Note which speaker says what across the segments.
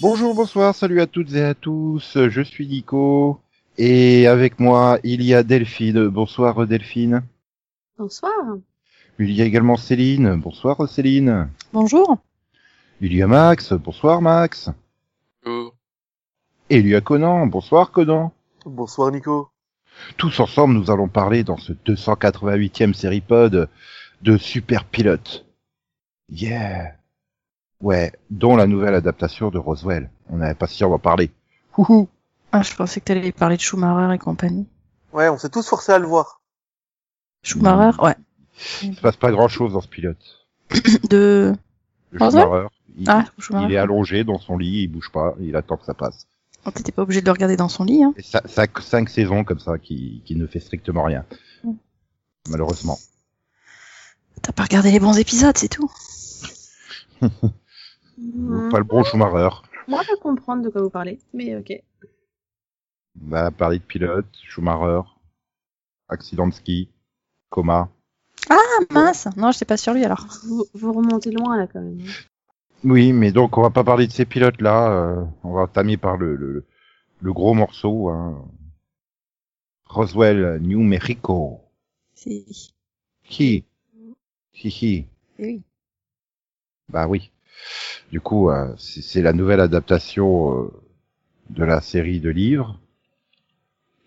Speaker 1: Bonjour, bonsoir, salut à toutes et à tous, je suis Nico, et avec moi, il y a Delphine. Bonsoir Delphine.
Speaker 2: Bonsoir.
Speaker 1: Il y a également Céline. Bonsoir Céline.
Speaker 3: Bonjour.
Speaker 1: Il y a Max. Bonsoir Max.
Speaker 4: Bonjour.
Speaker 1: Et il y a Conan. Bonsoir Conan.
Speaker 5: Bonsoir Nico.
Speaker 1: Tous ensemble, nous allons parler dans ce 288e série pod de Super Pilote. Yeah. Ouais, dont la nouvelle adaptation de Roswell. On n'avait pas si on va parler. Houhou.
Speaker 3: Ah, je pensais que t'allais parler de Schumacher et compagnie.
Speaker 5: Ouais, on s'est tous forcés à le voir.
Speaker 3: Schumacher, ouais.
Speaker 1: Il se passe pas grand chose dans ce pilote.
Speaker 3: De.
Speaker 1: Le
Speaker 3: Roswell
Speaker 1: Schumacher, il,
Speaker 3: Ah,
Speaker 1: il est
Speaker 3: Schumacher.
Speaker 1: allongé dans son lit, il bouge pas, il attend que ça passe.
Speaker 3: Oh, T'étais pas obligé de le regarder dans son lit, hein.
Speaker 1: Et ça, ça a cinq saisons comme ça qui, qui ne fait strictement rien.
Speaker 3: Mm.
Speaker 1: Malheureusement.
Speaker 3: T'as pas regardé les bons épisodes, c'est tout.
Speaker 1: Pas le bon Schumacher.
Speaker 2: Moi, je peux comprendre de quoi vous parlez, mais ok.
Speaker 1: On va parler de pilote, Schumacher, accident de ski, coma.
Speaker 3: Ah, mince. Non, j'étais pas sur lui, alors.
Speaker 2: Vous, vous remontez loin là quand même.
Speaker 1: Oui, mais donc on va pas parler de ces pilotes-là. euh, on va tamer par le, le, le gros morceau. hein. Roswell, New Mexico.
Speaker 3: C'est.
Speaker 1: Qui Hi hi.
Speaker 3: Eh oui.
Speaker 1: Bah oui. Du coup, euh, c'est c'est la nouvelle adaptation euh, de la série de livres,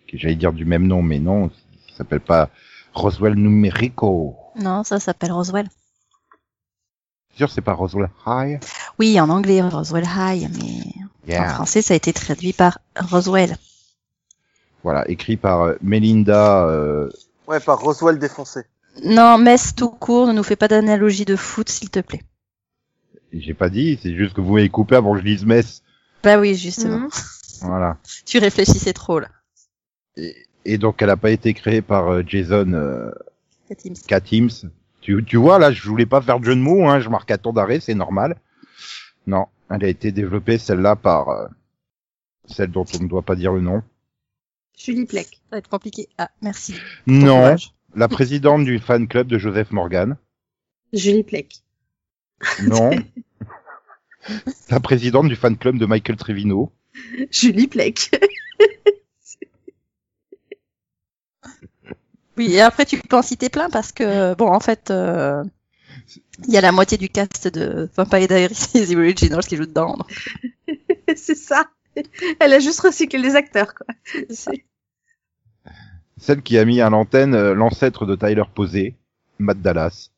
Speaker 1: qui j'allais dire du même nom, mais non, qui s'appelle pas Roswell Numérico.
Speaker 3: Non, ça s'appelle Roswell.
Speaker 1: C'est sûr, c'est pas Roswell High.
Speaker 3: Oui, en anglais, Roswell High, mais en
Speaker 1: Yeah.
Speaker 3: français, ça a été traduit par Roswell.
Speaker 1: Voilà, écrit par euh, Melinda. euh,
Speaker 5: Ouais, par Roswell défoncé.
Speaker 3: Non, Metz tout court, ne nous fais pas d'analogie de foot, s'il te plaît.
Speaker 1: J'ai pas dit, c'est juste que vous m'avez coupé avant que je lise Metz.
Speaker 3: Bah oui, justement.
Speaker 2: Mhm.
Speaker 1: Voilà.
Speaker 3: Tu réfléchissais trop, là.
Speaker 1: Et donc, elle a pas été créée par euh, Jason euh,
Speaker 3: Katim.
Speaker 1: Katims. Tu, tu vois, là, je voulais pas faire de jeu de mots, hein, je marque à temps d'arrêt, c'est normal. Non, elle a été développée, celle-là, par euh, celle dont on ne doit pas dire le nom.
Speaker 2: Julie Plec.
Speaker 3: Ça va être compliqué. Ah, merci.
Speaker 1: Non,
Speaker 3: Dommage.
Speaker 1: la présidente du fan club de Joseph Morgan.
Speaker 2: Julie Plec.
Speaker 1: Non. la présidente du fan club de Michael Trevino.
Speaker 2: Julie Plec.
Speaker 3: Oui, et après tu peux en citer plein parce que bon, en fait, euh, il y a la moitié du cast de Vampire Diaries et The Originals qui joue dedans. donc.
Speaker 2: c'est ça. Elle a juste recyclé les acteurs quoi. C'est-
Speaker 1: Celle qui a mis à l'antenne euh, l'ancêtre de Tyler Posey, Matt Dallas.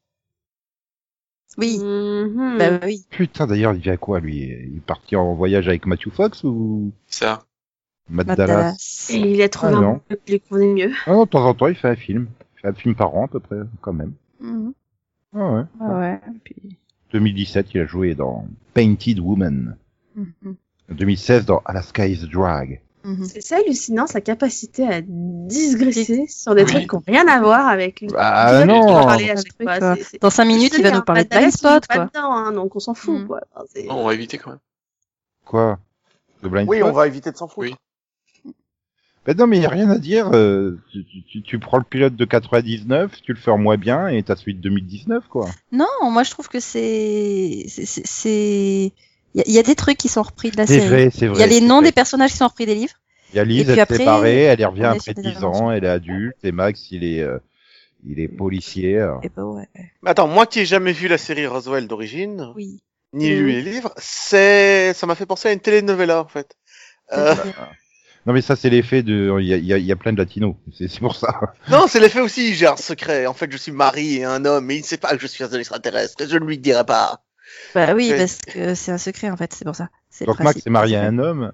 Speaker 3: Oui,
Speaker 2: Mhm.
Speaker 3: bah oui.
Speaker 1: Putain, d'ailleurs, il vient à quoi, lui Il est parti en voyage avec Matthew Fox ou
Speaker 4: Ça.
Speaker 1: Matt,
Speaker 3: Matt
Speaker 1: Dallas
Speaker 3: Dallas.
Speaker 2: Et il a trouvé
Speaker 1: Ah,
Speaker 2: un
Speaker 1: non.
Speaker 2: mot qui lui convenait mieux.
Speaker 1: Ah non, de temps en temps, il fait un film. Il fait un film par an, à peu près, quand même.
Speaker 3: Mhm.
Speaker 1: Ah ouais.
Speaker 3: Ah ouais. puis-
Speaker 1: 2017, il a joué dans Painted Woman.
Speaker 3: Mhm.
Speaker 1: 2016, dans Alaska is Drag.
Speaker 3: Mhm.
Speaker 2: C'est ça hallucinant sa capacité à digresser sur des trucs qui n'ont rien à voir avec une.
Speaker 1: Ah
Speaker 2: Déjà,
Speaker 1: non.
Speaker 2: on va parler à chaque
Speaker 3: Truc,
Speaker 2: fois,
Speaker 3: quoi.
Speaker 2: c'est- c'est-
Speaker 3: Dans cinq minutes,
Speaker 2: Je
Speaker 3: il va
Speaker 2: sais,
Speaker 3: nous
Speaker 2: hein,
Speaker 3: parler de
Speaker 2: Madalès,
Speaker 3: Blind
Speaker 2: il joue
Speaker 3: Spot,
Speaker 2: pas
Speaker 3: quoi.
Speaker 2: dedans, hein, donc on s'en fout
Speaker 3: Mm.
Speaker 2: quoi. Enfin, c'est-
Speaker 4: Non, on va éviter quand même.
Speaker 1: Quoi The Blind
Speaker 5: Oui,
Speaker 1: Spot
Speaker 5: on va éviter de s'en foutre.
Speaker 4: Oui.
Speaker 1: Ben non, mais il n'y a rien à dire. euh, tu, tu- tu prends le pilote de 99, tu le fais en moins bien, et t'as celui de 2019, quoi.
Speaker 3: Non, moi je trouve que c'est, c'est- c'est, c'est- il y, a- il y a des trucs qui sont repris de la
Speaker 1: C'est
Speaker 3: série.
Speaker 1: vrai, c'est vrai.
Speaker 3: Ah, Il y a les
Speaker 1: c'est
Speaker 3: noms
Speaker 1: vrai.
Speaker 3: des personnages qui sont repris des livres.
Speaker 1: Il y a
Speaker 3: Et
Speaker 1: Lise,
Speaker 3: puis
Speaker 1: elle est
Speaker 3: après,
Speaker 1: séparée, elle y revient
Speaker 3: on est
Speaker 1: après
Speaker 3: sur des
Speaker 1: 10
Speaker 3: aventures.
Speaker 1: ans, elle est adulte, et Max, il est, euh, il est policier. euh.
Speaker 3: Et bah ouais.
Speaker 5: Mais attends, moi qui ai jamais vu la série Roswell d'origine,
Speaker 3: Oui.
Speaker 5: ni lu les livres, c'est, ça m'a fait penser à une telenovela, en fait.
Speaker 1: Ah.
Speaker 5: Euh,
Speaker 1: Non, mais ça, c'est l'effet de, il y a, il y a- il y a plein de latinos. C'est c'est pour ça.
Speaker 5: non, c'est l'effet aussi, j'ai un secret. En fait, je suis mari et un homme, mais il ne sait pas que je suis un extraterrestre, et je ne lui dirai pas.
Speaker 3: Bah oui,
Speaker 5: Oui.
Speaker 3: parce que c'est un secret en fait, c'est pour ça. C'est le
Speaker 1: Donc Max
Speaker 3: principe.
Speaker 1: est marié à un homme.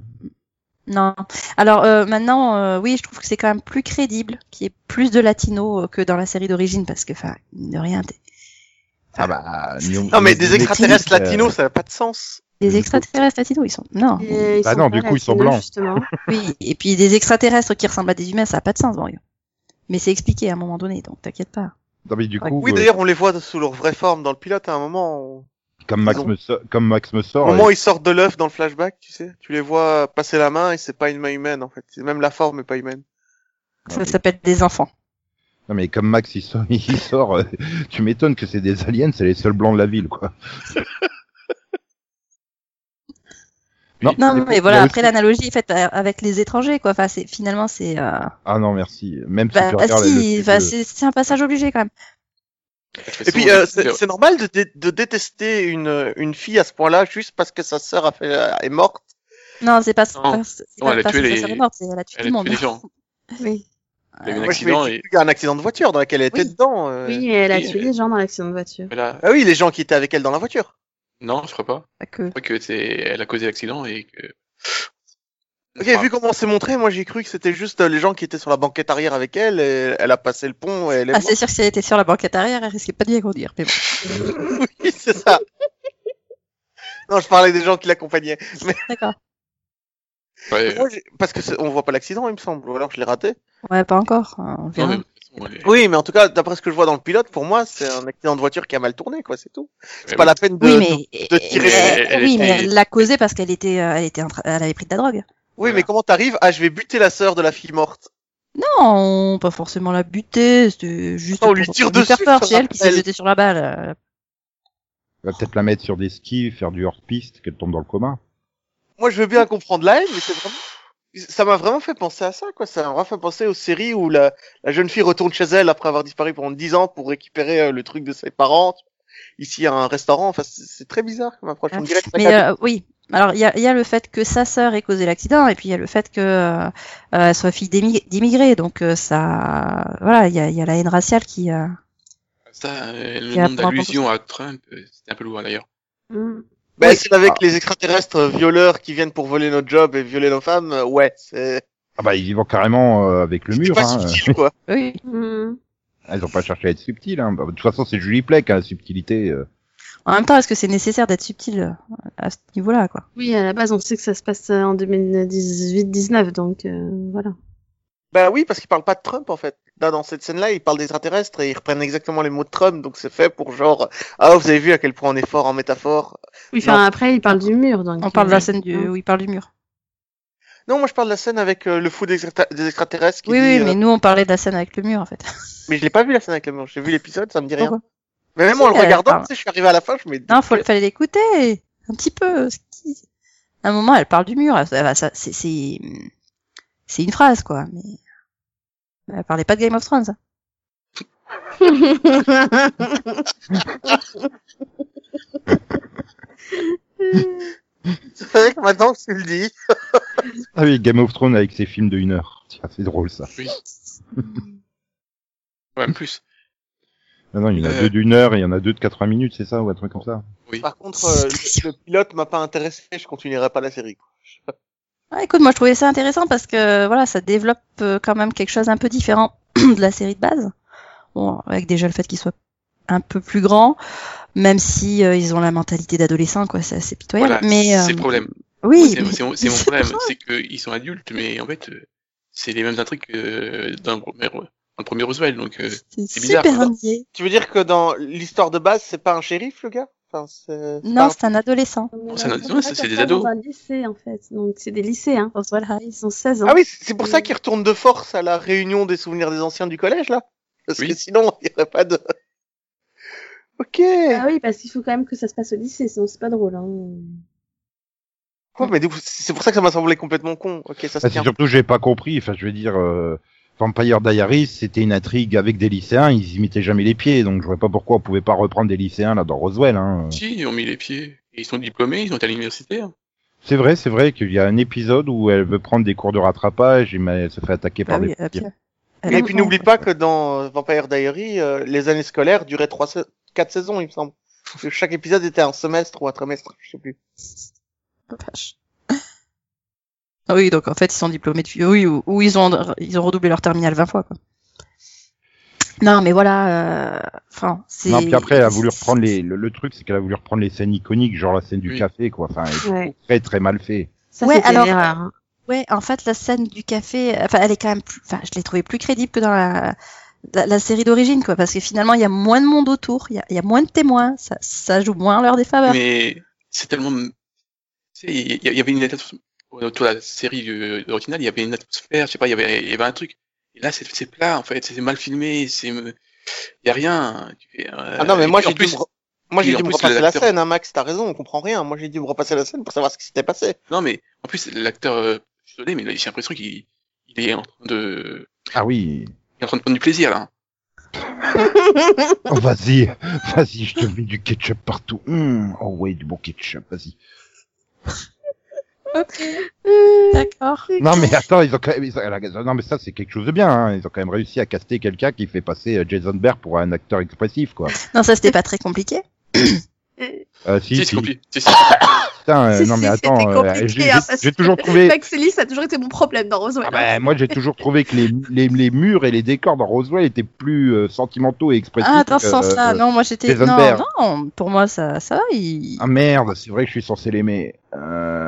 Speaker 3: Non. Alors euh, maintenant, euh, oui, je trouve que c'est quand même plus crédible qu'il y ait plus de latinos euh, que dans la série d'origine, parce que, enfin, mine de rien, t'es-
Speaker 1: Ah bah, New-
Speaker 5: Non, mais
Speaker 1: New-
Speaker 5: des
Speaker 1: New Mexique,
Speaker 5: extraterrestres
Speaker 1: euh,
Speaker 5: latinos, ça n'a pas de sens.
Speaker 3: des extraterrestres latinos, ils sont. Non.
Speaker 2: Et ils
Speaker 1: Bah
Speaker 2: sont
Speaker 1: non,
Speaker 2: pas
Speaker 1: du coup, ils sont
Speaker 2: latinos,
Speaker 1: blancs.
Speaker 2: Justement.
Speaker 3: Oui, et puis des extraterrestres qui ressemblent à des humains, ça n'a pas de sens, bon, Mais c'est expliqué à un moment donné, donc t'inquiète pas.
Speaker 1: Non, mais du
Speaker 3: Ouais.
Speaker 1: coup,
Speaker 5: Oui,
Speaker 1: euh,
Speaker 5: d'ailleurs, on les voit sous leur vraie forme dans le pilote à un moment. on-
Speaker 1: comme Max
Speaker 5: ils ont-
Speaker 1: me sort, comme Max me
Speaker 5: Au
Speaker 1: sort,
Speaker 5: moment où ils sortent de l'œuf dans le flashback, tu sais, tu les vois passer la main et c'est pas une main humaine en fait. C'est Même la forme est pas humaine.
Speaker 3: Ça s'appelle des enfants.
Speaker 1: euh, Non mais comme Max il sort, il sort euh, tu m'étonnes que c'est des aliens, c'est les seuls blancs de la ville quoi.
Speaker 3: Non,
Speaker 1: c'est-
Speaker 3: mais
Speaker 1: il y
Speaker 3: voilà,
Speaker 1: a
Speaker 3: après
Speaker 1: aussi-
Speaker 3: l'analogie est faite euh, avec les étrangers, quoi. Enfin, c'est finalement c'est. euh,
Speaker 1: Ah non merci, même si
Speaker 3: Bah,
Speaker 1: tu regardes
Speaker 3: si,
Speaker 1: le-
Speaker 3: enfin,
Speaker 1: le-
Speaker 3: c'est c'est un passage obligé quand même.
Speaker 4: De toute façon,
Speaker 5: Et puis,
Speaker 4: on-
Speaker 5: euh, c'est c'est normal de, dé- de détester une, une fille à ce point-là juste parce que sa sœur a fait- euh, est morte.
Speaker 3: Non, c'est pas.
Speaker 4: Non.
Speaker 3: pas- c'est
Speaker 4: Non,
Speaker 3: pas
Speaker 4: elle a
Speaker 3: parce
Speaker 4: tué
Speaker 3: que
Speaker 4: les-
Speaker 3: sa sœur est morte, c'est- elle a tué tout
Speaker 4: elle
Speaker 3: le
Speaker 4: a
Speaker 3: monde.
Speaker 4: tué des gens.
Speaker 2: Oui.
Speaker 4: Il y a eu un
Speaker 5: Moi, je
Speaker 4: accident
Speaker 5: m'étais
Speaker 4: et
Speaker 5: dit qu'il y a un accident de voiture dans lequel elle était
Speaker 2: Oui.
Speaker 5: dedans. euh.
Speaker 2: Oui, elle a
Speaker 4: et-
Speaker 2: tué des gens dans l'accident de voiture.
Speaker 4: mais là,
Speaker 5: Ah oui, les gens qui étaient avec elle dans la voiture.
Speaker 4: non, je crois pas.
Speaker 3: Pas que-
Speaker 4: Je crois que c'est, elle a causé l'accident et que.
Speaker 5: Ok,
Speaker 4: Enfin,
Speaker 5: vu comment c'est montré, moi j'ai cru que c'était juste euh, les gens qui étaient sur la banquette arrière avec elle. et elle a passé le pont et elle est
Speaker 3: Ah,
Speaker 5: morte.
Speaker 3: c'est sûr que si elle était sur la banquette arrière, elle risquait pas d'y conduire. Mais bon.
Speaker 5: Oui, c'est ça. non, je parlais des gens qui l'accompagnaient.
Speaker 3: D'accord.
Speaker 4: ouais,
Speaker 5: Moi, j'ai- Parce que c'est- on voit pas l'accident, il me semble, ou alors je l'ai raté.
Speaker 3: Ouais, pas encore. euh, On
Speaker 4: non,
Speaker 3: verra.
Speaker 4: mais de toute façon, elle est-
Speaker 5: Oui, mais en tout cas, d'après ce que je vois dans le pilote, pour moi, c'est un accident de voiture qui a mal tourné, quoi, c'est tout. C'est
Speaker 1: Eh
Speaker 4: elle-
Speaker 5: pas la peine de.
Speaker 3: Oui,
Speaker 5: de-
Speaker 3: mais,
Speaker 5: tirer-
Speaker 3: mais-
Speaker 4: elle
Speaker 3: oui,
Speaker 4: était-
Speaker 3: mais elle l'a causé parce qu'elle était, euh, elle était, en train- elle avait pris de la drogue.
Speaker 5: Oui,
Speaker 4: Voilà.
Speaker 5: mais comment t'arrives Ah, je vais buter la sœur de la fille morte.
Speaker 3: Non, pas forcément la buter, c'était juste
Speaker 5: Attends, on lui
Speaker 3: pour
Speaker 5: tire
Speaker 3: lui faire
Speaker 5: dessus,
Speaker 3: peur.
Speaker 5: je
Speaker 3: C'est elle qui s'est
Speaker 5: rappelle.
Speaker 3: jetée sur la balle. euh,
Speaker 1: Il va peut-être la mettre sur des skis, faire du hors-piste, qu'elle tombe dans le coma.
Speaker 5: Moi, je veux bien comprendre la haine, mais c'est vraiment. Ça m'a vraiment fait penser à ça, quoi. Ça m'a vraiment fait penser aux séries où la, la jeune fille retourne chez elle après avoir disparu pendant 10 ans pour récupérer euh, le truc de ses parents. Ici, à un restaurant. Enfin, c'est c'est très bizarre comme approche. On dirait que ça
Speaker 3: Mais euh, oui, alors il y a, il y a le fait que sa sœur ait causé l'accident et puis il y a le fait que euh, euh, elle soit fille d'émi- d'immigrés, donc euh, ça, voilà, il y a, il y a la haine raciale qui. euh,
Speaker 4: Ça, euh,
Speaker 3: Qui
Speaker 4: le
Speaker 3: a
Speaker 4: nombre
Speaker 3: pas
Speaker 4: d'allusions à Trump, euh, c'était un peu lourd d'ailleurs.
Speaker 2: Hmm.
Speaker 5: Bah,
Speaker 3: Oui.
Speaker 5: celle avec les extraterrestres euh, violeurs qui viennent pour voler notre job et violer nos femmes, euh, ouais, c'est
Speaker 1: Ah bah ils y vont carrément euh, avec le
Speaker 5: c'est
Speaker 1: mur.
Speaker 5: pas
Speaker 1: Hein.
Speaker 5: subtil, quoi.
Speaker 3: Oui.
Speaker 2: Hmm.
Speaker 1: Ah, Ils ont pas cherché à être subtils. Hein. Bah, de toute façon c'est Julie Plec, hein, la subtilité. euh.
Speaker 3: En même temps, est-ce que c'est nécessaire d'être subtil euh, à ce niveau-là, quoi
Speaker 2: Oui, à la base, on sait que ça se passe euh, en 2018-19, donc euh, voilà.
Speaker 5: Bah oui, parce qu'ils parlent pas de Trump en fait. Là, dans cette scène-là, ils parlent des extraterrestres et ils reprennent exactement les mots de Trump, donc c'est fait pour genre, ah vous avez vu à quel point on est fort en métaphore.
Speaker 2: Oui,
Speaker 5: Non.
Speaker 2: enfin, après, il parle du mur, donc.
Speaker 3: On parle de la
Speaker 2: euh,
Speaker 3: scène du, où il parle du mur.
Speaker 5: Non, moi je parle de la scène avec euh, le fou des, extra- des extraterrestres qui
Speaker 3: Oui,
Speaker 5: dit,
Speaker 3: oui,
Speaker 5: euh,
Speaker 3: mais nous on parlait de la scène avec le mur, en fait.
Speaker 5: mais je l'ai pas vu la scène avec le mur. J'ai vu l'épisode, ça me dit rien.
Speaker 3: Pourquoi
Speaker 5: mais même
Speaker 3: Si,
Speaker 5: en le
Speaker 3: elle
Speaker 5: regardant,
Speaker 3: parle.
Speaker 5: tu sais, je suis arrivé à la fin, je me dis,
Speaker 3: Non, faut, fallait l'écouter un petit peu. ce qui- À un moment, elle parle du mur. elle- elle- ça- c'est- C'est c'est une phrase, quoi. Mais elle parlait pas de Game of Thrones. hein.
Speaker 5: c'est vrai que maintenant que tu le dis,
Speaker 1: Ah oui Game of Thrones avec ses films de une heure. Tiens, c'est drôle ça.
Speaker 4: Ouais, Même plus.
Speaker 1: Non, non il y en a
Speaker 4: Euh.
Speaker 1: deux d'une heure et il y en a deux de 80 minutes c'est ça ou un truc comme ça.
Speaker 5: par contre, euh, le, le pilote m'a pas intéressé, je continuerai pas la série. quoi.
Speaker 3: Ouais, écoute, moi je trouvais ça intéressant parce que voilà, ça développe euh, quand même quelque chose un peu différent de la série de base. Bon, avec déjà le fait qu'ils soient un peu plus grands, même si euh, ils ont la mentalité d'adolescent, quoi, c'est assez pitoyable.
Speaker 4: Voilà,
Speaker 3: mais euh,
Speaker 4: c'est le problème.
Speaker 3: oui,
Speaker 4: C'est
Speaker 3: mais-
Speaker 4: c'est mon c'est mon
Speaker 3: c'est
Speaker 4: problème,
Speaker 3: pour
Speaker 4: c'est qu'ils sont adultes, mais en fait, euh, c'est les mêmes intrigues que dans le premier, dans le premier Roosevelt, donc euh,
Speaker 3: c'est
Speaker 4: c'est bizarre,
Speaker 3: super
Speaker 4: quoi.
Speaker 3: niais.
Speaker 5: Tu veux dire que dans l'histoire de base, c'est pas un shérif, le gars enfin, c'est- c'est pas
Speaker 3: Non,
Speaker 5: un-
Speaker 3: c'est un adolescent.
Speaker 4: c'est un- ouais, ça, c'est des ados.
Speaker 2: Dans un lycée, en fait. Donc, c'est des lycéens.
Speaker 3: Oswald Harris.
Speaker 2: Ils hein. ont 16 ans.
Speaker 5: Ah oui, c'est c'est pour
Speaker 4: Euh,
Speaker 5: ça qu'il retourne de force à la réunion des souvenirs des anciens du collège, là Parce que
Speaker 4: Oui.
Speaker 5: sinon, il n'y aurait pas de... Ok
Speaker 2: Ah oui, parce qu'il faut quand même que ça se passe au lycée, sinon c'est pas drôle. Hein.
Speaker 5: Ouais, mais du coup, c'est pour ça que ça m'a semblé complètement con. Ok, ça se
Speaker 4: Bah,
Speaker 1: Ah, c'est
Speaker 5: tient.
Speaker 1: surtout j'ai pas compris. Enfin je veux dire euh, Vampire Diaries c'était une intrigue avec des lycéens ils y mettaient jamais les pieds donc je vois pas pourquoi on pouvait pas reprendre des lycéens là dans Roswell. Hein.
Speaker 4: si, ils ont mis les pieds. Et ils sont diplômés, ils sont à l'université. hein.
Speaker 1: C'est vrai, c'est vrai qu'il y a un épisode où elle veut prendre des cours de rattrapage et ma- elle se fait attaquer
Speaker 3: Bah
Speaker 1: par
Speaker 3: oui,
Speaker 1: des
Speaker 3: euh,
Speaker 1: petits.
Speaker 3: Pierre.
Speaker 5: Et puis n'oublie pas que dans Vampire Diary, euh, les années scolaires duraient trois, sa- quatre saisons, il me semble. Parce que Chaque épisode était un semestre ou un trimestre, je sais plus.
Speaker 3: Vache. Ah oui, donc en fait, ils sont diplômés de oui, ou, ou ils ont ils ont redoublé leur terminal 20 fois quoi. Non, mais voilà, euh, enfin, c'est
Speaker 1: Non, puis après, elle a voulu reprendre les. Le, le truc, c'est qu'elle a voulu reprendre les scènes iconiques, genre la scène du
Speaker 4: Oui.
Speaker 1: café, quoi. Enfin, elle est
Speaker 2: Ouais.
Speaker 1: très très mal fait.
Speaker 2: Ça,
Speaker 3: Ouais,
Speaker 2: c'était
Speaker 3: alors-
Speaker 2: l'erreur. hein.
Speaker 3: Ouais, en fait, la scène du café, enfin, elle est quand même plus, enfin, je l'ai trouvée plus crédible que dans la, la, la série d'origine, quoi, parce que finalement, il y a moins de monde autour, il y a, il y a moins de témoins, ça, ça joue moins à leur défaveur.
Speaker 4: Mais c'est tellement. tu sais, Il y, il y avait une atmosphère. Autour de la série euh, originale, il y avait une atmosphère, je sais pas, il y avait, il y avait un truc. Et là, c'est c'est plat, en fait, c'est mal filmé, c'est. Il y a rien. Tu fais, euh,
Speaker 5: Ah non, mais
Speaker 4: et
Speaker 5: moi
Speaker 4: puis, en
Speaker 5: j'ai dû,
Speaker 4: plus-
Speaker 5: me re- moi, j'ai
Speaker 4: et en
Speaker 5: dû me
Speaker 4: plus,
Speaker 5: repasser la
Speaker 4: l'acteur-
Speaker 5: scène, hein, Max, t'as raison, on comprend rien. Moi j'ai dû me repasser la scène pour savoir ce qui s'était passé.
Speaker 4: Non, mais en plus, l'acteur, euh, je suis désolé, mais là, j'ai l'impression qu'il il est en train de.
Speaker 1: Ah oui.
Speaker 4: Il est en train de prendre du plaisir, là.
Speaker 1: Oh, vas-y, vas-y, je te mets du ketchup partout. Hum, oh ouais, du bon ketchup, vas-y.
Speaker 3: Ok,
Speaker 2: Euh,
Speaker 3: d'accord.
Speaker 1: Non mais attends, ils ont quand même, ils ont- non mais ça c'est quelque chose de bien. Hein. Ils ont quand même réussi à caster quelqu'un qui fait passer euh, Jason Bear pour un acteur expressif quoi.
Speaker 3: Non, ça, c'était pas très compliqué.
Speaker 1: Euh, si,
Speaker 4: Si,
Speaker 1: si,
Speaker 4: c'est compliqué. Si, si.
Speaker 1: Putain, euh,
Speaker 2: Si,
Speaker 1: non
Speaker 2: si,
Speaker 1: mais
Speaker 2: c'était
Speaker 1: attends, euh,
Speaker 2: compliqué,
Speaker 1: j'ai- j'ai
Speaker 2: hein, parce
Speaker 1: j'ai
Speaker 2: que-
Speaker 1: toujours trouvé.
Speaker 2: Max et Lee, ça a toujours été mon problème dans Roswell.
Speaker 1: Ah bah, moi, j'ai toujours trouvé que les, les, les murs et les décors dans Roswell étaient plus euh, sentimentaux et expressifs.
Speaker 3: Ah, dans ce
Speaker 1: que,
Speaker 3: sens-là,
Speaker 1: euh,
Speaker 3: non, moi, j'étais,
Speaker 1: Jason
Speaker 3: non,
Speaker 1: Bear.
Speaker 3: non, pour moi, ça, ça va, il...
Speaker 1: Ah merde, c'est vrai que je suis censé l'aimer. Euh...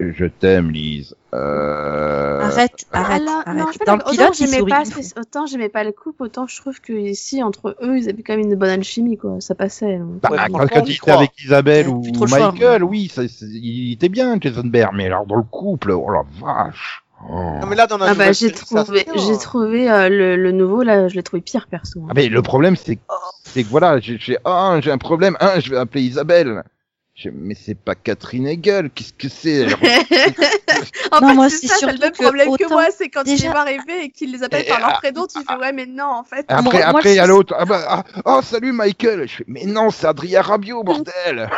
Speaker 1: Je t'aime, Lise. Euh...
Speaker 3: Arrête, arrête,
Speaker 2: Alors,
Speaker 3: arrête.
Speaker 2: Ah, non, en fait,
Speaker 3: Dans le
Speaker 2: autant
Speaker 3: pilote, il
Speaker 2: j'aimais
Speaker 3: sourit.
Speaker 2: pas, spéc- autant j'aimais pas le couple, autant je trouve que ici entre eux, ils avaient quand même une bonne alchimie quoi, ça passait. hein. donc.
Speaker 1: Bah,
Speaker 5: Ouais,
Speaker 1: quand,
Speaker 5: franchement,
Speaker 1: quand
Speaker 5: on y
Speaker 1: il était
Speaker 5: croit.
Speaker 1: avec Isabelle
Speaker 3: Ouais,
Speaker 1: ou
Speaker 3: plus trop le choix,
Speaker 1: Michael, oui, ça- c'est- il était bien, Jason Bear, mais alors dans le couple, oh la vache. Oh.
Speaker 5: Non, mais là, dans la
Speaker 2: Ah bah
Speaker 5: nouvelle
Speaker 2: j'ai
Speaker 5: série, ça se
Speaker 2: trouvé,
Speaker 5: tient. hein.
Speaker 2: j'ai trouvé euh, le, le nouveau là, je l'ai trouvé pire perso. hein.
Speaker 1: Ah mais le problème c'est
Speaker 5: oh.
Speaker 1: c'est que voilà, j'ai j'ai un, j'ai un problème, un, je vais appeler Isabelle. J'ai- Mais c'est pas Catherine Hegel, qu'est-ce que c'est
Speaker 2: en
Speaker 3: Non,
Speaker 2: fait,
Speaker 3: moi,
Speaker 2: c'est
Speaker 3: c'est
Speaker 2: ça, t'as le
Speaker 3: surtout
Speaker 2: même
Speaker 3: que
Speaker 2: problème que
Speaker 3: autant-
Speaker 2: moi, c'est quand il
Speaker 3: déjà-
Speaker 2: les voit arriver et qu'il les appelle
Speaker 1: Et-
Speaker 2: par
Speaker 1: ah,
Speaker 2: leur prénom, tu fais ouais, mais non, en fait.
Speaker 5: ah,
Speaker 1: Après,
Speaker 3: Moi- moi,
Speaker 1: après, il y a
Speaker 3: je-
Speaker 1: l'autre. Ah bah, ah, oh, salut Michael. Je fais, mais non, c'est Adrien Rabiot, bordel.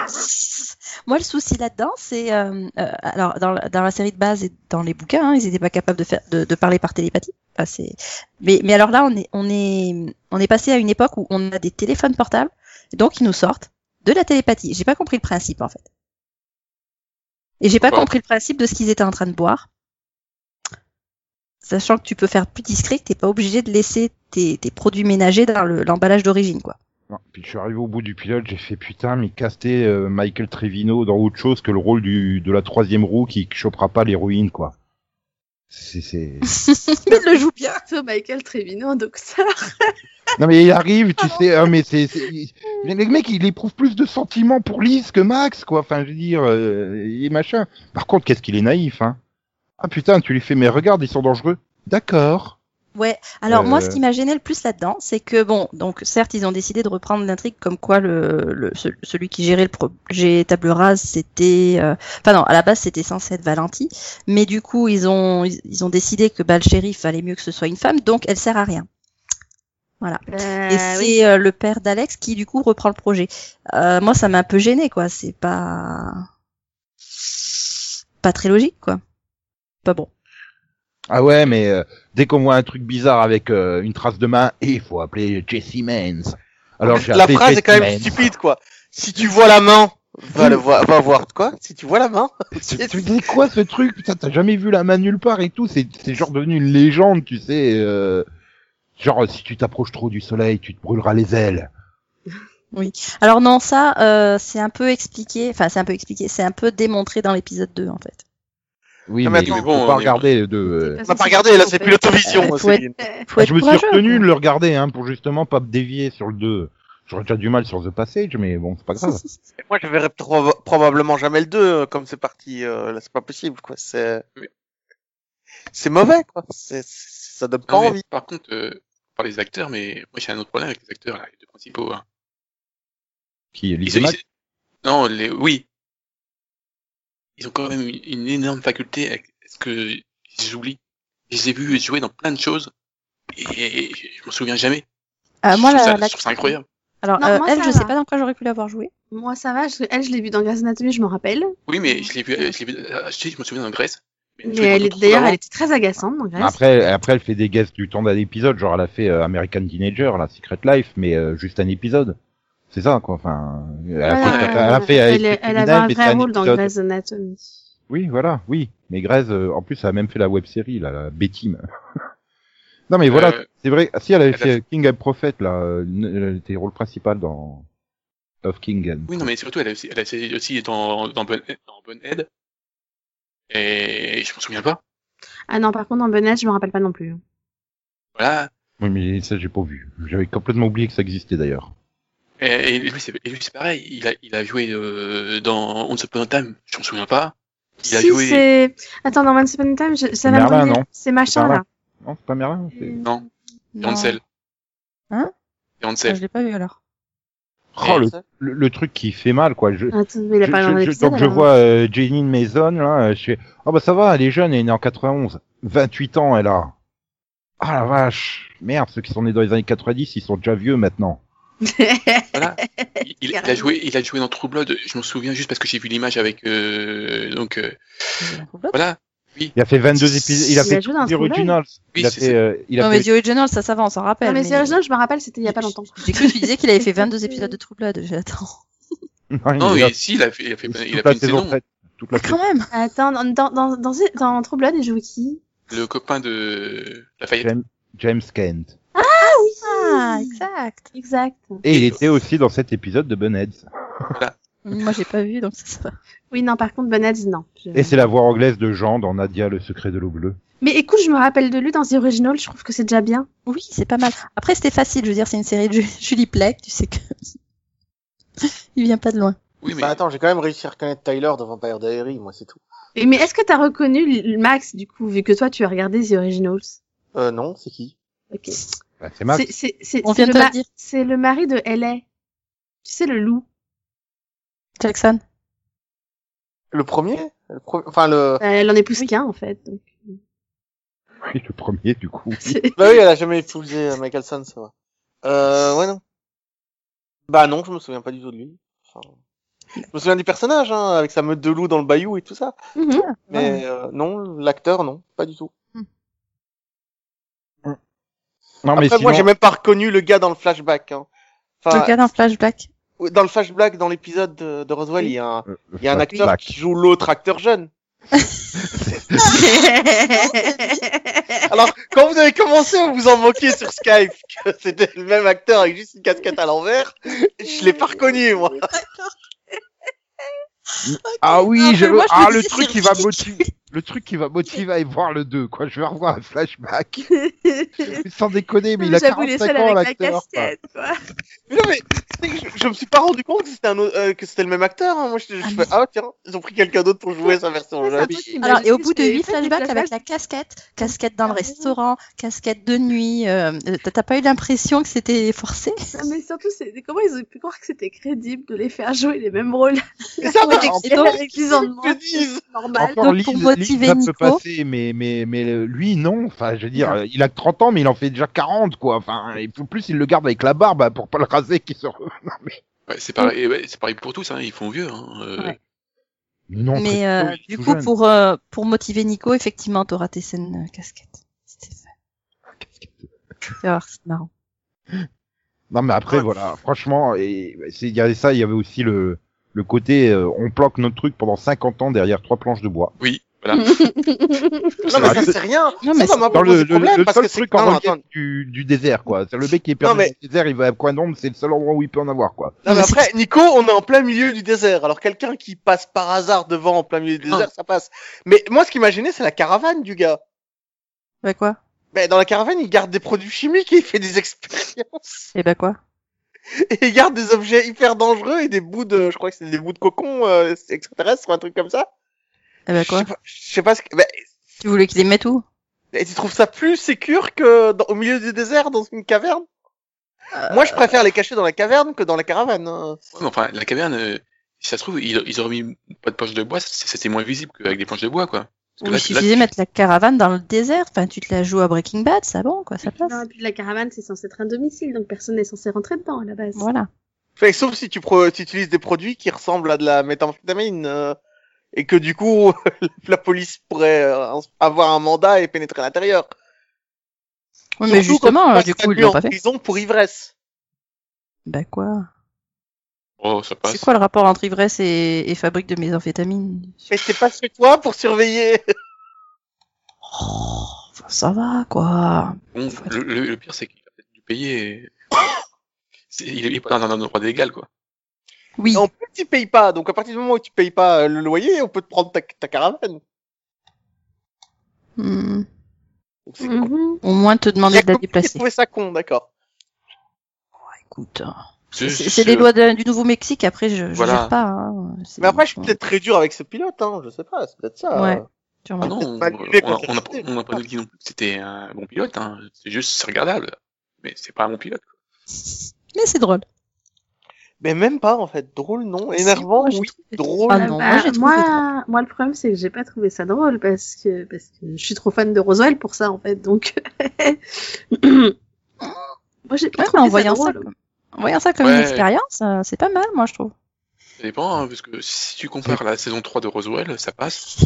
Speaker 3: Moi, le souci là-dedans, c'est euh, euh, alors dans la, dans la série de base et dans les bouquins, hein, ils n'étaient pas capables de faire de, de parler par télépathie. Enfin, c'est- mais mais alors là, on est on est on est passé à une époque où on a des téléphones portables, donc ils nous sortent de la télépathie. J'ai pas compris le principe en fait. Et j'ai pas
Speaker 4: Bon.
Speaker 3: compris le principe de ce qu'ils étaient en train de boire. Sachant que tu peux faire plus discret, que t'es pas obligé de laisser tes, tes produits ménagers dans le- l'emballage d'origine, quoi.
Speaker 1: Non, puis je suis arrivé au bout du pilote, j'ai fait putain, mais caster euh, Michael Trevino dans autre chose que le rôle du de la troisième roue qui chopera pas l'héroïne, quoi. C'est c'est.
Speaker 3: Il le joue bien.
Speaker 2: Plutôt Michael Trevino, donc ça.
Speaker 1: non mais il arrive, tu sais. ah, mais c'est. c'est- il- mais Le mec, il éprouve plus de sentiments pour Lise que Max, quoi. Enfin, je veux dire, euh, il est machin. Par contre, qu'est-ce qu'il est naïf, hein. Ah putain, tu lui fais, mais regarde, ils sont dangereux. D'accord.
Speaker 3: Ouais. Alors moi, ce
Speaker 1: Euh.
Speaker 3: qui m'a gêné le plus là-dedans, c'est que bon, donc certes, ils ont décidé de reprendre l'intrigue comme quoi le, le ce- celui qui gérait le projet table rase, c'était, euh, enfin non, à la base, c'était censé être Valenti, mais du coup, ils ont ils, ils ont décidé que bah, le shérif valait mieux que ce soit une femme, donc elle sert à rien. Et c'est euh, le père d'Alex qui du coup reprend le projet. Euh, moi, ça m'a un peu gêné, quoi. C'est pas pas très logique, quoi. Pas bon.
Speaker 1: Ah ouais, mais euh, dès qu'on voit un truc bizarre avec euh, une trace de main, il faut appeler Jesse Mains. Alors j'ai
Speaker 5: La
Speaker 1: appelé
Speaker 5: phrase
Speaker 1: Jesse
Speaker 5: est quand même
Speaker 1: Mains.
Speaker 5: stupide, quoi. Si tu vois la main, va, le voir, va voir quoi Si tu vois la main.
Speaker 1: Tu tu dis quoi ce truc Putain, t'as jamais vu la main nulle part et tout. C'est c'est genre devenu une légende, tu sais. euh, Genre si tu t'approches trop du soleil, tu te brûleras les ailes.
Speaker 3: Alors non, ça, euh, c'est un peu expliqué, enfin c'est un peu expliqué, c'est un peu démontré dans l'épisode 2 en fait.
Speaker 1: Oui,
Speaker 5: Ah, mais
Speaker 1: mais,
Speaker 5: attends.
Speaker 1: on
Speaker 5: Mais
Speaker 4: bon,
Speaker 1: peut pas
Speaker 4: on est-
Speaker 1: regarder les deux. euh. Ah,
Speaker 5: On n'a pas regardé, là c'est plus l'autovision.
Speaker 3: Euh,
Speaker 5: c'est-
Speaker 3: Faut être
Speaker 1: je me suis
Speaker 3: courageux,
Speaker 1: retenu
Speaker 3: quoi.
Speaker 1: de le regarder hein, pour justement pas me dévier sur le 2. J'aurais déjà du mal sur The Passage, mais bon, c'est pas grave.
Speaker 5: Moi je verrai pro- probablement jamais le 2, euh, comme c'est parti, euh, là c'est pas possible, quoi. C'est
Speaker 4: Oui.
Speaker 5: c'est mauvais, quoi. C'est- c'est- ça donne pas
Speaker 4: Non, mais
Speaker 5: envie.
Speaker 4: Par contre, euh, on parle des acteurs, mais moi j'ai un autre problème avec les acteurs, là, les deux principaux. hein.
Speaker 1: Qui est
Speaker 4: Ils-
Speaker 1: Lisa
Speaker 4: ils-
Speaker 1: Mack
Speaker 4: Non, les... oui. Ils ont quand même une, une énorme faculté avec ce que j'oublie. Je les ai vus jouer dans plein de choses et je m'en souviens jamais.
Speaker 3: Ah, moi,
Speaker 4: je,
Speaker 3: la,
Speaker 4: trouve ça,
Speaker 3: la-
Speaker 4: je trouve ça incroyable.
Speaker 3: Alors,
Speaker 2: Non,
Speaker 3: euh,
Speaker 2: moi,
Speaker 3: elle,
Speaker 2: ça
Speaker 3: je
Speaker 2: va.
Speaker 3: sais pas dans quoi j'aurais pu l'avoir joué.
Speaker 2: Moi ça va, je- elle je l'ai vue dans Grey's Anatomy, je m'en rappelle.
Speaker 4: Oui, mais je l'ai vu, je l'ai vu, ah, je, sais, je me souviens dans Grèce.
Speaker 2: Mais elle est- d'ailleurs elle était très agaçante dans Grey's.
Speaker 1: Après, après, elle fait des guests du temps d'un épisode, genre elle a fait euh, American Teenager, la Secret Life, mais euh, juste un épisode. C'est ça, quoi. Enfin, elle a
Speaker 2: Voilà,
Speaker 1: fait,
Speaker 4: euh,
Speaker 1: elle a fait
Speaker 2: elle,
Speaker 1: Esprit
Speaker 2: elle
Speaker 1: Criminel,
Speaker 2: avait un
Speaker 1: mais
Speaker 2: vrai
Speaker 1: c'est
Speaker 2: rôle dans
Speaker 1: épisode.
Speaker 2: Grey's Anatomy.
Speaker 1: Oui, voilà, oui. Mais Grèze, euh, en plus, elle a même fait la web série, là, la B-Team. non, mais voilà,
Speaker 4: Euh,
Speaker 1: c'est vrai. Ah, Si elle avait
Speaker 4: elle a
Speaker 1: fait
Speaker 4: fait-
Speaker 1: euh, King and Prophet, là, euh, elle était rôle principal dans Of King and.
Speaker 4: Oui, non, mais surtout, elle a aussi, elle a aussi aussi dans, dans, Bun- dans Bunhead. Et je m'en souviens pas.
Speaker 2: Ah non, par contre, en Benel, je me rappelle pas non plus.
Speaker 4: Voilà.
Speaker 1: Oui, mais ça, j'ai pas vu. J'avais complètement oublié que ça existait d'ailleurs.
Speaker 4: Et, et lui, c'est et lui, c'est pareil. Il a, il a joué euh, dans Once Upon a Time. Je m'en souviens pas. Il a
Speaker 2: si,
Speaker 4: joué.
Speaker 2: c'est... Attends, dans Once Upon a Time, je- ça va me
Speaker 1: Merlin,
Speaker 2: revenir.
Speaker 1: non
Speaker 2: C'est machin, là.
Speaker 1: Merlin. Non, c'est pas Merlin. c'est-
Speaker 4: Non. C'est
Speaker 3: Non.
Speaker 4: Ansel.
Speaker 3: Ah. Hein
Speaker 4: C'est
Speaker 3: Ah,
Speaker 4: Ansel.
Speaker 3: Je l'ai pas vu alors.
Speaker 1: Oh, le, le- le truc qui fait mal, quoi. Je,
Speaker 2: Attends, mais il a
Speaker 1: je-
Speaker 2: pas
Speaker 1: je-
Speaker 2: dans
Speaker 1: je-
Speaker 2: l'épisode,
Speaker 1: donc je
Speaker 2: alors.
Speaker 1: vois euh, Janine Mason, là, euh, je fais, ah bah ça va, elle est jeune, elle est née en 91. 28 ans, elle a. Ah la vache. Merde, ceux qui sont nés dans les années 90, ils sont déjà vieux maintenant.
Speaker 4: Voilà. Il, il- il a
Speaker 2: Carrément.
Speaker 4: joué, il a joué dans True Blood. Je m'en souviens juste parce que j'ai vu l'image avec. euh, donc euh, voilà.
Speaker 1: Il a fait 22 épisodes, il a
Speaker 2: Il
Speaker 1: fait
Speaker 2: a joué dans
Speaker 1: The
Speaker 2: Scandal.
Speaker 1: Originals.
Speaker 4: Oui,
Speaker 1: il a
Speaker 4: c'est-
Speaker 1: fait,
Speaker 4: c'est-
Speaker 1: euh, il a
Speaker 3: non,
Speaker 1: fait-
Speaker 3: mais The Original, ça, ça va, on s'en rappelle.
Speaker 2: Non, mais c'est original, je me rappelle, c'était il y a pas longtemps.
Speaker 3: J'ai cru que tu disais qu'il avait fait 22 épisodes de True Blood. J'attends.
Speaker 1: Non, il
Speaker 4: Non,
Speaker 1: a
Speaker 4: mais
Speaker 1: fait
Speaker 4: si, il a fait, il a fait, il a
Speaker 1: toute
Speaker 4: fait
Speaker 1: la
Speaker 4: une
Speaker 1: saison
Speaker 4: saison.
Speaker 1: faite. Toute la
Speaker 3: Ah, quand même
Speaker 2: Attends, dans, dans, dans, dans, dans True Blood, il joue qui
Speaker 4: Le copain de Lafayette.
Speaker 1: James, James Kent.
Speaker 2: Hmm.
Speaker 3: Ah, exact.
Speaker 2: Exact.
Speaker 1: Et il était aussi dans cet épisode de Bunheads.
Speaker 3: Moi, j'ai pas vu, donc ça, ça va.
Speaker 2: Oui, non, par contre, Bonnet, non. Je-
Speaker 1: Et c'est la voix anglaise de Jean dans Nadia, le secret de l'eau bleue.
Speaker 2: Mais écoute, je me rappelle de lui dans The Original, je trouve que c'est déjà bien.
Speaker 3: Oui, c'est pas mal. Après, c'était facile. Je veux dire, c'est une série de Ju- Julie Plec. Tu sais que. Il vient pas de loin.
Speaker 4: Oui, mais
Speaker 5: Bah, attends, j'ai quand même réussi à reconnaître Tyler de Vampire Diary, moi, c'est tout.
Speaker 2: Et, mais est-ce que t'as reconnu le- Max, du coup, vu que toi, tu as regardé The Originals
Speaker 5: Euh, non, c'est qui
Speaker 2: Ok.
Speaker 1: Bah, c'est Max.
Speaker 2: C'est- c'est- c'est-
Speaker 3: On
Speaker 2: c'est le
Speaker 3: vient de te le
Speaker 2: ma-
Speaker 3: dire.
Speaker 2: C'est le mari de L.A. Tu sais, le loup.
Speaker 3: Jackson.
Speaker 5: Le premier Le pro- Enfin, le...
Speaker 2: Euh, elle en est plus qu'un, en fait. donc.
Speaker 1: Oui, le premier, du coup.
Speaker 2: C'est-
Speaker 5: Bah oui, elle a jamais épousé euh, Michelson, ça va. Euh, ouais, non. Bah non, je me souviens pas du tout de lui. Enfin, je me souviens du personnage, hein, avec sa meute de loup dans le bayou et tout ça.
Speaker 2: Mhm.
Speaker 5: Mais euh, non, l'acteur, non, pas du tout.
Speaker 1: Non, Ah, mais
Speaker 5: Après,
Speaker 1: sinon,
Speaker 5: moi, j'ai même pas reconnu le gars dans le flashback. Hein. Enfin,
Speaker 3: Le gars dans Flashback.
Speaker 5: ou- dans le flashback, dans l'épisode de, de Roswell, il y a un,
Speaker 1: euh,
Speaker 5: il y a un
Speaker 1: Flash
Speaker 5: acteur
Speaker 1: Black.
Speaker 5: qui joue l'autre acteur jeune. Alors, quand vous avez commencé à vous en moquer sur Skype, que c'était le même acteur avec juste une casquette à l'envers, je l'ai pas reconnu, moi.
Speaker 1: Ah
Speaker 3: Non,
Speaker 1: oui,
Speaker 3: mais
Speaker 1: je...
Speaker 3: moi, je me
Speaker 1: ah,
Speaker 3: disais,
Speaker 1: le truc
Speaker 3: c'est
Speaker 1: qui va
Speaker 3: ridicule.
Speaker 1: motiver, le truc qui va motiver à aller voir le 2, quoi. Je vais revoir un flashback. Sans déconner, mais il a
Speaker 2: J'avoue, il est
Speaker 1: 45
Speaker 2: seul
Speaker 1: ans,
Speaker 2: avec la
Speaker 1: l'acteur. quoi.
Speaker 2: casquette, quoi.
Speaker 5: Mais non, mais je, je me suis pas rendu compte que c'était un autre- euh, que c'était le même acteur. hein. Moi, je, je
Speaker 3: Ah,
Speaker 5: fais,
Speaker 3: mais-
Speaker 5: ah tiens, ils ont pris quelqu'un d'autre pour jouer sa version
Speaker 2: Ouais, Ah, c'est un
Speaker 5: jeune.
Speaker 2: truc qui m'a
Speaker 3: Alors,
Speaker 2: juste
Speaker 3: Bah, et au
Speaker 2: dit,
Speaker 3: bout de
Speaker 2: j'ai
Speaker 3: 8
Speaker 2: fait des
Speaker 3: flashbacks avec la casquette, casquette dans le restaurant, casquette de nuit, euh, t'as- t'as pas eu l'impression que c'était forcé
Speaker 2: Ah, Mais surtout, c'est comment ils ont pu croire que c'était crédible de les faire jouer les mêmes rôles
Speaker 5: Mais ça, bah,
Speaker 3: Et
Speaker 2: Et
Speaker 3: donc,
Speaker 2: avec les ans de moins,
Speaker 5: te disent.
Speaker 2: c'est normal.
Speaker 3: Bah, Donc, pour motiver
Speaker 1: ça peut
Speaker 3: Nico.
Speaker 1: passer, mais, mais, mais euh, lui, non. Enfin, je veux dire, euh, il a 30 ans, mais il en fait déjà 40, quoi. Enfin, et en plus, il le garde avec la barbe hein, pour pas le raser qui se... re-
Speaker 4: ouais, c'est pareil, ouais, c'est pareil pour tous. Hein, ils font vieux. Hein, euh,
Speaker 3: Ouais.
Speaker 1: Non,
Speaker 3: Mais
Speaker 1: c'est-
Speaker 3: euh,
Speaker 1: ouais,
Speaker 3: du
Speaker 1: tout
Speaker 3: coup,
Speaker 1: jeune.
Speaker 3: pour, euh, pour motiver Nico, effectivement, t'auras tes scènes euh, casquettes. C'était fait. Tu vas voir, c'est marrant.
Speaker 1: Non, mais après, voilà, franchement, et bah, c'est- il y avait ça, il y avait aussi le, le côté, euh, on planque notre truc pendant 50 ans derrière trois planches de bois.
Speaker 4: Oui, voilà.
Speaker 5: Non, mais ça, c'est rien.
Speaker 3: Non,
Speaker 5: ça,
Speaker 3: mais
Speaker 5: ça m'a pas
Speaker 1: Ah, Dans le,
Speaker 5: posé
Speaker 1: le,
Speaker 5: problème
Speaker 1: le
Speaker 5: parce que
Speaker 1: seul
Speaker 5: c'est
Speaker 1: truc
Speaker 5: non,
Speaker 1: en
Speaker 5: attends.
Speaker 1: relief du, du désert, quoi. C'est le mec qui est perdu
Speaker 5: Non, mais-
Speaker 1: dans le désert, il va à coin d'ombre, c'est le seul endroit où il peut en avoir, quoi.
Speaker 5: Non, mais
Speaker 3: Mais c'est-
Speaker 5: après, Nico, on est en plein milieu du désert. Alors, quelqu'un qui passe par hasard devant en plein milieu du
Speaker 4: Ah.
Speaker 5: désert, ça passe. Mais moi, ce qui m'a gêné, c'est la caravane du gars.
Speaker 3: Bah quoi
Speaker 5: Mais dans la caravane, il garde des produits chimiques et il fait des expériences.
Speaker 3: Et bah quoi
Speaker 5: Et il garde des objets hyper dangereux et des bouts de, je crois que c'est des bouts de cocon euh, extraterrestres ou un truc comme ça.
Speaker 3: Et bah
Speaker 5: je
Speaker 3: quoi
Speaker 5: sais pas, je sais pas ce que... bah,
Speaker 3: Tu voulais qu'il les mette où
Speaker 5: Et tu trouves ça plus sécure que dans- au milieu du désert, dans une caverne
Speaker 3: Euh,
Speaker 5: Moi, je préfère les cacher dans la caverne que dans la caravane. hein.
Speaker 4: Ouais, mais enfin, la caverne, euh, si ça se trouve, ils, ils auraient mis pas de planches de bois, c'est- c'était moins visible qu'avec des planches de bois, quoi. Parce que
Speaker 3: Ou
Speaker 4: là,
Speaker 3: Il
Speaker 4: tu-
Speaker 3: suffisait de
Speaker 4: là,
Speaker 3: mettre la caravane dans le désert. Enfin, tu te la joues à Breaking Bad, ça bon, quoi, ça passe.
Speaker 2: Non, et puis la caravane, c'est censé être un domicile, donc personne n'est censé rentrer dedans à la base.
Speaker 3: Voilà.
Speaker 5: Enfin, sauf si tu, pro- tu utilises des produits qui ressemblent à de la méthamphétamine euh, et que du coup, la police pourrait euh, en- avoir un mandat et pénétrer à l'intérieur.
Speaker 3: Ouais,
Speaker 5: Surtout quand
Speaker 3: mais
Speaker 5: tu
Speaker 3: justement, euh,
Speaker 5: passes
Speaker 3: du
Speaker 5: ta
Speaker 3: coup, ils
Speaker 5: nuit
Speaker 3: l'ont
Speaker 5: en
Speaker 3: pas fait.
Speaker 5: prison pour ivresse.
Speaker 3: Bah quoi
Speaker 4: Oh, ça
Speaker 3: C'est
Speaker 4: passe.
Speaker 3: quoi le rapport entre ivresse et, et fabrique de méthamphétamine
Speaker 5: Mais c'est pas chez toi pour surveiller.
Speaker 3: Oh, ça va, quoi.
Speaker 4: Bon, le, le- le pire, c'est qu'il a peut-être dû payer. et- C'est- il est il est pas dans un endroit légal, quoi.
Speaker 3: Oui.
Speaker 5: En plus, tu payes pas. Donc, à partir du moment où tu payes pas euh, le loyer, on peut te prendre ta, ta caravane.
Speaker 3: Hmm.
Speaker 5: Donc,
Speaker 3: Mm.
Speaker 5: c'est con.
Speaker 2: Mhm.
Speaker 3: Au moins te demander de la
Speaker 5: Jacob,
Speaker 3: déplacer.
Speaker 5: Il trouvait ça con, d'accord.
Speaker 3: Écoute, hein.
Speaker 4: Je-
Speaker 3: c'est
Speaker 4: je-
Speaker 3: c'est les lois de- du Nouveau-Mexique. Après, je, je
Speaker 4: Voilà.
Speaker 3: gère pas. hein. C'est-
Speaker 5: Mais après, je suis peut-être très dur avec ce pilote, hein. Je sais pas, c'est peut-être ça.
Speaker 3: Ouais.
Speaker 5: euh.
Speaker 3: Sûrement.
Speaker 4: Ah non, on
Speaker 5: pas
Speaker 4: n'a
Speaker 5: lui, mais
Speaker 4: on a,
Speaker 5: contre
Speaker 4: on a,
Speaker 5: Christine,
Speaker 4: on a pas dit non plus que c'était un bon pilote, hein. c'est juste c'est regardable, mais c'est pas un bon pilote.
Speaker 3: Mais c'est drôle.
Speaker 5: Mais même pas, en fait. Drôle, non. Énervant,
Speaker 3: moi, j'ai
Speaker 5: oui.
Speaker 3: trouvé-
Speaker 5: Drôle.
Speaker 3: Ah non, moi, j'ai trouvé
Speaker 2: Euh, bah, moi, moi, le problème, c'est que j'ai pas trouvé ça drôle parce que, parce que je suis trop fan de Roswell pour ça, en fait. Donc, moi, j'ai pas
Speaker 3: Ouais, mais
Speaker 2: trouvé
Speaker 3: en
Speaker 2: ça
Speaker 3: voyant ça,
Speaker 2: drôle.
Speaker 3: comme... en voyant ça comme
Speaker 4: Ouais.
Speaker 3: une expérience, euh, c'est pas mal, moi, je trouve.
Speaker 4: Ça dépend, hein, parce que si tu compares la saison 3 de Roswell, ça passe.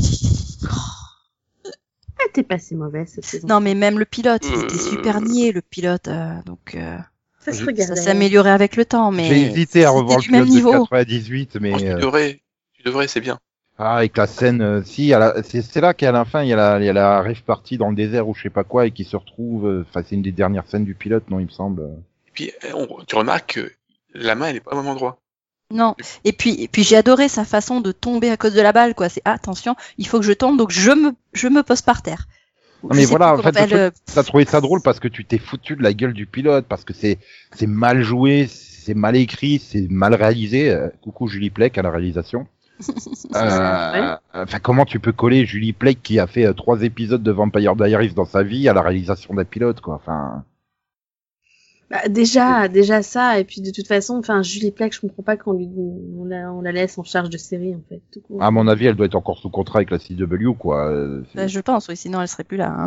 Speaker 2: Ah, t'es pas si mauvais cette saison.
Speaker 3: Non, mais même le pilote, il était
Speaker 4: Euh.
Speaker 1: Hmm.
Speaker 3: super niais, le pilote. euh, donc, euh,
Speaker 2: ça se
Speaker 1: je-
Speaker 3: ça
Speaker 2: regardait.
Speaker 3: s'est amélioré avec le temps,
Speaker 1: J'ai
Speaker 3: mais
Speaker 1: hésité à
Speaker 3: c'était
Speaker 1: revoir
Speaker 3: du
Speaker 1: le
Speaker 3: même
Speaker 1: pilote de
Speaker 3: niveau.
Speaker 1: 98,
Speaker 4: Oh,
Speaker 1: mais
Speaker 4: tu
Speaker 1: euh,
Speaker 4: devrais, tu devrais, c'est bien.
Speaker 1: ah, avec la scène, euh, si, à la- c'est c'est là qu'à la fin, il y a la, il y a la rêve partie dans le désert ou je sais pas quoi et qui se retrouve. euh, Enfin, c'est une des dernières scènes du pilote, non, il me semble.
Speaker 4: Et puis euh, on- tu remarques que la main elle est pas au même endroit.
Speaker 3: non. Et puis, et puis j'ai adoré sa façon de tomber à cause de la balle, quoi. C'est ah, attention, il faut que je tombe, donc je me, je me pose par terre.
Speaker 1: Non, mais
Speaker 3: Je sais
Speaker 1: voilà,
Speaker 3: plus
Speaker 1: en
Speaker 3: comment euh,
Speaker 1: fait, le
Speaker 3: s'appelle,
Speaker 1: T'as trouvé ça drôle parce que tu t'es foutu de la gueule du pilote, parce que c'est c'est mal joué, c'est mal écrit, c'est mal réalisé. Euh, coucou Julie Plec à la réalisation. Euh, enfin, comment tu peux coller Julie Plec qui a fait euh, trois épisodes de Vampire Diaries dans sa vie à la réalisation d'un pilote, quoi. Enfin,
Speaker 2: Bah, déjà, déjà ça, et puis de toute façon, enfin, Julie Plec, je comprends pas qu'on lui, on la, on la laisse en charge de série, en fait. tout
Speaker 4: Ah,
Speaker 2: court.
Speaker 1: à mon avis, elle doit être encore sous contrat avec la CW, quoi. Euh,
Speaker 3: euh, bah, je pense, oui, sinon elle serait plus là. hein.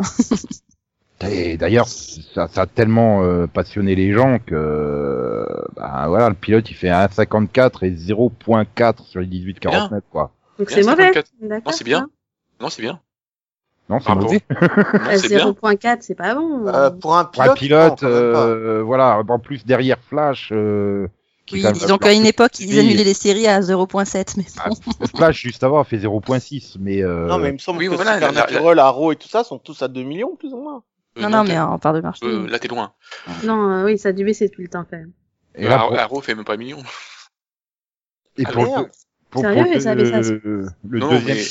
Speaker 1: Et d'ailleurs, ça, ça a tellement euh, passionné les gens que euh, bah, voilà, le pilote il fait 1,54 et 0,4 sur les 18,49 quoi.
Speaker 2: Donc
Speaker 4: Bien,
Speaker 2: c'est mauvais.
Speaker 4: 54.
Speaker 2: D'accord. hein.
Speaker 4: Non, c'est bien.
Speaker 2: ça.
Speaker 4: Non, c'est bien.
Speaker 1: Non, c'est
Speaker 4: Bravo.
Speaker 1: mauvais.
Speaker 4: Non,
Speaker 2: Euh,
Speaker 4: c'est bien. Ah.
Speaker 2: 0.4, c'est pas bon.
Speaker 5: Euh, pour un
Speaker 1: Pour un
Speaker 5: pilote. non,
Speaker 1: pilote,
Speaker 5: quand même pas.
Speaker 1: euh, voilà. En plus derrière Flash, euh, qui est
Speaker 3: Oui,
Speaker 1: quand même
Speaker 3: disons
Speaker 1: la-
Speaker 3: qu'à une époque, ils
Speaker 1: Oui.
Speaker 3: annulaient les séries à 0.7, mais bon.
Speaker 1: Ah, Flash juste avant a fait 0.6, mais euh,
Speaker 5: Non, mais il me semble
Speaker 4: oui,
Speaker 5: que
Speaker 4: voilà, la- la-
Speaker 5: Supernatural, Arrow et tout ça sont tous à 2 millions, plus ou moins.
Speaker 4: Euh,
Speaker 3: non, non,
Speaker 4: t'es-
Speaker 3: mais hmm. en part de marché.
Speaker 4: euh, là t'es loin.
Speaker 2: Non, euh, oui, ça a dû baisser depuis le temps, quand même.
Speaker 1: et là,
Speaker 4: Arrow
Speaker 1: pour,
Speaker 4: Arrow fait même pas un million.
Speaker 1: et
Speaker 4: ah,
Speaker 1: pour,
Speaker 5: merde.
Speaker 1: pour-
Speaker 2: Sérieux,
Speaker 1: pour
Speaker 2: ça avait ça,
Speaker 1: le, le
Speaker 4: Non,
Speaker 1: deuxième,
Speaker 4: mais-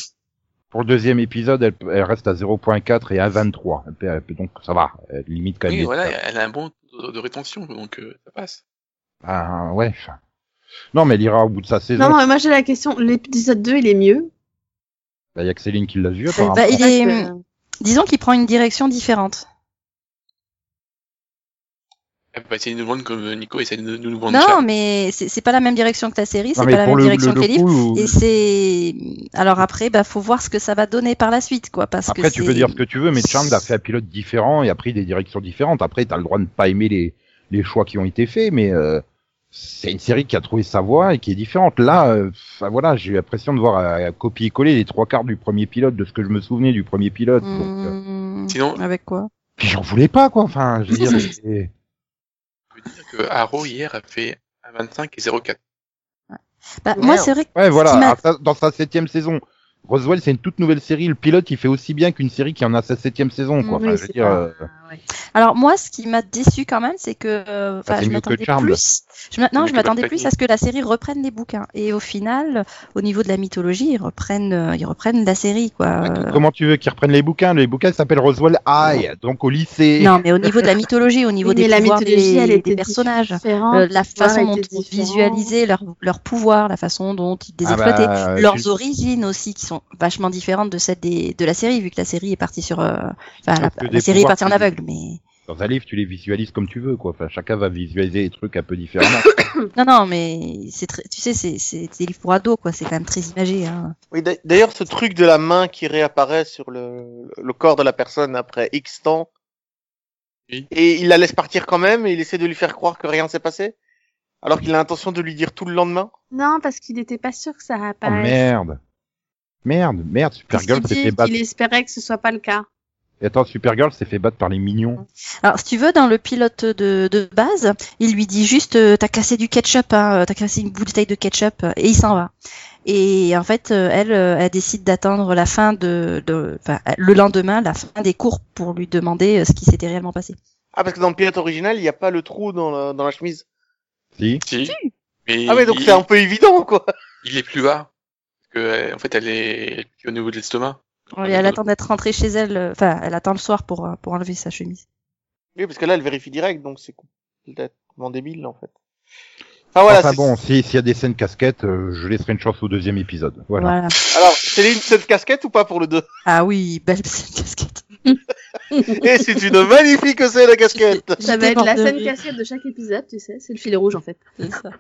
Speaker 1: pour le deuxième épisode, elle, elle reste à 0.4 et à 23. Elle peut- elle peut- donc ça va, elle limite quand même.
Speaker 4: Oui,
Speaker 1: les-
Speaker 4: voilà, elle a un bon taux de rétention, donc euh, ça passe.
Speaker 1: Ah, ouais. enfin. Non, mais elle ira au bout de sa saison.
Speaker 2: Non, non, mais moi j'ai la question, l'épisode 2, il est mieux.
Speaker 1: Bah, y a que Céline qui l'a vu.
Speaker 3: Bah,
Speaker 1: apparemment.
Speaker 3: il
Speaker 2: Parce
Speaker 3: est,
Speaker 2: que-
Speaker 3: disons qu'il prend une direction différente.
Speaker 4: Elle va essayer de nous vendre comme euh, Nico essaie de nous nous vendre.
Speaker 3: Non,
Speaker 4: ça.
Speaker 3: mais c'est c'est pas la même direction que ta série,
Speaker 1: Non,
Speaker 3: c'est
Speaker 1: mais
Speaker 3: pas la
Speaker 1: pour
Speaker 3: même
Speaker 1: le-
Speaker 3: direction
Speaker 1: le-
Speaker 3: que
Speaker 1: le
Speaker 3: les livres.
Speaker 1: coup,
Speaker 3: Et c'est alors après, bah faut voir ce que ça va donner par la suite, quoi, parce que
Speaker 1: Après, tu peux
Speaker 3: c'est-
Speaker 1: dire ce que tu veux, mais Charmed a fait un pilote différent et a pris des directions différentes. Après, t'as le droit de pas aimer les, les choix qui ont été faits, mais euh, c'est une série qui a trouvé sa voie et qui est différente. Là, euh, enfin, voilà, j'ai eu l'impression de voir à, à copier-coller les trois quarts du premier pilote, de ce que je me souvenais du premier pilote. Donc, euh,
Speaker 3: Hmm,
Speaker 4: Sinon-
Speaker 3: avec quoi
Speaker 1: puis j'en voulais pas, quoi. Enfin, je veux dire, c'est-
Speaker 4: Je veux dire que Arrow hier a fait un 25 et 0,4.
Speaker 3: Bah,
Speaker 5: Merde.
Speaker 3: Moi, c'est vrai que
Speaker 1: ouais,
Speaker 3: Ce
Speaker 1: voilà.
Speaker 3: qui m'a-
Speaker 1: Alors, ça, dans sa septième saison, Roswell, c'est une toute nouvelle série. Le pilote, il fait aussi bien qu'une série qui en a sa septième saison, quoi.
Speaker 3: Mm,
Speaker 1: Enfin,
Speaker 2: oui,
Speaker 1: je veux
Speaker 2: c'est
Speaker 1: dire,
Speaker 2: pas-
Speaker 1: euh,
Speaker 2: Ah, ouais.
Speaker 3: alors moi, ce qui m'a déçu quand même, c'est que euh, enfin,
Speaker 1: Ah, c'est
Speaker 3: je
Speaker 1: mieux que
Speaker 3: m'attendais
Speaker 1: Charmed.
Speaker 3: plus. Je m'a-
Speaker 4: Mieux
Speaker 3: non, je
Speaker 4: que
Speaker 3: m'attendais
Speaker 4: Black
Speaker 3: plus
Speaker 4: Lightning.
Speaker 3: à ce que la série reprenne les bouquins. Et au final, au niveau de la mythologie, ils reprennent, euh, ils reprennent la série, quoi. Euh,
Speaker 1: Comment tu veux qu'ils reprennent les bouquins Les bouquins s'appellent Roswell High, donc au lycée.
Speaker 3: Non, mais au niveau de la mythologie, au niveau
Speaker 2: Oui,
Speaker 3: des
Speaker 2: mais la
Speaker 3: pouvoirs des-
Speaker 2: mythologie, elle
Speaker 3: des
Speaker 2: était
Speaker 3: personnages.
Speaker 2: différente, Hein,
Speaker 3: Euh, la
Speaker 2: l'histoire
Speaker 3: façon dont
Speaker 2: était
Speaker 3: ils
Speaker 2: différente.
Speaker 3: visualisaient leur, leur pouvoir, la façon dont ils les
Speaker 1: Ah bah,
Speaker 3: exploitaient,
Speaker 1: tu-
Speaker 3: leurs origines aussi qui sont vachement différentes de celles des, de la série vu que la série est partie sur euh, enfin la,
Speaker 1: Sauf que
Speaker 3: la
Speaker 1: des
Speaker 3: série est
Speaker 1: pouvoirs
Speaker 3: partie en
Speaker 1: qui-
Speaker 3: aveugle mais
Speaker 1: Dans un livre, tu les visualises comme tu veux, quoi. Enfin, chacun va visualiser les trucs un peu différemment.
Speaker 3: non non mais c'est très- tu sais c'est c'est c'est des livres pour ados quoi c'est quand même très imagé hein.
Speaker 5: Oui, d'a- d'ailleurs, ce truc de la main qui réapparaît sur le, le corps de la personne après X temps.
Speaker 4: Oui.
Speaker 5: Et il la laisse partir quand même et il essaie de lui faire croire que rien s'est passé. Alors qu'il a l'intention de lui dire tout le lendemain.
Speaker 2: Non, parce qu'il était pas sûr que ça
Speaker 1: oh
Speaker 2: apparaisse.
Speaker 1: merde. Merde, merde,
Speaker 2: Parce qu'il
Speaker 1: Supergirl s'est
Speaker 2: dit
Speaker 1: fait battre.
Speaker 2: qu'il espérait que ce soit pas le cas.
Speaker 1: Et Attends, Supergirl s'est fait battre par les mignons.
Speaker 3: alors si tu veux dans le pilote de, de base il lui dit juste euh, t'as cassé du ketchup hein, t'as cassé une bouteille de ketchup euh, et il s'en va et en fait euh, elle euh, elle décide d'attendre la fin de, de enfin, euh, le lendemain la fin des cours pour lui demander euh, ce qui s'était réellement passé
Speaker 5: Ah, parce que dans le pilote original, il n'y a pas le trou dans la, dans la chemise.
Speaker 1: Si.
Speaker 4: Si.
Speaker 5: Ah, mais donc
Speaker 4: il,
Speaker 5: c'est un peu évident, quoi.
Speaker 4: il est plus bas. Parce Que, euh, en fait, elle est elle est plus au niveau de l'estomac.
Speaker 3: Oui, elle attend d'être rentrée chez elle, euh, enfin, elle attend le soir pour, euh, pour enlever sa chemise.
Speaker 5: Oui, parce que là, elle vérifie direct, donc c'est complètement débile, en fait. Enfin, voilà.
Speaker 1: enfin
Speaker 5: c'est-
Speaker 1: bon, si- s'il y a des scènes casquettes, euh, je laisserai une chance au deuxième épisode. Voilà.
Speaker 5: Alors, c'est une cette casquette ou pas pour le 2
Speaker 3: Ah oui, belle petite casquette.
Speaker 5: Et c'est une magnifique scène, la casquette
Speaker 2: Ça va
Speaker 3: J'étais
Speaker 2: être la
Speaker 3: morte de
Speaker 2: scène
Speaker 3: rire.
Speaker 2: casquette de chaque épisode, tu sais, c'est le filet rouge en fait.
Speaker 3: C'est ça.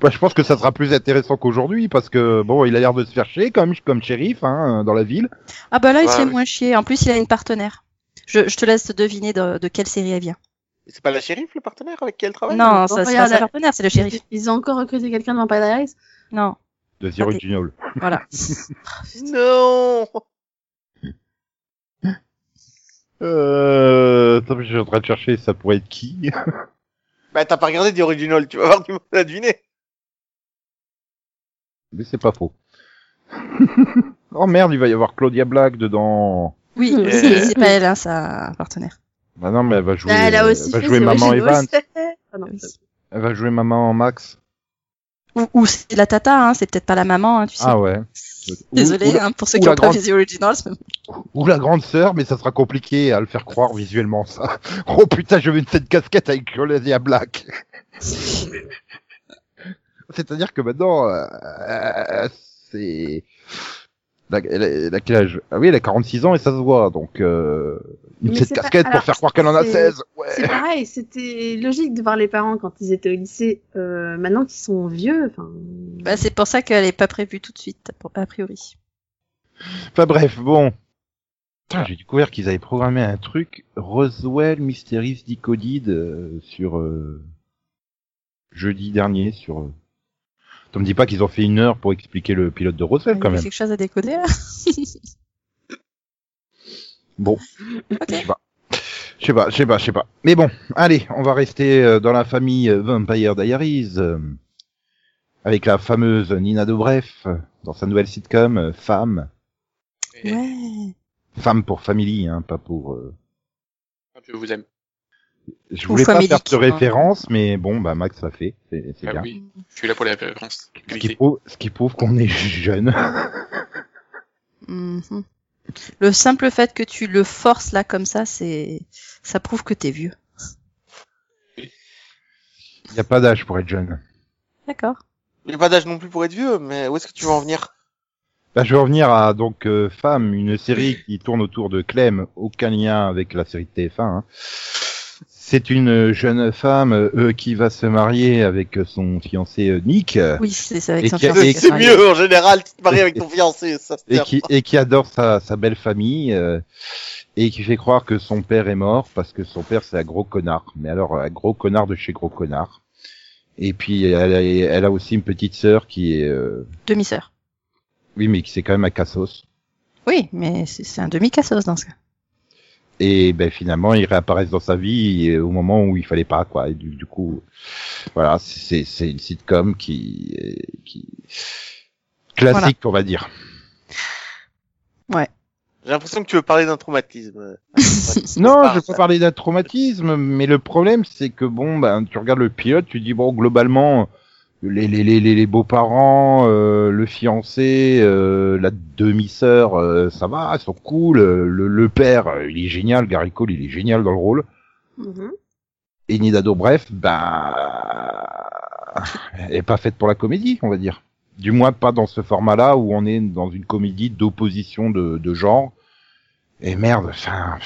Speaker 1: Bah, je pense que ça sera plus intéressant qu'aujourd'hui parce que bon, il a l'air de se faire chier comme comme shérif hein, dans la ville.
Speaker 3: Ah bah là, il
Speaker 4: Ouais,
Speaker 3: se fait
Speaker 4: ouais.
Speaker 3: moins chier. En plus, il a une partenaire. Je, je te laisse deviner de, de quelle série elle vient.
Speaker 5: C'est pas la shérif, le partenaire avec qui
Speaker 1: Ah
Speaker 5: elle travaille
Speaker 3: non,
Speaker 2: bon,
Speaker 3: ça, c'est pas
Speaker 2: regarde,
Speaker 3: sa
Speaker 2: elle-
Speaker 3: partenaire, c'est le shérif.
Speaker 2: Ils ont encore recruté quelqu'un de Vampire Diaries.
Speaker 3: Non,
Speaker 1: De
Speaker 2: Ah,
Speaker 1: The Original.
Speaker 3: voilà.
Speaker 5: Non
Speaker 1: Euh, attends, je suis en train de chercher, ça pourrait être qui
Speaker 5: Bah, t'as pas regardé The Original, tu vas avoir du mal à deviner.
Speaker 1: Mais c'est pas faux. oh merde, il va y avoir Claudia Black dedans.
Speaker 3: Oui,
Speaker 2: Euh,
Speaker 3: c'est c'est pas elle, hein, sa partenaire.
Speaker 1: Bah non, mais elle va jouer.
Speaker 2: Ah, elle a aussi
Speaker 1: elle va
Speaker 2: fait
Speaker 1: jouer
Speaker 2: The
Speaker 1: maman Evans.
Speaker 2: Originals. Ah non,
Speaker 3: Oui.
Speaker 1: Elle va jouer maman Max.
Speaker 3: Ou, ou c'est la tata, hein, c'est peut-être pas la maman, hein, tu sais.
Speaker 1: Ah ouais. Ou-
Speaker 3: Désolée
Speaker 1: ou la-
Speaker 3: hein, pour ceux
Speaker 1: ou
Speaker 3: qui
Speaker 1: la
Speaker 3: ont pas
Speaker 1: grande-
Speaker 3: vu The Originals. mais-
Speaker 1: Ou la grande sœur, mais ça sera compliqué à le faire croire visuellement ça. Oh putain, je veux une cette casquette avec Claudia Black. C'est-à-dire que maintenant, euh, euh, c'est la, la, la quel âge Ah oui, elle a 46 ans et ça se voit. Donc euh, une
Speaker 2: Mais
Speaker 1: cette
Speaker 2: c'est pas-
Speaker 1: casquette pour
Speaker 2: alors,
Speaker 1: faire croire qu'elle en a
Speaker 2: c'est-
Speaker 1: 16. Ouais.
Speaker 2: C'est pareil, c'était logique de voir les parents quand ils étaient au lycée. Euh, maintenant qu'ils sont vieux, enfin.
Speaker 3: Bah, c'est pour ça qu'elle est pas prévue tout de suite, pour- a priori.
Speaker 1: Enfin bref, bon. Putain, j'ai découvert qu'ils avaient programmé un truc Roswell Mysteries Decoded euh, sur euh, jeudi dernier sur. euh. Attends, me dis pas qu'ils ont fait une heure pour expliquer le pilote de Roswell
Speaker 3: Il y
Speaker 1: quand
Speaker 3: a
Speaker 1: même.
Speaker 3: quelque chose à décoder là.
Speaker 1: Bon.
Speaker 3: Ok.
Speaker 1: Je sais pas. Je sais pas, je sais pas, je sais pas. Mais bon, allez, on va rester euh, dans la famille euh, Vampire Diaries euh, avec la fameuse Nina Dobrev euh, dans sa nouvelle sitcom euh, Femme,
Speaker 4: Et
Speaker 3: Ouais.
Speaker 1: Femme pour Family, hein, pas pour. euh,
Speaker 4: Je vous aime.
Speaker 1: Je
Speaker 3: Ou
Speaker 1: voulais pas
Speaker 3: Family
Speaker 1: faire de
Speaker 3: Kid, hein.
Speaker 1: référence, mais bon, bah Max l'a fait, c'est c'est
Speaker 4: Ah
Speaker 1: bien.
Speaker 4: oui, je suis là pour les références.
Speaker 1: Ce qui prouve, ce qui prouve qu'on est jeune.
Speaker 3: Mhm. Le simple fait que tu le forces là comme ça, c'est, ça prouve que t'es vieux.
Speaker 1: Il n'y a pas d'âge pour être jeune.
Speaker 3: D'accord.
Speaker 5: J'ai pas d'âge non plus pour être vieux, mais où est-ce que tu vas en venir
Speaker 1: Bah, je vais revenir à donc euh, Femme, une série qui tourne autour de Clem, aucun lien avec la série de TF1. hein. C'est une jeune femme euh, qui va se marier avec son fiancé euh, Nick euh,
Speaker 3: Oui, c'est c'est
Speaker 1: Et
Speaker 3: avec son
Speaker 1: qui a-
Speaker 3: fiancé.
Speaker 1: et-
Speaker 5: C'est mieux, en général, tu te maries avec ton fiancé, ça se
Speaker 1: et
Speaker 5: perd.
Speaker 1: qui et qui adore sa, sa belle famille euh, et qui fait croire que son père est mort parce que son père c'est un gros connard. Mais alors un gros connard de chez gros connard. Et puis elle a, elle a aussi une petite sœur qui est euh,
Speaker 3: Demi-sœur.
Speaker 1: oui mais qui c'est quand même un cassos.
Speaker 3: Oui, mais c'est c'est un demi-cassos dans ce cas.
Speaker 1: et ben finalement ils réapparaissent dans sa vie et au moment où il fallait pas quoi et du, du coup voilà c'est c'est une sitcom qui euh, qui classique on va dire
Speaker 5: J'ai l'impression que tu veux parler d'un traumatisme. Ah,
Speaker 1: non
Speaker 5: pas
Speaker 1: je vais
Speaker 5: ça.
Speaker 1: pas parler d'un traumatisme mais le problème c'est que bon ben tu regardes le pilote tu dis bon globalement les les les les, les beaux-parents euh, le fiancé euh, la demi-sœur euh, ça va ils sont cool euh, le, le père euh, il est génial Gary Cole il est génial dans le rôle
Speaker 2: Mhm.
Speaker 1: et Nina Dobrev, ben, elle est pas faite pour la comédie, on va dire. Du moins pas dans ce format-là où on est dans une comédie d'opposition de, de genre. Et merde, enfin,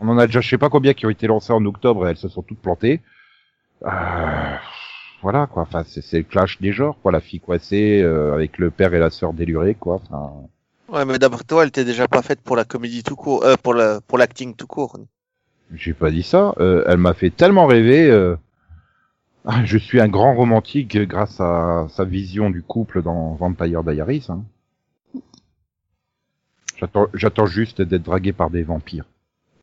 Speaker 1: on en a déjà, je sais pas combien qui ont été lancés en octobre et elles se sont toutes plantées. Euh, voilà quoi, enfin c'est c'est le clash des genres, quoi. La fille coincée euh, avec le père et la sœur délurée, quoi. Enfin,
Speaker 5: Ouais, mais d'abord, toi, elle t'est déjà pas faite pour la comédie tout court, euh, pour la, pour l'acting tout court.
Speaker 1: J'ai pas dit ça. euh, elle m'a fait tellement rêver. euh, ah, je suis un grand romantique grâce à sa vision du couple dans Vampire Diaries. hein. J'attends- J'attends juste d'être dragué par des vampires.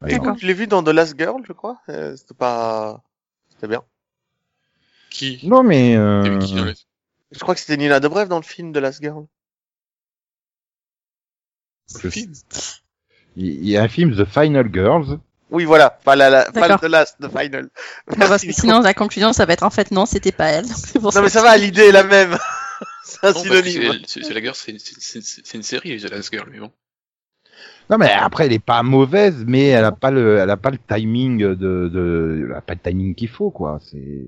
Speaker 1: Allez,
Speaker 3: D'accord.
Speaker 1: hein.
Speaker 5: Écoute, je l'ai vu dans The Last Girl, je crois. Euh, c'était pas, c'était bien.
Speaker 4: Qui
Speaker 1: Non mais
Speaker 4: Il y
Speaker 1: euh,
Speaker 4: avait qui dans le-
Speaker 5: Je crois que c'était Nina Dobrev dans le film The Last Girl.
Speaker 1: je-
Speaker 4: film
Speaker 1: il y a un film The Final Girls.
Speaker 5: Oui, voilà. Pas la, la pas
Speaker 3: D'accord.
Speaker 5: The Last, The Final.
Speaker 3: Non, Ah, parce
Speaker 5: Merci,
Speaker 3: que
Speaker 5: Nico.
Speaker 3: sinon, la conclusion, ça va être en fait non, c'était pas elle. C'est pour ça
Speaker 5: Non, mais
Speaker 3: que-
Speaker 5: ça va, l'idée est la même. c'est un
Speaker 4: Non, parce que
Speaker 5: synonyme.
Speaker 4: c'est- c'est- c'est la guerre, c'est c'est- c'est- c'est une série, The Last Girl, mais bon.
Speaker 1: Non mais après elle est pas mauvaise, mais elle a pas le, elle a pas le timing de, de, elle a pas le timing qu'il faut quoi. C'est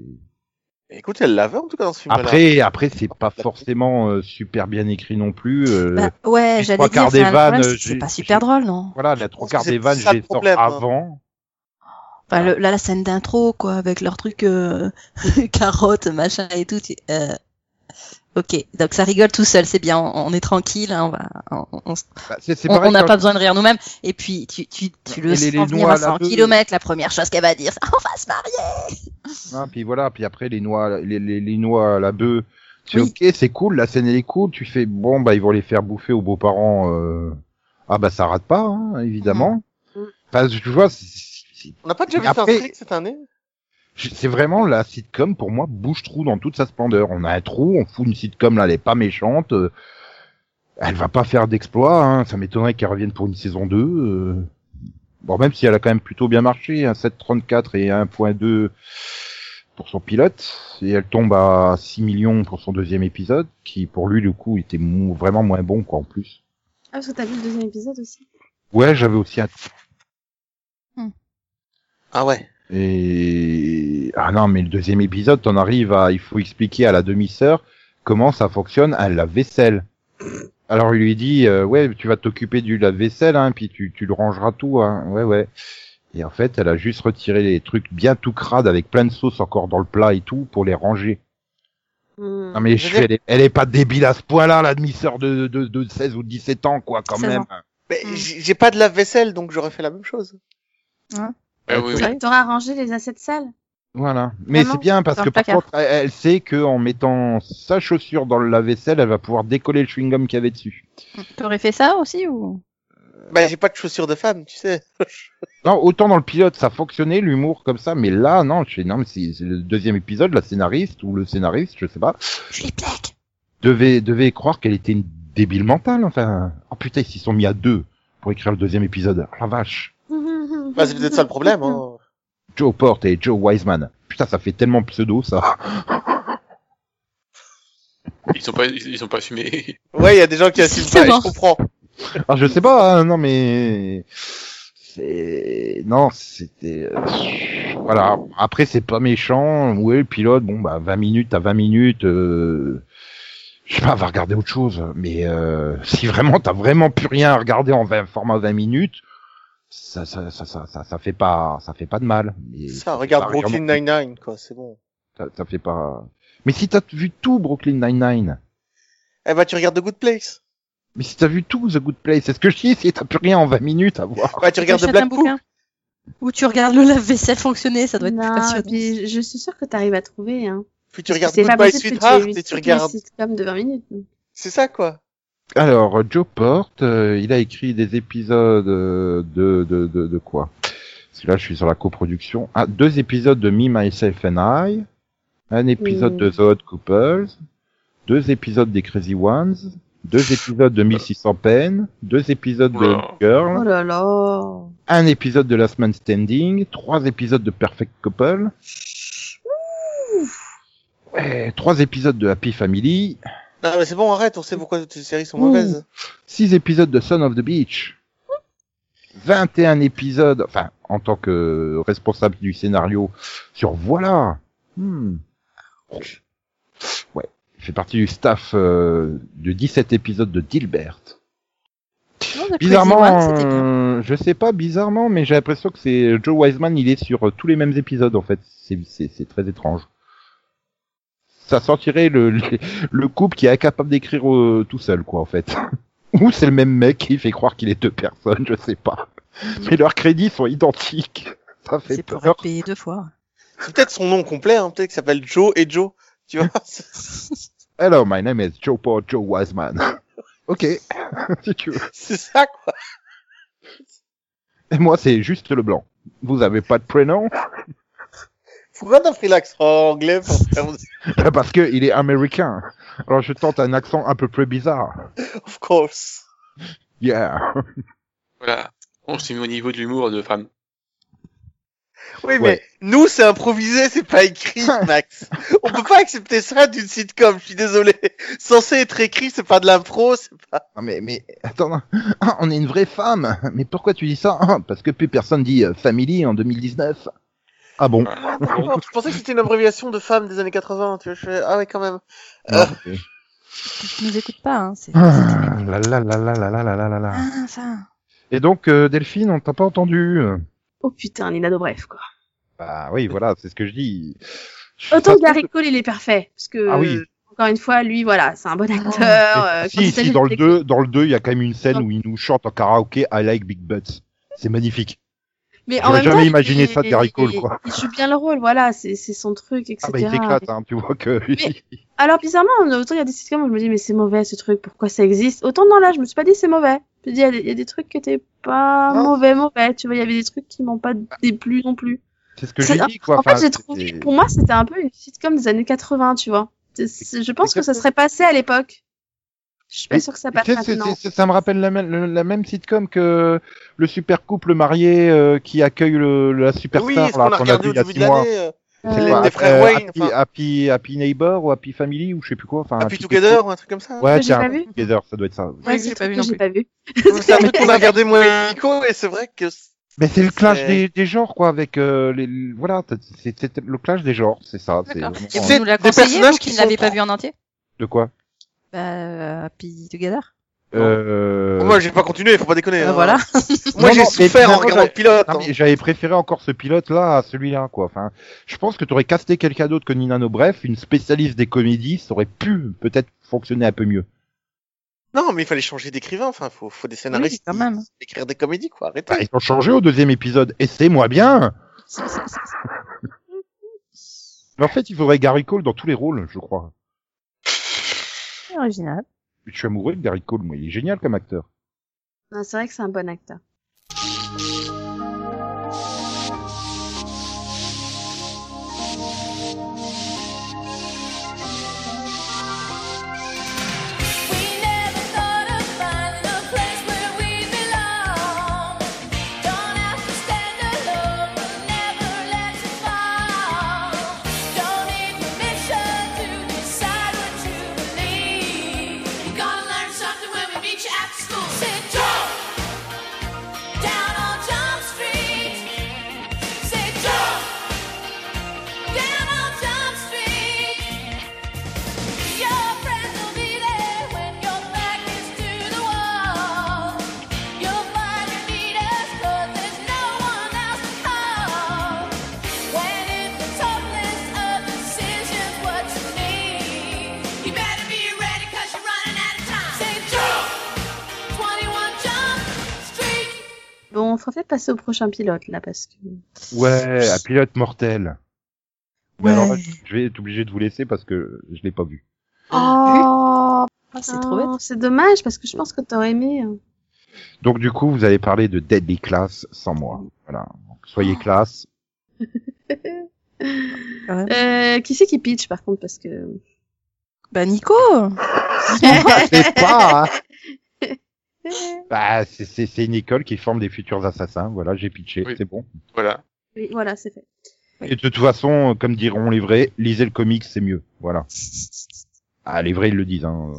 Speaker 5: Écoute, elle l'avait en tout cas dans ce film.
Speaker 1: après, après c'est pas forcément euh, super bien écrit non plus. euh,
Speaker 3: Bah, ouais,
Speaker 1: les
Speaker 3: j'allais
Speaker 1: trois
Speaker 3: dire,
Speaker 1: quarts
Speaker 3: c'est
Speaker 1: des
Speaker 3: un problème,
Speaker 1: vannes, euh,
Speaker 3: c'est que c'est
Speaker 1: j'ai-
Speaker 3: pas super
Speaker 1: j'ai-
Speaker 3: drôle, non
Speaker 1: Voilà, la trois
Speaker 5: pense que
Speaker 1: quarts
Speaker 5: c'est
Speaker 1: des vannes,
Speaker 5: ça
Speaker 1: je
Speaker 5: le
Speaker 1: les sors
Speaker 5: problème, hein.
Speaker 1: avant.
Speaker 3: Enfin, le- là, la scène d'intro, quoi, avec leur truc euh, carotte, machin et tout. tu- euh, Ok, donc ça rigole tout seul, c'est bien, on, on est tranquille, hein, on va, on- on, s-
Speaker 1: Bah, c'est c'est
Speaker 3: on-
Speaker 1: pareil
Speaker 3: on n'a
Speaker 1: quand-
Speaker 3: pas besoin de rire nous-mêmes. Et puis, tu, tu, tu le
Speaker 1: Et les- les
Speaker 3: sens venir
Speaker 1: noix
Speaker 3: à
Speaker 1: à la
Speaker 3: 100
Speaker 1: beuh.
Speaker 3: km, la première chose qu'elle va dire, c'est on va se marier.
Speaker 1: hein, puis voilà, puis après les noix, les, les, les noix à la bœuf. C'est
Speaker 3: Oui.
Speaker 1: ok, c'est cool, la scène elle est cool. Tu fais bon, bah ils vont les faire bouffer aux beaux-parents. euh, Ah bah ça rate pas, hein, évidemment.
Speaker 3: Mm.
Speaker 2: Mhm. Mhm.
Speaker 1: Enfin, tu vois, c'est- c'est-
Speaker 5: On n'a pas déjà vu
Speaker 1: Après-
Speaker 5: ça cette année
Speaker 1: Je- C'est vraiment la sitcom pour moi bouche-trou dans toute sa splendeur. On a un trou, on fout une sitcom là, elle est pas méchante. euh, elle va pas faire d'exploit, hein. ça m'étonnerait qu'elle revienne pour une saison 2. euh. Bon, même si elle a quand même plutôt bien marché, hein, 7,34 et 1,2 pour son pilote, et elle tombe à 6 millions pour son deuxième épisode, qui pour lui, du coup, était mou- vraiment moins bon, quoi, en plus.
Speaker 2: Ah, parce que t'as vu le deuxième épisode aussi.
Speaker 1: Ouais, j'avais aussi un
Speaker 5: Ah ouais.
Speaker 1: Et ah non, mais le deuxième épisode, t'en arrives à, il faut expliquer à la demi-sœur comment ça fonctionne un lave-vaisselle. Alors il lui dit, euh, ouais, tu vas t'occuper du lave-vaisselle, hein, puis tu, tu le rangeras tout, hein. ouais, ouais. Et en fait, elle a juste retiré les trucs bien tout crades avec plein de sauce encore dans le plat et tout pour les ranger.
Speaker 2: Hmm.
Speaker 1: Non mais
Speaker 5: Je
Speaker 1: je
Speaker 5: veux
Speaker 1: fais, elle, est, elle est pas débile à ce point-là, la demi-sœur de, de, de 16 ou 17 ans, quoi, quand
Speaker 3: 16
Speaker 1: même.
Speaker 3: ans.
Speaker 5: Mais
Speaker 3: Hmm.
Speaker 5: j'ai j'ai pas de lave-vaisselle, donc j'aurais fait la même chose.
Speaker 4: Ouais, Ah oui, oui.
Speaker 2: T'auras- T'auras rangé les assiettes sales
Speaker 1: Voilà. Mais
Speaker 2: Vraiment,
Speaker 1: c'est bien parce
Speaker 3: dans
Speaker 1: que
Speaker 3: le
Speaker 1: par
Speaker 3: placard.
Speaker 1: contre, elle, elle sait que en mettant sa chaussure dans le lave-vaisselle, elle va pouvoir décoller le chewing-gum qu'il y avait dessus.
Speaker 3: T'aurais fait ça aussi ou
Speaker 5: Bah j'ai pas de chaussures de femme, tu sais.
Speaker 1: Non, autant dans le pilote, ça fonctionnait l'humour comme ça, mais là, non, je sais, non, mais c'est c'est le deuxième épisode, la scénariste ou le scénariste, je sais pas,
Speaker 3: Je les plaque.
Speaker 1: devait devait croire qu'elle était une débile mentale. Enfin, oh putain, ils s'y sont mis à deux pour écrire le deuxième épisode. Oh, la vache.
Speaker 5: Bah c'est peut-être ça le problème. Hein.
Speaker 1: Joe Porte et Joe Wiseman. Putain, ça fait tellement pseudo ça.
Speaker 4: Ils ont pas, ils ils ont pas assumé.
Speaker 5: Ouais, il y a des gens qui assument pas, et
Speaker 3: Exactement.
Speaker 5: je comprends.
Speaker 1: Ah, je sais pas, hein, non mais c'est non, c'était euh, voilà. Après, c'est pas méchant. Ouais, le pilote, bon bah 20 minutes à 20 minutes. euh, Je sais pas, va regarder autre chose. Mais euh, si vraiment t'as vraiment plus rien à regarder en 20, format 20 minutes, ça ça, ça ça ça ça fait pas ça fait pas de mal. Mais
Speaker 5: Ça, regarde
Speaker 1: ça regarde-
Speaker 5: Brooklyn Nine-Nine, quoi, c'est bon.
Speaker 1: ça, ça fait pas. Mais si t'as vu tout Brooklyn Nine Nine,
Speaker 5: Eh bah tu regardes The Good Place.
Speaker 1: mais si t'as vu tout The Good Place, c'est ce que je dis. Si t'as plus rien en 20 minutes à voir.
Speaker 5: Bah tu regardes The
Speaker 3: T'achètes un
Speaker 5: Black Book.
Speaker 3: bouquin Ou tu regardes le lave-vaisselle fonctionner, ça doit être plus
Speaker 2: Non,
Speaker 3: passionnant.
Speaker 2: puis je- je suis sûre que t'arrives à trouver. Hein.
Speaker 5: Puis tu regardes
Speaker 2: C'est pas
Speaker 5: Goodbye
Speaker 2: possible que tu aies
Speaker 5: Sweetheart
Speaker 2: eu
Speaker 5: et tu
Speaker 2: toutes
Speaker 5: regardes.
Speaker 2: les sitcoms de 20 minutes.
Speaker 5: C'est ça quoi.
Speaker 1: Alors, Joe Porte, euh, il a écrit des épisodes euh, de, de, de, de quoi Parce que là, je suis sur la coproduction. Ah, deux épisodes de Me, Myself and I, un épisode
Speaker 2: Mm.
Speaker 1: de The Odd Couples, deux épisodes des Crazy Ones, deux épisodes de 1600 Pen, deux épisodes de
Speaker 4: Oula.
Speaker 2: Oh
Speaker 1: Girl,
Speaker 2: là là.
Speaker 1: un épisode de Last Man Standing, trois épisodes de Perfect Couple, ouais, trois épisodes de Happy Family,
Speaker 5: Non mais c'est bon, arrête, on sait pourquoi toutes ces séries sont
Speaker 1: Ouh.
Speaker 5: mauvaises.
Speaker 1: 6 épisodes de Son of the Beach, 21 épisodes, enfin, en tant que responsable du scénario, sur Voilà. Hmm. Ouais, je fais partie du staff euh, de 17 épisodes de Dilbert.
Speaker 3: Non, The Crazy
Speaker 1: Bizarrement,
Speaker 3: One, c'était bien.
Speaker 1: euh, je sais pas, bizarrement, mais j'ai l'impression que c'est Joe Wiseman, il est sur euh, tous les mêmes épisodes, en fait. C'est- C'est c'est très étrange. Ça sortirait le, le, le couple qui est incapable d'écrire euh, tout seul, quoi, en fait. Ou c'est le même mec qui fait croire qu'il est deux personnes, je sais pas. Mais leurs crédits sont identiques. Ça fait
Speaker 3: C'est pour
Speaker 1: peur.
Speaker 3: être payé deux fois.
Speaker 5: C'est peut-être son nom complet, hein, peut-être qu'il s'appelle Joe et Joe. Tu vois
Speaker 1: Hello, my name is Joe Paul Joe Wiseman. ok, si tu veux.
Speaker 5: C'est ça quoi.
Speaker 1: Et moi, c'est juste le blanc. Vous avez pas de prénom
Speaker 5: Pourquoi t'as pris l'accent Oh, anglais pour faire...
Speaker 1: Parce que il est américain. Alors je tente un accent un peu plus bizarre.
Speaker 5: Of course.
Speaker 1: Yeah.
Speaker 4: Voilà. On s'est mis au niveau de l'humour de femme.
Speaker 5: Oui, mais
Speaker 1: Ouais.
Speaker 5: nous, c'est improvisé, c'est pas écrit, Max. On peut pas accepter ça d'une sitcom, je suis désolé. Censé être écrit, c'est pas de l'impro, c'est pas...
Speaker 1: Non, mais, mais attends, non. Ah, on est une vraie femme. Mais pourquoi tu dis ça Ah, Parce que plus personne dit euh, family en 2019. Ah bon
Speaker 5: Oh, je pensais que c'était une abréviation de femme des années 80, tu vois, je fais, Ah ouais, quand même.
Speaker 1: Ah, ok.
Speaker 3: Tu nous écoutes pas, hein. C'est...
Speaker 1: Ah, la, la, la, la, la, la, la, la, la, la.
Speaker 3: Ah, ça.
Speaker 1: Et donc euh, Delphine, on t'a pas entendu
Speaker 2: Oh putain, Nina Dobrev, quoi.
Speaker 1: Bah oui, voilà, c'est ce que je dis.
Speaker 2: Autant
Speaker 1: Enfin,
Speaker 2: Gary Cole, il est parfait. Parce que,
Speaker 1: Ah oui.
Speaker 2: euh, encore une fois, lui, voilà, c'est un
Speaker 3: Ah.
Speaker 2: bon acteur. euh, quand il
Speaker 1: Si,
Speaker 2: s'agit
Speaker 1: si, dans
Speaker 2: de
Speaker 1: le 2, dans le 2, il y a quand même une scène où il nous chante en karaoké I like big butts. C'est magnifique. Ah,
Speaker 2: Mais
Speaker 1: J'aurais
Speaker 2: en même
Speaker 1: jamais
Speaker 2: temps,
Speaker 1: imaginé
Speaker 2: il-
Speaker 1: ça de Gary Cole, quoi.
Speaker 2: Il, il joue bien le rôle, voilà, c'est c'est son truc, etc.
Speaker 1: Ah bah il s'éclate, hein, tu vois que...
Speaker 2: Mais- Alors bizarrement, autant il y a des sitcoms où je me dis mais c'est mauvais ce truc, pourquoi ça existe Autant dans là, je me suis pas dit c'est mauvais. Je me dis il y a des- il y, a des trucs qui étaient pas
Speaker 1: Non.
Speaker 2: mauvais, mauvais. Tu vois, il y avait des trucs qui m'ont pas déplu non plus.
Speaker 1: c'est ce que
Speaker 2: C'est-
Speaker 1: j'ai dit, quoi.
Speaker 2: en fait,
Speaker 1: Enfin,
Speaker 2: j'ai trouvé,
Speaker 1: c'était-
Speaker 2: pour moi, c'était un peu une sitcom des années 80, tu vois. C'est- c'est- Je pense que ça serait passé à l'époque. Je suis pas
Speaker 1: Mais-
Speaker 2: sûre que ça
Speaker 1: Tu
Speaker 2: passe
Speaker 1: sais, c'est-
Speaker 2: maintenant.
Speaker 1: c'est- c'est- ça me rappelle la, même- le- la même sitcom que le super couple marié euh, qui accueille le, la
Speaker 5: oui,
Speaker 1: superstar
Speaker 5: ce
Speaker 1: là,
Speaker 5: qu'on a regardé au
Speaker 1: il y a
Speaker 5: début
Speaker 1: six
Speaker 5: de
Speaker 1: mois.
Speaker 5: l'année, euh,
Speaker 1: C'est
Speaker 5: les-
Speaker 1: quoi,
Speaker 5: les frères
Speaker 1: euh,
Speaker 5: Wayne,
Speaker 1: Happy,
Speaker 5: enfin.
Speaker 1: Happy, Happy Neighbor ou Happy Family ou je sais plus Ah, quoi. Enfin,
Speaker 5: Happy
Speaker 1: un truc-
Speaker 5: Together ou un truc comme ça. hein
Speaker 1: Ouais,
Speaker 2: Que j'ai
Speaker 1: tiens,
Speaker 2: pas
Speaker 1: Happy
Speaker 2: vu.
Speaker 1: Together, ça doit être ça.
Speaker 3: Ouais,
Speaker 2: Ouais,
Speaker 3: j'ai
Speaker 2: c'est
Speaker 3: pas
Speaker 2: un
Speaker 3: vu
Speaker 2: truc
Speaker 3: non
Speaker 2: que j'ai
Speaker 3: plus.
Speaker 2: pas vu.
Speaker 5: C'est un truc qu'on a regardé moi et Nico, et c'est vrai que...
Speaker 1: Mais c'est le clash
Speaker 5: C'est-
Speaker 1: des, des genres, quoi, avec euh, les, voilà, t'as- c'est c'est le clash des genres, c'est ça. c'est
Speaker 3: D'accord.
Speaker 1: vraiment,
Speaker 3: Et
Speaker 1: euh,
Speaker 3: vous
Speaker 5: des
Speaker 3: nous l'a conseillé,
Speaker 5: personnages
Speaker 3: vous
Speaker 5: qui
Speaker 3: qui ne
Speaker 5: sont
Speaker 3: l'avez pas
Speaker 5: trop-
Speaker 3: vu en entier
Speaker 1: de quoi
Speaker 3: Bah, euh, Happy Together.
Speaker 1: euh...
Speaker 5: Moi, j'ai pas continué, faut pas déconner.
Speaker 3: Euh,
Speaker 5: hein.
Speaker 3: voilà.
Speaker 1: Non,
Speaker 5: Moi,
Speaker 1: non,
Speaker 5: j'ai
Speaker 1: mais
Speaker 5: souffert en
Speaker 1: finalement,
Speaker 5: regardant
Speaker 1: j'aurais-
Speaker 5: le pilote.
Speaker 1: Non,
Speaker 5: hein.
Speaker 1: Ah, mais J'avais préféré encore ce pilote-là à celui-là, quoi. Enfin, je pense que t'aurais casté quelqu'un d'autre que Nina Bref, une spécialiste des comédies, ça aurait pu peut-être fonctionner un peu mieux.
Speaker 5: Non, mais il fallait changer d'écrivain. Enfin, faut, faut des scénaristes
Speaker 3: Oui, quand
Speaker 5: qui-
Speaker 3: même.
Speaker 5: écrire des comédies, quoi. Arrêtez.
Speaker 1: Bah, ils ont changé au deuxième épisode, et c'est moi bien Mais en fait, il faudrait Gary Cole dans tous les rôles, je crois.
Speaker 3: C'est original.
Speaker 1: Je suis amoureux de Gary Cole, moi, il est génial comme acteur.
Speaker 2: Non, C'est vrai que c'est un bon acteur.
Speaker 6: We never thought of finding a place where we belong. Don't have to stand alone, we'll never let you fall. Don't need permission to decide what you believe. You gotta learn something when we meet you after school. Sit down down on Jump Street. Sit down down on Jump Street. Your friends will be there when your back is to the wall. You'll find your leaders 'cause there's no one else to call. When it's the toughest of decisions, what you need, you better be ready 'cause you're running out of time. Say jump, 21 Jump Street.
Speaker 2: Bon, on ferait peut-être passer au prochain pilote là parce que.
Speaker 1: Ouais, un pilote mortel. Mais
Speaker 3: Ouais.
Speaker 1: alors là, je vais être obligé de vous laisser parce que je l'ai pas vu.
Speaker 2: Oh,
Speaker 3: Ah, c'est trop bête.
Speaker 2: c'est dommage parce que je pense que t'aurais aimé. hein.
Speaker 1: Donc du coup, vous avez parlé de Deadly Class sans moi. Voilà. Donc, soyez classe.
Speaker 3: Quand même.
Speaker 2: Euh, qui c'est qui pitch par contre parce que
Speaker 3: Bah, Nico
Speaker 1: C'est pas. hein. bah, c'est- c'est c'est une école qui forme des futurs assassins. Voilà, j'ai pitché,
Speaker 4: Oui.
Speaker 1: c'est bon.
Speaker 4: Voilà.
Speaker 2: oui, voilà c'est fait.
Speaker 1: Et de toute façon, euh, comme diront les vrais, lisez le comics, c'est mieux. Voilà. Ah, les vrais ils le disent. Hein.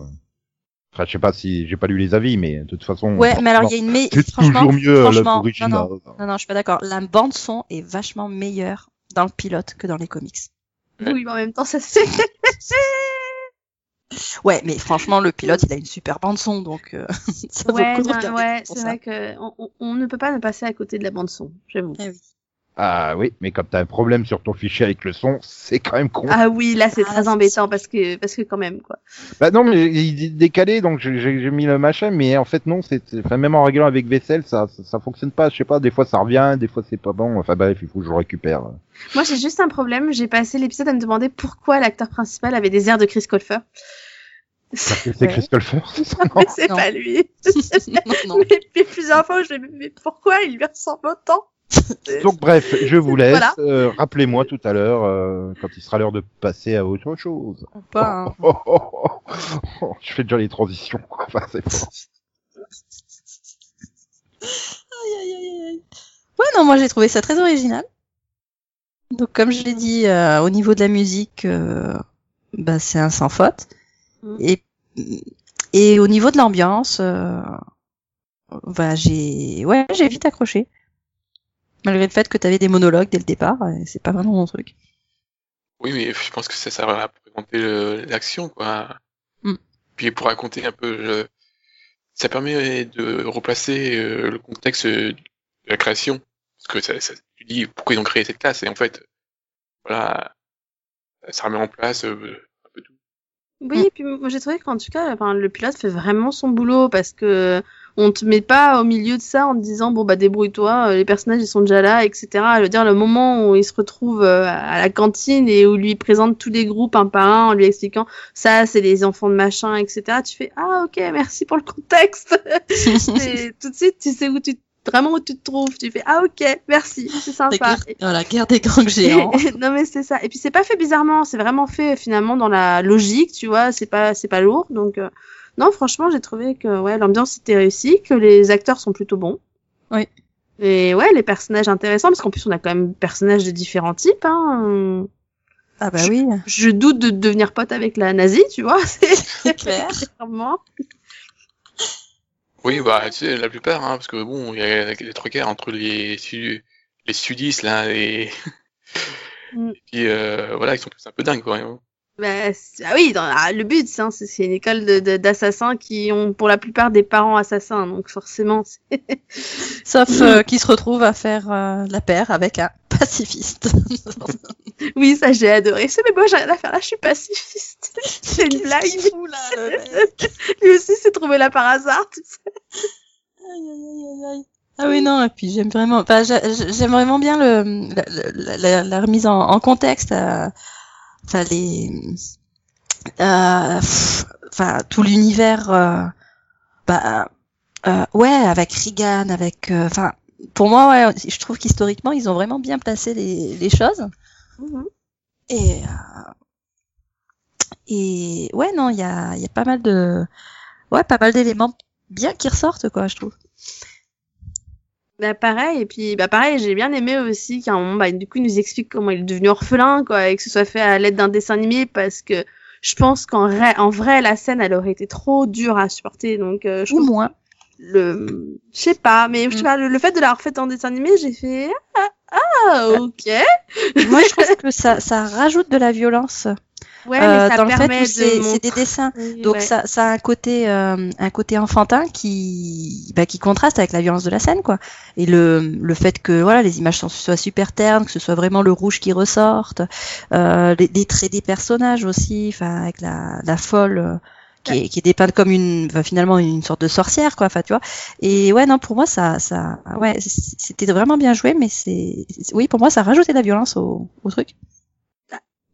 Speaker 1: Enfin, je sais pas si j'ai pas lu les avis, mais de toute façon.
Speaker 3: Ouais, mais alors, il y a une meilleure.
Speaker 1: C'est toujours mieux euh,
Speaker 3: franchement,
Speaker 1: l'original.
Speaker 3: non, Non, non, je suis pas d'accord. La bande-son est vachement meilleure dans le pilote que dans les comics.
Speaker 4: Ouais.
Speaker 2: Oui mais en même temps ça c'est
Speaker 3: Ouais, mais franchement, le pilote, il a une super bande-son, donc euh, ça vaut
Speaker 2: ouais
Speaker 3: le coup de
Speaker 2: non,
Speaker 3: regarder
Speaker 2: ouais
Speaker 3: pour
Speaker 2: c'est
Speaker 3: ça.
Speaker 2: vrai que on, on- on ne peut pas ne passer à côté de la bande son j'avoue.
Speaker 3: Eh oui.
Speaker 1: Ah oui, mais quand t'as un problème sur ton fichier avec le son, c'est quand même con.
Speaker 2: Ah oui là c'est
Speaker 3: Ah,
Speaker 2: très
Speaker 3: c'est-
Speaker 2: embêtant parce que parce que quand même quoi.
Speaker 1: Bah non, mais il est décalé, donc j'ai- j'ai j'ai mis le machin, mais en fait non, c'est c'est- enfin, même en réglant avec vaisselle, ça, ça ça fonctionne pas. Je sais pas, des fois ça revient, des fois c'est pas bon. Enfin bref, il faut que je le récupère.
Speaker 2: Moi j'ai juste un problème j'ai passé l'épisode à me demander pourquoi l'acteur principal avait des airs de Chris Colfer.
Speaker 1: Parce que c'est
Speaker 3: Ouais.
Speaker 1: Chris Colfer.
Speaker 2: c'est
Speaker 3: Oh, Non.
Speaker 2: pas lui.
Speaker 3: non, non.
Speaker 2: Mais, mais plusieurs fois je me dis mais pourquoi il lui ressemble autant.
Speaker 1: Donc bref, je vous laisse.
Speaker 2: Voilà.
Speaker 1: Euh, Rappelez-moi tout à l'heure euh, quand il sera l'heure de passer à autre chose.
Speaker 3: Pas, hein.
Speaker 1: Oh, oh, oh, oh. je fais déjà les transitions. quoi. Enfin, c'est fort.
Speaker 3: Aïe, aïe, aïe, aïe. Ouais, non, moi j'ai trouvé ça très original. Donc comme je l'ai dit, euh, au niveau de la musique, euh, bah, c'est un sans faute.
Speaker 2: Mm.
Speaker 3: Et, et au niveau de l'ambiance, euh, bah, j'ai ouais, j'ai vite accroché. Malgré le fait que tu avais des monologues dès le départ, euh, c'est pas vraiment mon truc.
Speaker 4: Oui, mais je pense que ça sert à présenter le- l'action, quoi.
Speaker 3: Mm.
Speaker 4: Puis pour raconter un peu, euh, ça permet de replacer euh, le contexte euh, de la création. Parce que ça, ça- tu dis pourquoi ils ont créé cette classe, et en fait, voilà, ça remet en place euh, un peu tout.
Speaker 2: Oui, et puis moi j'ai trouvé qu'en tout cas, enfin, le pilote fait vraiment son boulot parce que on te met pas au milieu de ça en te disant bon bah débrouille-toi, euh, les personnages ils sont déjà là, etc. Je veux dire le moment où il se retrouve euh, à la cantine et où lui présente tous les groupes un par un en lui expliquant ça c'est les enfants de machin, etc. Tu fais ah ok merci pour le contexte. Et tout de suite tu sais où tu vraiment où tu te trouves, tu fais ah ok merci c'est
Speaker 3: La
Speaker 2: sympa.
Speaker 3: guerre, voilà, guerre des gangs géants.
Speaker 2: non mais c'est ça. Et puis c'est pas fait bizarrement, c'est vraiment fait euh, finalement dans la logique, tu vois. C'est pas c'est pas lourd. Donc euh, non, franchement, j'ai trouvé que ouais l'ambiance était réussie, que les acteurs sont plutôt bons.
Speaker 3: Oui.
Speaker 2: Et ouais, les personnages intéressants parce qu'en plus on a quand même des personnages de différents types. Hein. Euh,
Speaker 3: ah bah oui,
Speaker 2: Je doute de devenir pote avec la nazie, tu vois. C'est
Speaker 3: c'est clair.
Speaker 2: clairement.
Speaker 4: Oui, bah, tu sais, la plupart, hein, parce que bon, il y a les trois quarts entre les, su- les sudistes, là, et,
Speaker 2: Mm.
Speaker 4: et puis, euh, voilà, ils sont tous un peu dingues, quoi. hein.
Speaker 2: Bah, c'est- ah oui, dans la- le but, c'est hein, c'est- c'est une école de- de- d'assassins qui ont pour la plupart des parents assassins, donc forcément, c'est-
Speaker 3: Sauf euh, qui se retrouve à faire euh, la paire avec un pacifiste.
Speaker 2: Oui, ça j'ai adoré. C'est mais moi j'ai rien à faire là, je suis pacifiste. C'est une
Speaker 3: Qu'est-ce qu'il
Speaker 2: blague.
Speaker 3: fout, là, le mec
Speaker 2: Lui aussi s'est trouvé là par hasard. tu sais.
Speaker 3: Aïe, aïe, aïe, aïe. Ah oui, non, et puis j'aime vraiment, enfin, j'a- j'a- j'aime vraiment bien le, la, la- la- la remise en, en contexte, euh, enfin, les, euh, pff, enfin, tout l'univers, euh, bah, euh, ouais, avec Reagan, avec, euh, enfin, pour moi, ouais, je trouve qu'historiquement, ils ont vraiment bien placé les, les choses. Mm-hmm. Et, euh, et ouais, non, il y a, il y a pas mal de, ouais, pas mal d'éléments bien qui ressortent, quoi, je trouve.
Speaker 2: Bah pareil, et puis bah pareil, j'ai bien aimé aussi qu'à un moment, bah, du coup, il nous explique comment il est devenu orphelin, quoi, et que ce soit fait à l'aide d'un dessin animé, parce que je pense qu'en vrai, en vrai, la scène, elle aurait été trop dure à supporter, donc euh, je
Speaker 3: Ou
Speaker 2: trouve
Speaker 3: moins.
Speaker 2: le, je sais pas, mais je sais
Speaker 3: Mm.
Speaker 2: pas, le, le fait de l'avoir fait en dessin animé, j'ai fait ah, ah ok,
Speaker 3: Moi, je trouve que ça, ça rajoute de la violence
Speaker 2: ouais,
Speaker 3: euh,
Speaker 2: mais ça
Speaker 3: dans le fait
Speaker 2: permet
Speaker 3: que c'est
Speaker 2: de
Speaker 3: c'est des
Speaker 2: montrer.
Speaker 3: dessins. Donc ça, ça a un côté, euh, un côté enfantin qui, bah, qui contraste avec la violence de la scène, quoi. Et le, le fait que voilà, les images sont- soient super ternes, que ce soit vraiment le rouge qui ressorte, euh, les, les traits des personnages aussi, enfin avec la, la folle euh, qui, est, qui est dépeinte comme une, enfin, finalement une sorte de sorcière, quoi. Enfin, tu vois. Et ouais, non, pour moi ça, ça, ouais, c- c'était vraiment bien joué, mais c'est, c'est- oui, pour moi ça rajoutait de la violence au, au truc.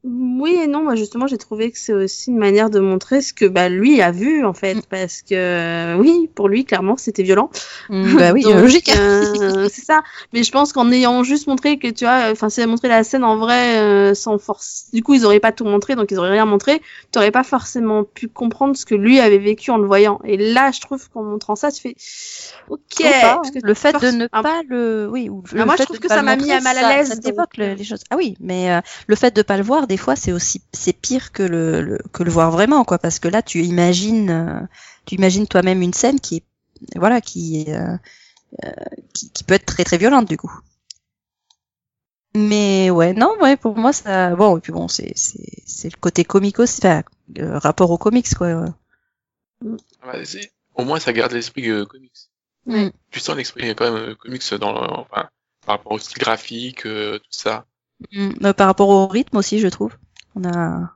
Speaker 2: Oui et non, moi justement j'ai trouvé que c'est aussi une manière de montrer ce que bah, lui a vu en fait,
Speaker 3: Mm.
Speaker 2: parce que euh, oui, pour lui clairement c'était violent.
Speaker 3: bah oui,
Speaker 2: Mmh. Donc,
Speaker 3: logique.
Speaker 2: euh, c'est ça. Mais je pense qu'en ayant juste montré que tu vois, enfin c'est montré la scène en vrai euh, sans force, du coup ils auraient pas tout montré, donc ils auraient rien montré, t'aurais pas forcément pu comprendre ce que lui avait vécu en le voyant. Et là je trouve qu'en montrant ça tu fais, ok,
Speaker 3: Ou pas,
Speaker 2: parce que
Speaker 3: le fait de
Speaker 2: force-
Speaker 3: ne
Speaker 2: Ah,
Speaker 3: pas le oui ou le
Speaker 2: Ah, moi, je
Speaker 3: fait
Speaker 2: trouve
Speaker 3: de
Speaker 2: que
Speaker 3: ne pas
Speaker 2: ça
Speaker 3: le
Speaker 2: m'a mis
Speaker 3: montrer,
Speaker 2: à mal à
Speaker 3: ça-
Speaker 2: l'aise,
Speaker 3: ça
Speaker 2: donc,
Speaker 3: t'évoque le-
Speaker 2: euh.
Speaker 3: les choses ah oui mais euh, le fait de pas le voir des fois c'est aussi c'est pire que le, le- que le voir vraiment quoi parce que là tu imagines euh, tu imagines toi-même une scène qui est voilà qui est, euh, euh, qui, qui peut être très très violente du coup mais ouais non ouais pour moi ça bon et puis bon c'est c'est c'est le côté comique aussi enfin le rapport aux comics quoi euh,
Speaker 4: Ah bah, si. Au moins, ça garde l'esprit euh, comics.
Speaker 3: Ouais.
Speaker 4: Tu sens l'esprit euh, quand même euh, comics dans, le- enfin, par rapport au style graphique, euh, tout ça.
Speaker 3: Mm. Euh, par rapport au rythme aussi je trouve on a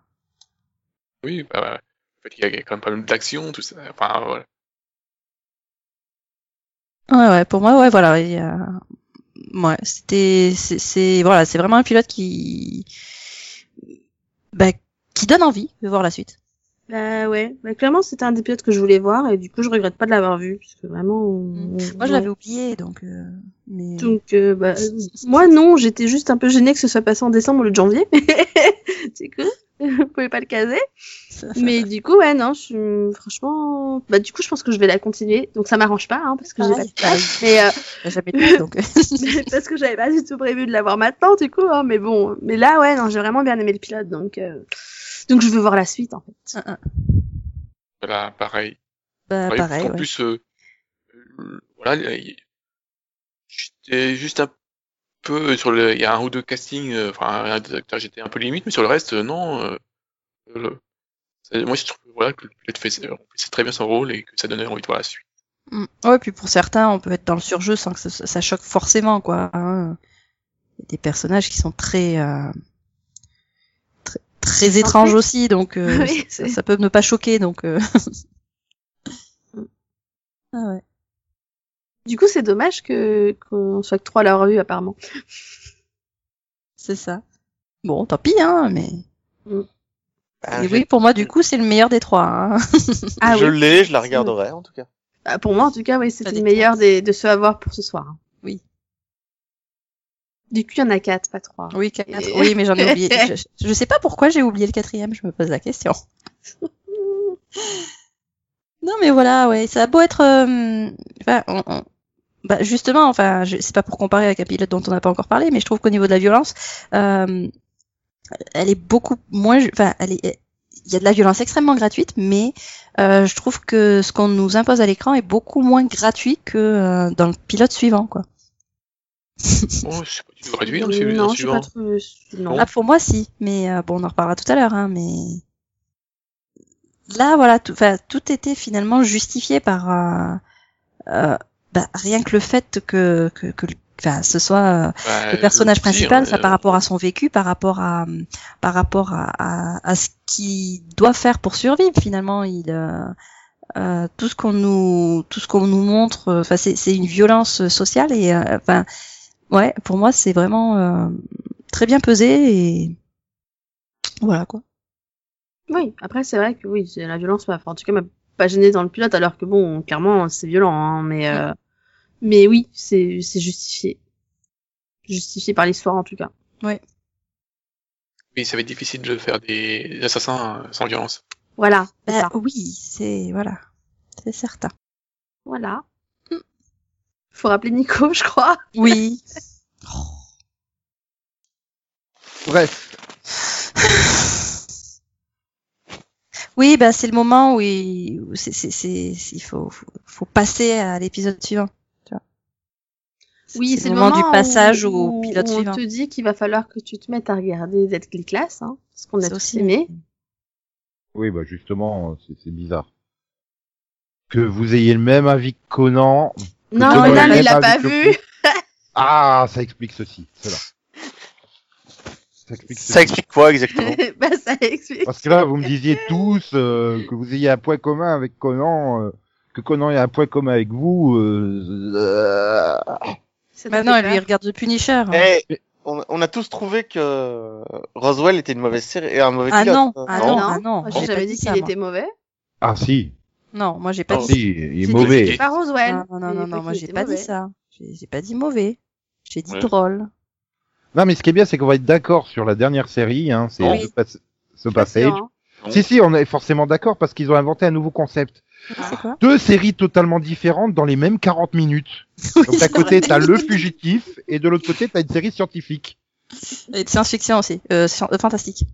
Speaker 4: Oui, bah, en fait, il y a- il y a quand même pas mal d'action, tout ça. Enfin, voilà.
Speaker 3: Ouais, ouais, pour moi, ouais, voilà. il y a- Ouais, c'était, c'est, c'est- voilà, c'est vraiment un pilote qui, bah, qui donne envie de voir la suite.
Speaker 2: bah ouais, bah, clairement c'était un des pilotes que je voulais voir et du coup je regrette pas de l'avoir vu parce que vraiment. on-
Speaker 3: Mm. Moi, je
Speaker 2: ouais.
Speaker 3: l'avais oublié, donc. euh, mais...
Speaker 2: Donc, euh, bah, euh, moi non, j'étais juste un peu gênée que ce soit passé en décembre au lieu de janvier. c'est cool. vous pouvez pas le caser. Mais du coup, ouais, non, je suis, franchement, bah, du coup, je pense que je vais la continuer. Donc, ça m'arrange pas, hein, parce que j'ai pas
Speaker 3: Pareil.
Speaker 2: de place. Mais, euh,
Speaker 3: J'ai jamais dit, donc.
Speaker 2: mais parce que j'avais pas du tout prévu de l'avoir maintenant, du coup, hein, mais bon. Mais là, ouais, non, j'ai vraiment bien aimé le pilote, donc, euh, donc je veux voir la suite, en fait.
Speaker 4: Voilà, pareil.
Speaker 3: bah,
Speaker 4: Pareil,
Speaker 3: pareil.
Speaker 4: En
Speaker 3: ouais.
Speaker 4: plus, euh, euh, voilà, euh, il- j'étais juste un peu sur le, il y a un ou deux castings, euh, enfin, un des acteurs, j'étais un peu limite, mais sur le reste, euh, non. euh, le- c'est- moi, je trouve voilà, que le pilote fait, c'est très bien son rôle et que ça donnait envie de voir la suite.
Speaker 3: Mm. Ouais, puis pour certains, on peut être dans le surjeu sans que ça, ça choque forcément, quoi. hein. Il y a Des personnages qui sont très euh, très, très étranges aussi, donc euh,
Speaker 2: Oui,
Speaker 3: ça-
Speaker 2: c'est-
Speaker 3: ça, peut ne pas choquer, donc. euh. ah ouais.
Speaker 2: Du coup, c'est dommage que, qu'on soit que trois à la revue, apparemment.
Speaker 3: C'est ça. Bon, tant pis, hein, mais.
Speaker 5: Ben,
Speaker 3: Et
Speaker 5: je
Speaker 3: oui, pour moi, du coup, c'est le meilleur des trois. Hein.
Speaker 2: Ah
Speaker 5: je
Speaker 2: oui.
Speaker 5: l'ai, je la regarderai en tout cas.
Speaker 2: Bah, pour moi, en tout cas, oui,
Speaker 3: Ça
Speaker 2: c'était le
Speaker 3: dépend.
Speaker 2: meilleur des, de ceux à voir pour ce soir. hein.
Speaker 3: Oui.
Speaker 2: Du coup, il y en a quatre, pas trois.
Speaker 3: Oui, quatre. oui, mais j'en ai oublié. Je, je sais pas pourquoi j'ai oublié le quatrième. Je me pose la question. Non, mais voilà, ouais, ça a beau être, euh, enfin, on- on- bah, justement, enfin, je- c'est pas pour comparer avec un pilote dont on n'a pas encore parlé, mais je trouve qu'au niveau de la violence, euh, elle est beaucoup moins, ju- enfin, elle est, il y a de la violence extrêmement gratuite, mais euh, je trouve que ce qu'on nous impose à l'écran est beaucoup moins gratuit que euh, dans le pilote suivant, quoi.
Speaker 4: Bon, Oh, je sais pas, tu veux réduire, c'est
Speaker 2: Euh, Non, je sais
Speaker 4: suivant.
Speaker 2: pas trop. je- Non.
Speaker 3: Ah, pour moi, si. Mais euh, bon, on en reparlera tout à l'heure. Hein, mais là, voilà, tout, 'fin, tout était finalement justifié par euh, euh, bah, rien que le fait que, que, que le- 'fin, ce soit euh,
Speaker 4: Bah,
Speaker 3: le personnage
Speaker 4: pire,
Speaker 3: principal, ça,
Speaker 4: euh,
Speaker 3: par rapport à son vécu, par rapport à, euh, par rapport à, à, à ce qu'il doit faire pour survivre. Finalement, il euh, euh, tout ce qu'on nous, tout ce qu'on nous montre, euh, enfin, c'est c'est une violence euh, sociale et, enfin, ouais, pour moi, c'est vraiment euh, très bien pesé et voilà quoi.
Speaker 2: Oui, après, c'est vrai que oui, c'est- la violence, m'a- enfin, en tout cas, m'a pas gênée dans le pilote, alors que bon, clairement, c'est violent, hein, mais, euh, mais oui, c'est c'est justifié. Justifié par l'histoire, en tout cas.
Speaker 4: Oui, ça va être difficile de faire des des assassins euh, sans violence.
Speaker 2: Voilà, c'est
Speaker 3: Euh.
Speaker 2: ça.
Speaker 3: Bah, oui, c'est voilà, c'est certain.
Speaker 2: Voilà. Faut rappeler Nico, je crois.
Speaker 3: Oui.
Speaker 1: Bref,
Speaker 3: Oui, bah c'est le moment où il, où c'est, c'est, c'est, il faut, faut, faut passer à l'épisode suivant. tu vois.
Speaker 2: Oui, c'est le
Speaker 3: moment,
Speaker 2: où-
Speaker 3: du passage au
Speaker 2: où-
Speaker 3: pilote
Speaker 2: où
Speaker 3: suivant.
Speaker 2: On te dit qu'il va falloir que tu te mettes à regarder Z les classes, hein, parce qu'on a
Speaker 3: C'est
Speaker 2: tous
Speaker 3: aussi-
Speaker 2: aimé.
Speaker 1: oui, bah justement, euh, c'est- c'est bizarre. Que vous ayez le même avis que Conan.
Speaker 2: Non,
Speaker 1: Plutôt
Speaker 2: mais
Speaker 1: dans
Speaker 2: non,
Speaker 1: le
Speaker 2: mais il
Speaker 1: même
Speaker 2: l'a pas
Speaker 1: avis que
Speaker 2: vu.
Speaker 1: Ah, ça explique ceci, cela. Ça explique
Speaker 5: Ça
Speaker 1: ceci.
Speaker 5: explique quoi exactement
Speaker 2: bah, ça explique.
Speaker 1: Parce que là, vous me disiez tous euh, que vous ayez un point commun avec Conan, euh, que Conan ait un point commun avec vous. euh, euh,
Speaker 2: Ça
Speaker 3: Bah
Speaker 2: te
Speaker 3: non,
Speaker 2: fait
Speaker 3: elle lui
Speaker 2: peur.
Speaker 3: regarde hein. le Punisher.
Speaker 5: Eh, on, on a tous trouvé que Roswell était une mauvaise série et un mauvais
Speaker 3: Ah
Speaker 5: pilote. hein.
Speaker 3: non,
Speaker 1: hein.
Speaker 3: ah non,
Speaker 2: non.
Speaker 3: ah non.
Speaker 2: Moi,
Speaker 3: j'ai
Speaker 2: J'ai
Speaker 3: pas
Speaker 2: jamais dit
Speaker 3: ça,
Speaker 2: qu'il
Speaker 3: moi.
Speaker 2: était mauvais.
Speaker 1: Ah si,
Speaker 3: Non, moi j'ai pas
Speaker 4: Oh.
Speaker 3: dit.
Speaker 1: si, il est
Speaker 2: C'est
Speaker 1: mauvais.
Speaker 4: dit.
Speaker 2: Pas Roswell.
Speaker 3: Non, non, non,
Speaker 2: Il
Speaker 3: non,
Speaker 2: dit
Speaker 3: non, moi
Speaker 2: qu'il
Speaker 3: j'ai
Speaker 2: était
Speaker 3: pas dit
Speaker 2: mauvais.
Speaker 3: ça. J'ai j'ai pas dit mauvais. J'ai dit
Speaker 4: Ouais.
Speaker 3: drôle.
Speaker 1: Non, mais ce qui est bien, c'est qu'on va être d'accord sur la dernière série, hein, c'est
Speaker 4: Oui.
Speaker 1: The Pass- The
Speaker 2: Pas sûr,
Speaker 1: Passage.
Speaker 2: hein.
Speaker 1: Si, si, on est forcément d'accord parce qu'ils ont inventé un nouveau concept.
Speaker 2: Ah.
Speaker 3: C'est quoi
Speaker 1: Deux séries totalement différentes dans les mêmes 40 minutes. Donc d'un côté, t'as Le Fugitif et de l'autre côté, t'as une série scientifique.
Speaker 3: Et de science-fiction aussi. Euh, scien- euh, fantastique.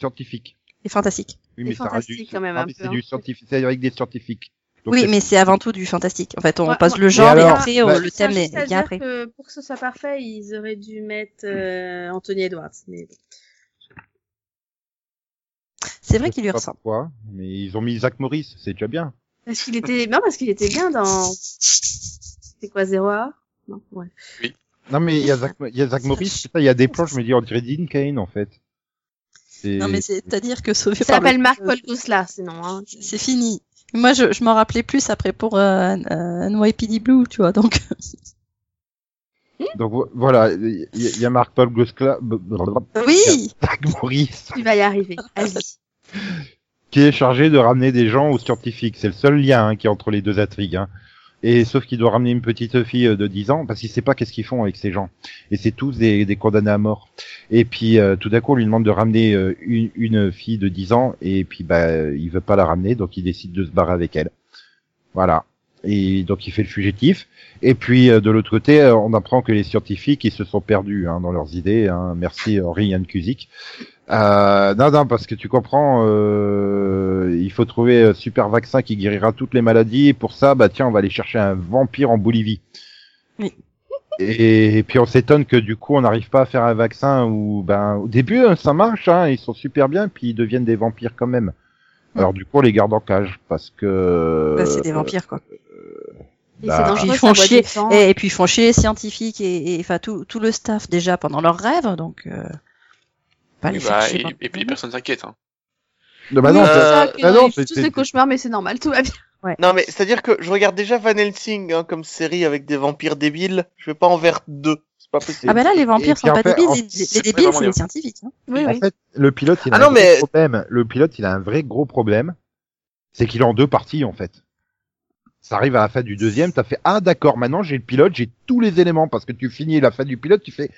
Speaker 1: Scientifique.
Speaker 3: Et fantastique.
Speaker 1: Oui,
Speaker 2: C'est
Speaker 1: mais ça reste
Speaker 2: fantastique
Speaker 1: du,
Speaker 2: quand même
Speaker 1: ah,
Speaker 2: un
Speaker 1: mais
Speaker 2: peu,
Speaker 1: c'est
Speaker 2: hein.
Speaker 1: du scientifique, c'est avec des scientifiques. Donc,
Speaker 3: oui,
Speaker 1: c'est-
Speaker 3: mais c'est avant tout du fantastique. En fait, on
Speaker 2: Ouais,
Speaker 3: passe
Speaker 2: moi-
Speaker 3: le genre et,
Speaker 1: alors,
Speaker 3: après on-
Speaker 1: bah,
Speaker 3: le
Speaker 2: Je tiens
Speaker 3: thème est-
Speaker 2: juste à dire
Speaker 3: vient après.
Speaker 2: que pour que ce soit parfait, ils auraient dû mettre euh, Anthony Edwards. Mais...
Speaker 3: C'est vrai
Speaker 1: je
Speaker 3: qu'il
Speaker 1: sais
Speaker 3: lui
Speaker 1: pas
Speaker 3: ressemble.
Speaker 1: pourquoi, mais ils ont mis Zach Morris, c'est déjà bien.
Speaker 2: Parce qu'il était... Non, parce qu'il était bien dans... C'est quoi, Zéro Hour Non, ouais.
Speaker 1: Non, mais il y a Zach, il y a Zach Morris, putain, il y a des plans, je me dis, on dirait Dean Cain, en fait. C'est-
Speaker 3: Non, mais c'est-à-dire que sauvé
Speaker 2: Il
Speaker 3: par le
Speaker 2: s'appelle Marc
Speaker 3: feu,
Speaker 2: Paul Gosselaar, sinon. Hein.
Speaker 3: C'est fini. Moi, je, je m'en rappelais plus après pour euh, euh, NYPD Blue, tu vois. Donc,
Speaker 1: Donc vo- voilà, il y, il y a Marc-Paul Goskla, b- b- b-
Speaker 3: oui,
Speaker 1: Zach Morris,
Speaker 2: Tu vas y arriver. Vas-y.
Speaker 1: qui est chargé de ramener des gens aux scientifiques. C'est le seul lien hein, qui est entre les deux intrigues. hein. Et sauf qu'il doit ramener une petite fille euh, de 10 ans parce qu'il sait pas qu'est-ce qu'ils font avec ces gens. Et c'est tous des, des condamnés à mort. Et puis euh, tout d'un coup, on lui demande de ramener euh, une, une fille de 10 ans et puis bah il veut pas la ramener, donc il décide de se barrer avec elle. Voilà. Et donc il fait le fugitif. Et puis euh, de l'autre côté, euh, on apprend que les scientifiques ils se sont perdus hein, dans leurs idées. Hein. Merci Henri Yann Kuzik. Euh, non, non, parce que tu comprends, euh, il faut trouver un super vaccin qui guérira toutes les maladies. Et pour ça, bah tiens, on va aller chercher un vampire en Bolivie.
Speaker 3: Oui.
Speaker 1: Et, et puis on s'étonne que du coup, on n'arrive pas à faire un vaccin où, ben, au début, euh, ça marche, hein, ils sont super bien, puis ils deviennent des vampires quand même. Alors du coup, on les garde en cage parce que. euh,
Speaker 3: Bah, c'est des vampires, quoi.
Speaker 2: Et
Speaker 1: Bah,
Speaker 2: c'est
Speaker 3: Puis
Speaker 2: dangereux,
Speaker 3: ils
Speaker 2: ça
Speaker 3: font
Speaker 2: boit
Speaker 3: chier.
Speaker 2: du sang.
Speaker 1: Eh,
Speaker 3: Et, et puis ils font chier les scientifiques et, et enfin tout, tout le staff déjà pendant leurs rêves, donc euh, pas Mhm.
Speaker 4: Et,
Speaker 3: les
Speaker 4: bah,
Speaker 3: faire chier
Speaker 4: et,
Speaker 3: pendant-
Speaker 4: et puis les personnes s'inquiètent. Hein.
Speaker 1: Non, bah
Speaker 5: Oui,
Speaker 1: non,
Speaker 5: c'est
Speaker 1: ça-
Speaker 5: ça
Speaker 2: C'est
Speaker 1: ah
Speaker 2: ça
Speaker 1: non,
Speaker 2: que
Speaker 1: c'est-
Speaker 2: tous
Speaker 1: c'est-
Speaker 2: ces cauchemars, mais c'est normal, tout va bien.
Speaker 5: Euh, Non, mais c'est-à-dire que je regarde déjà Van Helsing hein, comme série avec des vampires débiles. Je vais pas en vers deux. C'est pas possible.
Speaker 3: Ah ben là les
Speaker 1: et
Speaker 3: vampires
Speaker 1: puis
Speaker 3: sont pas
Speaker 1: après,
Speaker 3: débiles,
Speaker 1: en-
Speaker 3: les, les
Speaker 4: c'est pas
Speaker 3: débiles
Speaker 4: vraiment
Speaker 3: c'est
Speaker 4: bien.
Speaker 3: les scientifiques. hein.
Speaker 2: Oui,
Speaker 1: En
Speaker 2: oui.
Speaker 1: fait, le pilote, il a
Speaker 5: Ah
Speaker 1: un
Speaker 5: non,
Speaker 1: gros
Speaker 5: mais-
Speaker 1: problème. Le pilote, il a un vrai gros problème. C'est qu'il est en deux parties, en fait. Ça arrive à la fin du deuxième, t'as fait, ah, d'accord, maintenant j'ai le pilote, j'ai tous les éléments, parce que tu finis la fin du pilote, tu fais,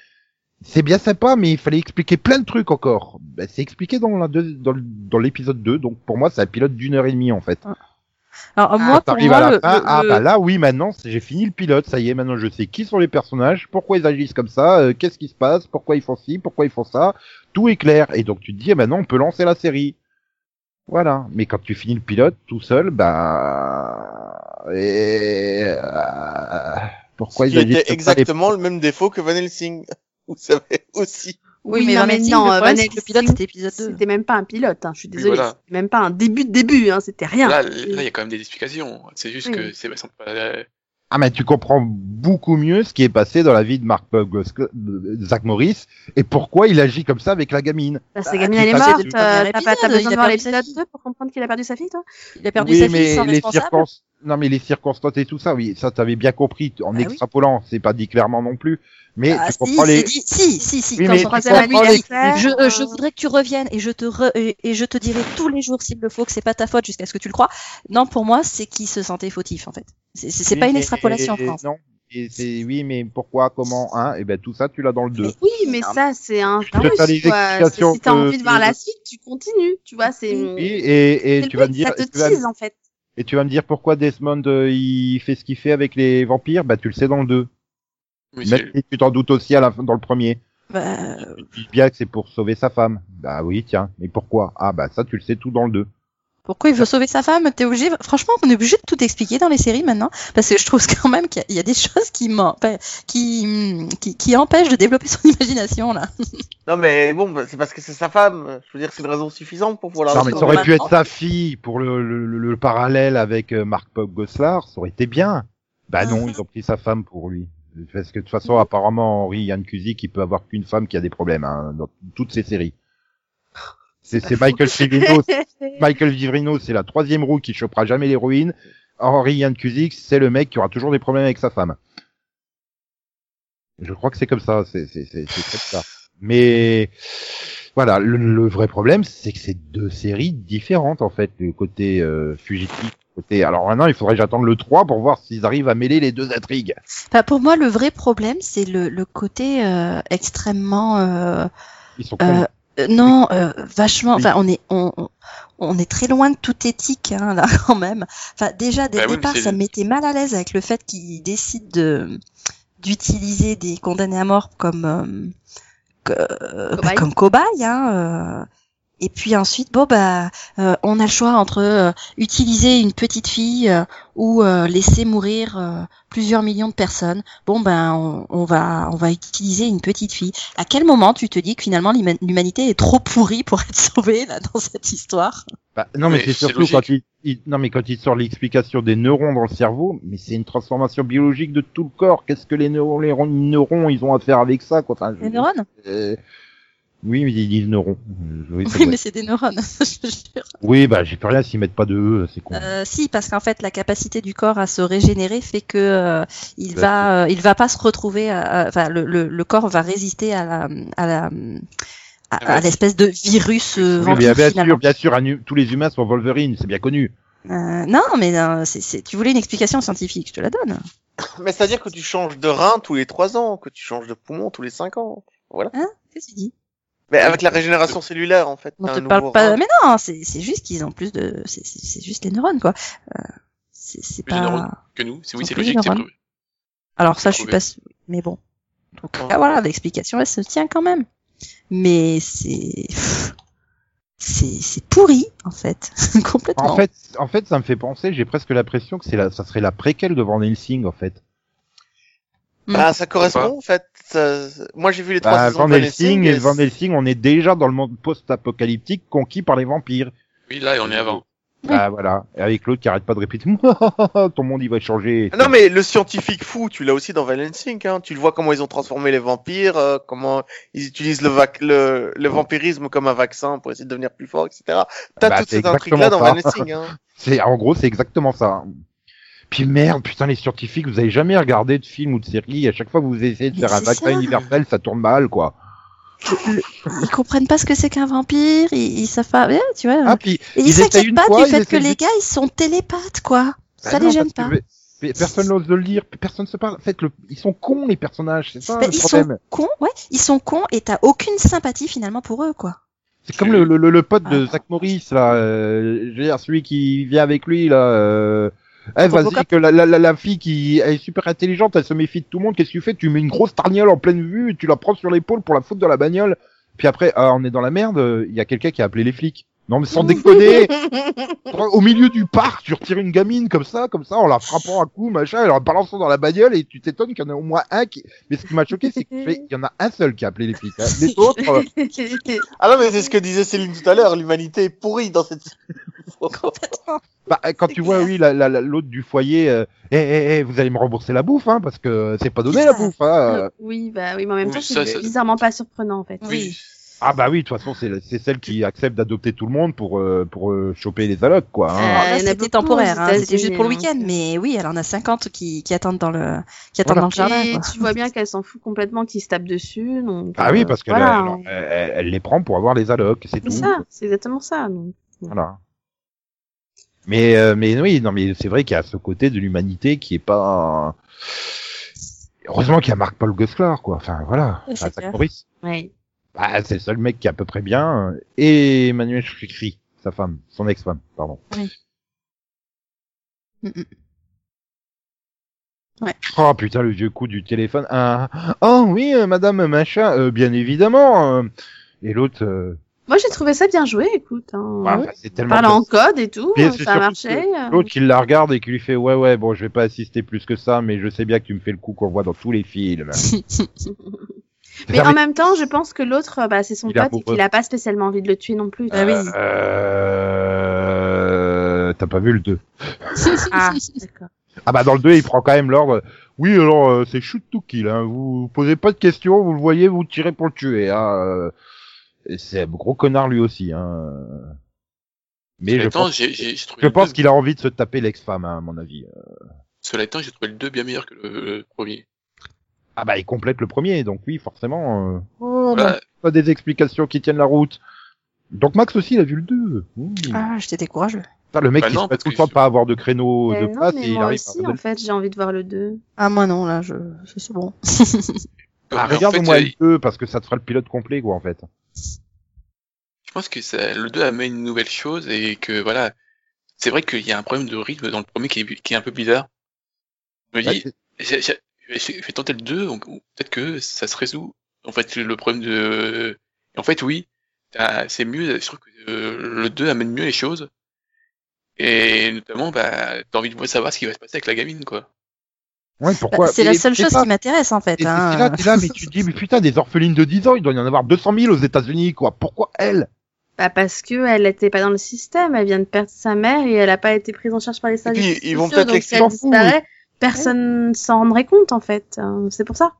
Speaker 1: c'est bien sympa, mais il fallait expliquer plein de trucs encore. Ben, c'est expliqué dans la deux- dans le- dans l'épisode 2, donc pour moi, c'est un pilote d'une heure et demie, en fait.
Speaker 3: Ah.
Speaker 1: Ah,
Speaker 3: Alors moi pour
Speaker 1: T'arrives à
Speaker 3: moi
Speaker 1: la
Speaker 3: le,
Speaker 1: fin,
Speaker 3: le-
Speaker 1: ah,
Speaker 3: le-
Speaker 1: bah là, oui, maintenant, c'est- j'ai fini le pilote, ça y est, maintenant je sais qui sont les personnages, pourquoi ils agissent comme ça, euh, qu'est-ce qui se passe, pourquoi ils font ci, pourquoi ils font ça, tout est clair. Et donc tu te dis, eh, maintenant on peut lancer la série. Voilà. Mais quand tu finis le pilote tout seul, bah... Et... euh, Pourquoi
Speaker 5: Qui
Speaker 1: ils agissent
Speaker 5: était
Speaker 1: comme ça les-
Speaker 5: exactement le même défaut que Van Helsing. Vous savez aussi.
Speaker 3: oui mais, non, mais
Speaker 2: non,
Speaker 3: le
Speaker 2: euh,
Speaker 3: problème,
Speaker 2: Van
Speaker 3: c'est que le pilote
Speaker 2: Helsing,
Speaker 3: c'était épisode 2.
Speaker 2: C'était même pas un pilote, hein, je suis désolée.
Speaker 4: voilà.
Speaker 2: C'était même pas un début de début, hein, c'était rien.
Speaker 4: Là, là, il y a quand même des explications. C'est juste
Speaker 2: Oui.
Speaker 4: que c'est elles sont pas. euh,
Speaker 1: Ah mais tu comprends beaucoup mieux ce qui est passé dans la vie de Mark Bogos- de euh, Zach Morris et pourquoi il agit comme ça avec la gamine.
Speaker 2: Bah, sa
Speaker 1: Bah,
Speaker 2: gamine,
Speaker 1: tu
Speaker 2: elle est
Speaker 1: passais
Speaker 2: morte.
Speaker 1: du
Speaker 2: euh,
Speaker 3: premier
Speaker 2: T'as pas- t'as
Speaker 3: épisode, il
Speaker 2: besoin
Speaker 3: a
Speaker 2: de voir
Speaker 3: perdu sa
Speaker 2: l'épisode
Speaker 3: fille.
Speaker 2: 2 pour comprendre qu'il a perdu sa fille, toi
Speaker 3: Il a perdu
Speaker 1: oui,
Speaker 3: sa
Speaker 1: mais
Speaker 3: fille sans
Speaker 1: les
Speaker 3: responsable.
Speaker 1: circonstances. Non, mais les circonstances et tout ça, oui, ça t'avais bien compris en
Speaker 3: Bah oui.
Speaker 1: extrapolant, c'est pas dit clairement non plus, mais
Speaker 3: Ah,
Speaker 1: tu
Speaker 3: si,
Speaker 1: comprends
Speaker 3: c'est
Speaker 1: les.
Speaker 3: dit- si, si, si,
Speaker 1: Oui,
Speaker 3: quand
Speaker 1: mais
Speaker 3: on
Speaker 1: tu
Speaker 3: croise
Speaker 1: comprends
Speaker 3: la famille,
Speaker 1: les-
Speaker 2: les-
Speaker 3: je,
Speaker 2: Euh,
Speaker 3: je voudrais que tu reviennes et je te re- et et je te dirai tous les jours s'il le faut que c'est pas ta faute jusqu'à ce que tu le crois. Non, pour moi, c'est qu'il se sentait fautif en fait. C'est- C'est c'est
Speaker 1: Oui,
Speaker 3: pas une
Speaker 1: mais-
Speaker 3: extrapolation en France.
Speaker 1: Non. Et c'est oui, mais pourquoi, comment, hein Et ben tout ça, tu l'as dans le 2.
Speaker 2: Eh Oui, mais ça, c'est un
Speaker 1: te
Speaker 2: virus,
Speaker 1: fais les
Speaker 2: quoi. C'est-
Speaker 1: explications
Speaker 2: Si t'as
Speaker 1: que-
Speaker 2: envie de voir la suite, tu continues, tu vois. C'est
Speaker 1: Oui, et,
Speaker 2: c'est
Speaker 1: et
Speaker 2: le
Speaker 1: tu vas me
Speaker 2: but,
Speaker 1: dire
Speaker 2: Ça te
Speaker 1: tu vas-
Speaker 2: tease, hein. en fait.
Speaker 1: et tu vas me dire pourquoi Desmond euh, il fait ce qu'il fait avec les vampires, bah tu le sais dans le 2.
Speaker 4: mais
Speaker 1: Même
Speaker 4: c'est-
Speaker 1: si tu t'en doutes aussi à la fin dans le premier.
Speaker 3: Bah, euh,
Speaker 1: Tu dis bien que c'est pour sauver sa femme. Bah oui, tiens, mais pourquoi Ah bah ça tu le sais tout dans le 2.
Speaker 3: pourquoi il veut sauver sa femme T'es obligé. Franchement, on est obligé de tout expliquer dans les séries maintenant, parce que je trouve quand même qu'il y a- il y, a des choses qui, m'en- enfin, qui, qui qui empêchent de développer son imagination là.
Speaker 5: Non, mais bon, bah, c'est parce que c'est sa femme. Je veux dire, c'est une raison suffisante pour vouloir.
Speaker 1: Non,
Speaker 3: Alors,
Speaker 1: mais
Speaker 3: c'est
Speaker 1: ça aurait pu
Speaker 3: maintenant.
Speaker 1: être sa fille pour le, le, le- le parallèle avec euh, Marc Pop Gosselaar, ça aurait été bien. Bah non, ils ont pris sa femme pour lui. Parce que de toute façon, apparemment, Henri Yann Cusick, il peut avoir qu'une femme qui a des problèmes hein, dans toutes ses séries. C'est c'est Michael Cimino, Michael Vivrino, c'est la troisième roue qui chopera jamais l'héroïne. Henri Yann Cusick, c'est le mec qui aura toujours des problèmes avec sa femme. Je crois que c'est comme ça, c'est c'est- c'est- c'est comme ça. Mais voilà, le, le vrai problème, c'est que c'est deux séries différentes en fait, le côté euh, fugitif, le côté. Alors maintenant, il faudrait que j'attende le 3 pour voir s'ils arrivent à mêler les deux intrigues.
Speaker 3: Enfin, pour moi, le vrai problème, c'est le, le côté euh, extrêmement euh,
Speaker 1: Ils sont
Speaker 3: Euh,
Speaker 1: cons.
Speaker 3: euh, non, euh, vachement.
Speaker 1: Oui.
Speaker 3: Enfin, on est on, on- on est très loin de toute éthique hein, là quand même. Enfin, déjà dès
Speaker 4: Bah oui,
Speaker 3: le
Speaker 4: mais
Speaker 3: départ,
Speaker 4: c'est-
Speaker 3: ça me mettait mal à l'aise avec le fait qu'ils décident de d'utiliser des condamnés à mort comme euh, que- euh, bah,
Speaker 2: Cobayes.
Speaker 3: comme cobayes. Hein, euh. Et puis ensuite, bon bah, euh, on a le choix entre euh, utiliser une petite fille euh, ou euh, laisser mourir euh, plusieurs millions de personnes. Bon ben, on, on va on va utiliser une petite fille. À quel moment tu te dis que finalement l'huma- l'humanité est trop pourrie pour être sauvée là dans cette histoire
Speaker 1: Bah, non, mais,
Speaker 4: Mais
Speaker 1: c'est
Speaker 4: c'est
Speaker 1: surtout quand il, il- non, mais quand il sort l'explication des neurones dans le cerveau, mais c'est une transformation biologique de tout le corps. Qu'est-ce que les neurones, les ron- neurones, ils ont à faire avec ça, quoi. Enfin, je-
Speaker 3: Des neurones
Speaker 1: euh, oui, mais ils disent neurones. Euh, Oui, ça
Speaker 3: Oui,
Speaker 1: doit
Speaker 3: mais
Speaker 1: être-
Speaker 3: c'est des neurones. je jure.
Speaker 1: oui, bah, j'ai plus rien s'ils mettent pas de E, c'est con.
Speaker 3: Euh, si, parce qu'en fait, la capacité du corps à se régénérer fait que euh, il
Speaker 1: Bah,
Speaker 3: va euh, il va pas se retrouver. à- à- Enfin, le, le, le corps va résister à la à la à, à l'espèce de virus euh,
Speaker 1: Oui, mais
Speaker 3: vampire,
Speaker 1: bien
Speaker 3: finalement.
Speaker 1: sûr, bien sûr, un hu- tous les humains sont Wolverine, c'est bien connu.
Speaker 3: Euh, non, mais euh, c'est- c'est- tu voulais une explication scientifique, je te la donne.
Speaker 5: Mais c'est-à-dire que tu changes de rein tous les trois ans, que tu changes de poumon tous les cinq ans.
Speaker 3: Qu'est-ce que tu dis
Speaker 5: Mais avec la régénération cellulaire, en fait.
Speaker 3: On
Speaker 5: t'as
Speaker 3: te
Speaker 5: un
Speaker 3: parle
Speaker 5: nouveau
Speaker 3: pas.
Speaker 5: rein.
Speaker 3: Mais non, c'est c'est juste qu'ils ont plus de. C'est c'est- c'est juste les neurones, quoi. Euh, c'est c'est
Speaker 4: Plus de neurones.
Speaker 3: pas.
Speaker 4: que nous. C'est oui,
Speaker 3: Sans
Speaker 4: c'est
Speaker 3: plus,
Speaker 4: logique, c'est
Speaker 3: Laurent.
Speaker 4: prouvé.
Speaker 3: Alors ça, je suis
Speaker 4: Trouvé.
Speaker 3: pas. sûre, Mais bon. Donc là, voilà, l'explication, elle se tient quand même. Mais c'est. pff, C'est c'est pourri, en fait. Complètement.
Speaker 1: En fait, en fait, ça me fait penser, j'ai presque l'impression que c'est la, ça serait la préquelle de Van Helsing, en fait.
Speaker 5: Bah, ça correspond, en fait. Ça- Moi, j'ai vu les trois
Speaker 1: Bah,
Speaker 5: saisons
Speaker 1: Van
Speaker 5: de
Speaker 1: Helsing, et
Speaker 5: et
Speaker 1: Van Helsing, on est déjà dans le monde post-apocalyptique conquis par les vampires.
Speaker 4: Oui, là, on est avant.
Speaker 1: Bah voilà, et avec l'autre qui arrête pas de répéter, ton monde il va changer.
Speaker 3: Ah,
Speaker 5: Ah Non mais le scientifique fou, tu l'as aussi dans Valensink, hein. tu le vois comment ils ont transformé les vampires, euh, comment ils utilisent le, vac- le, le vampirisme comme un vaccin pour essayer de devenir plus fort, etc. T'as
Speaker 1: Bah,
Speaker 5: toute
Speaker 1: c'est
Speaker 5: cette intrigue-là dans
Speaker 1: exactement ça.
Speaker 5: Valensink. Hein.
Speaker 1: C'est en gros c'est exactement ça. Puis merde, putain les scientifiques, vous avez jamais regardé de film ou de série, à chaque fois que vous essayez de
Speaker 3: Mais
Speaker 1: faire un
Speaker 3: c'est
Speaker 1: vaccin
Speaker 3: ça.
Speaker 1: universel, ça tourne mal quoi.
Speaker 3: Ils comprennent pas ce que c'est qu'un vampire. Ils, ils savent pas. eh, tu vois.
Speaker 1: Ah puis
Speaker 3: Et
Speaker 1: ils
Speaker 3: ils
Speaker 1: essayent
Speaker 3: s'inquiètent
Speaker 1: une
Speaker 3: pas
Speaker 1: fois,
Speaker 3: du
Speaker 1: ils
Speaker 3: fait que
Speaker 1: essayent
Speaker 3: les
Speaker 1: une-
Speaker 3: gars, ils sont télépathes, quoi. ça
Speaker 1: bah
Speaker 3: les
Speaker 1: non,
Speaker 3: gêne pas.
Speaker 1: parce que- mais personne n'ose le lire, personne se parle. En fait, le- ils sont cons les personnages, c'est ça
Speaker 3: Ben,
Speaker 1: le
Speaker 3: ils
Speaker 1: problème.
Speaker 3: sont cons, ouais, ils sont cons et t'as aucune sympathie finalement pour eux, quoi.
Speaker 1: C'est comme le, le, le, le pote de
Speaker 3: Ah.
Speaker 1: Zach Morris, là, euh, je veux dire, celui qui vient avec lui, là, euh, eh, vas-y,
Speaker 3: Robocop.
Speaker 1: que la, la, la, la fille qui est super intelligente, elle se méfie de tout le monde, qu'est-ce que tu fais? Tu mets une grosse tarniole en pleine vue, et tu la prends sur l'épaule pour la faute de la bagnole, puis après, ah, on est dans la merde, euh, il y a quelqu'un qui a appelé les flics. Non, mais sans déconner! Au milieu du parc, tu retires une gamine comme ça, comme ça, en la frappant à coups, machin, et en la balançant dans la bagnole, et tu t'étonnes qu'il y en a au moins un qui, mais ce qui m'a choqué, c'est qu'il y en a un seul qui a appelé les flics, hein. Les autres, euh,
Speaker 5: Ah non mais c'est ce que disait Céline tout à l'heure, l'humanité est pourrie dans cette...
Speaker 1: Bah, euh, quand
Speaker 3: C'est
Speaker 1: tu vois,
Speaker 3: clair.
Speaker 1: oui, la- la- la- l'autre du foyer, euh, eh, eh, eh, vous allez me rembourser la bouffe, hein, parce que c'est pas donné la
Speaker 3: C'est ça.
Speaker 1: bouffe. Hein.
Speaker 2: Oui, bah oui, mais en même
Speaker 4: Oui,
Speaker 2: temps,
Speaker 4: ça,
Speaker 2: c'est
Speaker 4: ça-
Speaker 2: bizarrement pas surprenant en fait.
Speaker 4: Oui.
Speaker 1: Ah bah oui, de toute façon, c'est c'est celle qui accepte d'adopter tout le monde pour euh, pour euh, choper les allocs, quoi. hein.
Speaker 2: Euh,
Speaker 3: Alors
Speaker 2: il y en
Speaker 3: là,
Speaker 2: a
Speaker 3: c'était
Speaker 2: beaucoup
Speaker 3: temporaire,
Speaker 2: aux
Speaker 3: hein, c'était juste
Speaker 2: États-Unis,
Speaker 3: pour le
Speaker 2: hein.
Speaker 3: week-end, mais oui, elle en a 50 qui, qui attendent dans le, qui attendent
Speaker 1: Voilà.
Speaker 3: dans le jardin,
Speaker 2: Et
Speaker 3: quoi.
Speaker 2: tu vois bien qu'elle s'en fout complètement qu'il se tape dessus. Donc,
Speaker 1: Ah
Speaker 2: euh,
Speaker 1: oui, parce qu'elle
Speaker 2: voilà.
Speaker 1: elle, elle- elle- elle les prend pour avoir les allocs, c'est tout.
Speaker 2: C'est ça, c'est exactement ça. donc.
Speaker 1: Voilà. Mais euh, mais oui, non, mais c'est vrai qu'il y a ce côté de l'humanité qui est pas. Heureusement qu'il y a Marc-Paul Gosselaar, quoi. Enfin voilà,
Speaker 3: Oui, c'est
Speaker 1: Ah, Zach
Speaker 3: clair.
Speaker 1: Morris.
Speaker 2: Ouais.
Speaker 1: Bah, c'est le seul mec qui est à peu près bien. euh, Et Emmanuel Choucri, sa femme, son ex-femme, pardon.
Speaker 3: Oui. Mm, mm. Ouais.
Speaker 1: Oh putain, le vieux coup du téléphone. Ah, oh oui, euh, madame machin, euh, bien évidemment. euh. et l'autre, euh,
Speaker 2: Moi, j'ai trouvé ça bien joué, écoute. Hein.
Speaker 1: bah, bah, c'est tellement...
Speaker 2: Parle en code et tout, hein,
Speaker 1: Bien, c'est
Speaker 2: ça euh.
Speaker 1: surtout
Speaker 2: marchait.
Speaker 1: que L'autre qui la regarde et qui lui fait, ouais, ouais, bon, je vais pas assister plus que ça, mais je sais bien que tu me fais le coup qu'on voit dans tous les films.
Speaker 2: Mais en même temps, je pense que l'autre, bah, c'est son
Speaker 1: Il est
Speaker 2: pote et
Speaker 1: amoureux.
Speaker 2: qu'il a pas spécialement envie de le tuer non plus.
Speaker 3: Ah oui.
Speaker 1: Euh, T'as pas vu le 2
Speaker 2: Ah, d'accord.
Speaker 1: Ah bah dans le 2, il prend quand même l'ordre. Oui, alors euh, c'est shoot to kill. Hein. Vous, vous posez pas de questions, vous le voyez, vous tirez pour le tuer. Hein. euh. Et C'est un gros connard lui aussi. Hein. Mais je
Speaker 4: Cela étant,
Speaker 1: pense,
Speaker 4: j'ai j'ai- j'ai trouvé
Speaker 1: je
Speaker 4: le
Speaker 1: pense
Speaker 4: deux-
Speaker 1: qu'il a envie de se taper l'ex-femme, hein, à mon avis.
Speaker 4: Cela étant, j'ai trouvé le 2 bien meilleur que le, le premier.
Speaker 1: Ah bah il complète le premier, donc oui, forcément. euh, Oh,
Speaker 4: Voilà.
Speaker 1: Pas des explications qui tiennent la route. Donc Max aussi, il a vu le 2. Ouh.
Speaker 3: ah, j'étais décourageux.
Speaker 1: Putain, le mec
Speaker 4: Bah
Speaker 1: qui
Speaker 4: non,
Speaker 1: se fait
Speaker 4: parce
Speaker 1: tout le
Speaker 4: que
Speaker 1: temps
Speaker 4: je-
Speaker 1: pas avoir de créneau
Speaker 2: Euh,
Speaker 1: de
Speaker 2: non,
Speaker 1: place
Speaker 2: mais
Speaker 1: et il
Speaker 2: moi
Speaker 1: arrive
Speaker 2: aussi,
Speaker 1: à
Speaker 2: en fait, j'ai envie de voir le 2.
Speaker 3: Ah, moi non, là, je, je suis bon.
Speaker 1: Ah,
Speaker 4: Mais en
Speaker 1: regarde
Speaker 4: fait,
Speaker 1: au moins
Speaker 4: euh,
Speaker 1: le 2 parce que ça te fera le pilote complet quoi en fait.
Speaker 4: je pense que ça, le 2 amène une nouvelle chose et que voilà, c'est vrai qu'il y a un problème de rythme dans le premier qui est, bi- qui est un peu bizarre. Je me
Speaker 1: Ouais,
Speaker 4: dis,
Speaker 1: c'est-
Speaker 4: j'ai- j'ai- je vais je vais tenter le 2, donc ou peut-être que ça se résout. En fait, le problème de... En fait, oui, t'as- c'est mieux, je trouve que euh, le 2 amène mieux les choses. Et notamment, bah, t'as envie de savoir ce qui va se passer avec la gamine, quoi.
Speaker 1: Ouais,
Speaker 3: Bah,
Speaker 1: pourquoi
Speaker 3: c'est la
Speaker 1: Et-
Speaker 3: seule
Speaker 1: et
Speaker 3: chose
Speaker 1: ça-
Speaker 3: qui m'intéresse, en fait,
Speaker 1: Et
Speaker 3: hein.
Speaker 1: c'est là, t'es là, mais tu te dis, mais putain, des orphelines de 10 ans, il doit y en avoir 200 000 aux États-Unis, quoi. Pourquoi elle
Speaker 2: Bah, parce que elle était pas dans le système, elle vient de perdre sa mère et elle a pas été prise en charge par les
Speaker 5: Et
Speaker 2: services
Speaker 5: puis ils vont
Speaker 2: sociaux,
Speaker 5: peut-être
Speaker 2: donc si
Speaker 5: l'expliquer.
Speaker 2: elle
Speaker 1: l'expliquer.
Speaker 2: disparaît, personne s'en rendrait compte, en fait. Euh, C'est pour ça.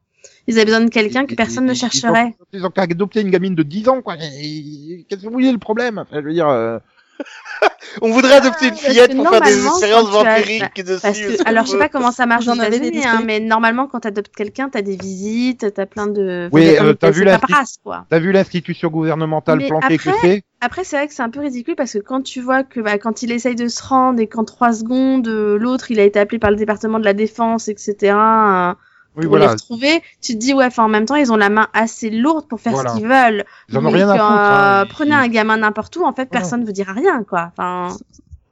Speaker 2: Ils avaient besoin de quelqu'un que
Speaker 1: Ils-
Speaker 2: personne
Speaker 1: ils-
Speaker 2: ne
Speaker 1: ils-
Speaker 2: chercherait.
Speaker 1: Ils ont, ils ont qu'à adopter une gamine de 10 ans, quoi. Et- et- Qu'est-ce que vous voulez le problème Enfin, Je veux dire, euh,
Speaker 5: On voudrait adopter une
Speaker 2: Ah, parce que
Speaker 5: fillette pour faire des
Speaker 2: normalement,
Speaker 5: expériences
Speaker 2: quand tu as-
Speaker 5: vampiriques dessus.
Speaker 2: Parce que-
Speaker 5: est-ce qu'on
Speaker 2: alors, je sais
Speaker 5: peut
Speaker 1: euh,
Speaker 2: pas comment ça marche
Speaker 3: J'en
Speaker 2: aux
Speaker 3: avais des
Speaker 2: États-Unis, hein,
Speaker 3: disponibles.
Speaker 2: mais normalement, quand t'adoptes quelqu'un, t'as des visites, t'as plein de.
Speaker 1: Oui,
Speaker 2: t'as plein
Speaker 1: euh,
Speaker 2: de-
Speaker 1: t'as vu
Speaker 2: c'est
Speaker 1: la-
Speaker 2: paperasse, quoi.
Speaker 1: T'as vu l'institution gouvernementale
Speaker 2: Mais
Speaker 1: plantée que
Speaker 2: après-
Speaker 1: c'est
Speaker 2: Après, c'est vrai que c'est un peu ridicule parce que quand tu vois que bah, quand il essaye de se rendre et qu'en trois secondes, euh, l'autre, il a été appelé par le département de la défense, etc. euh,
Speaker 1: Oui,
Speaker 2: pour les
Speaker 1: voilà.
Speaker 2: retrouver, tu te dis ouais, enfin en même temps ils ont la main assez lourde pour faire
Speaker 1: Voilà.
Speaker 2: ce qu'ils veulent.
Speaker 1: Ils en ont
Speaker 2: Donc,
Speaker 1: rien à foutre.
Speaker 2: euh,
Speaker 1: hein.
Speaker 2: Prenez un gamin n'importe où, en fait personne ne vous dira rien quoi. Enfin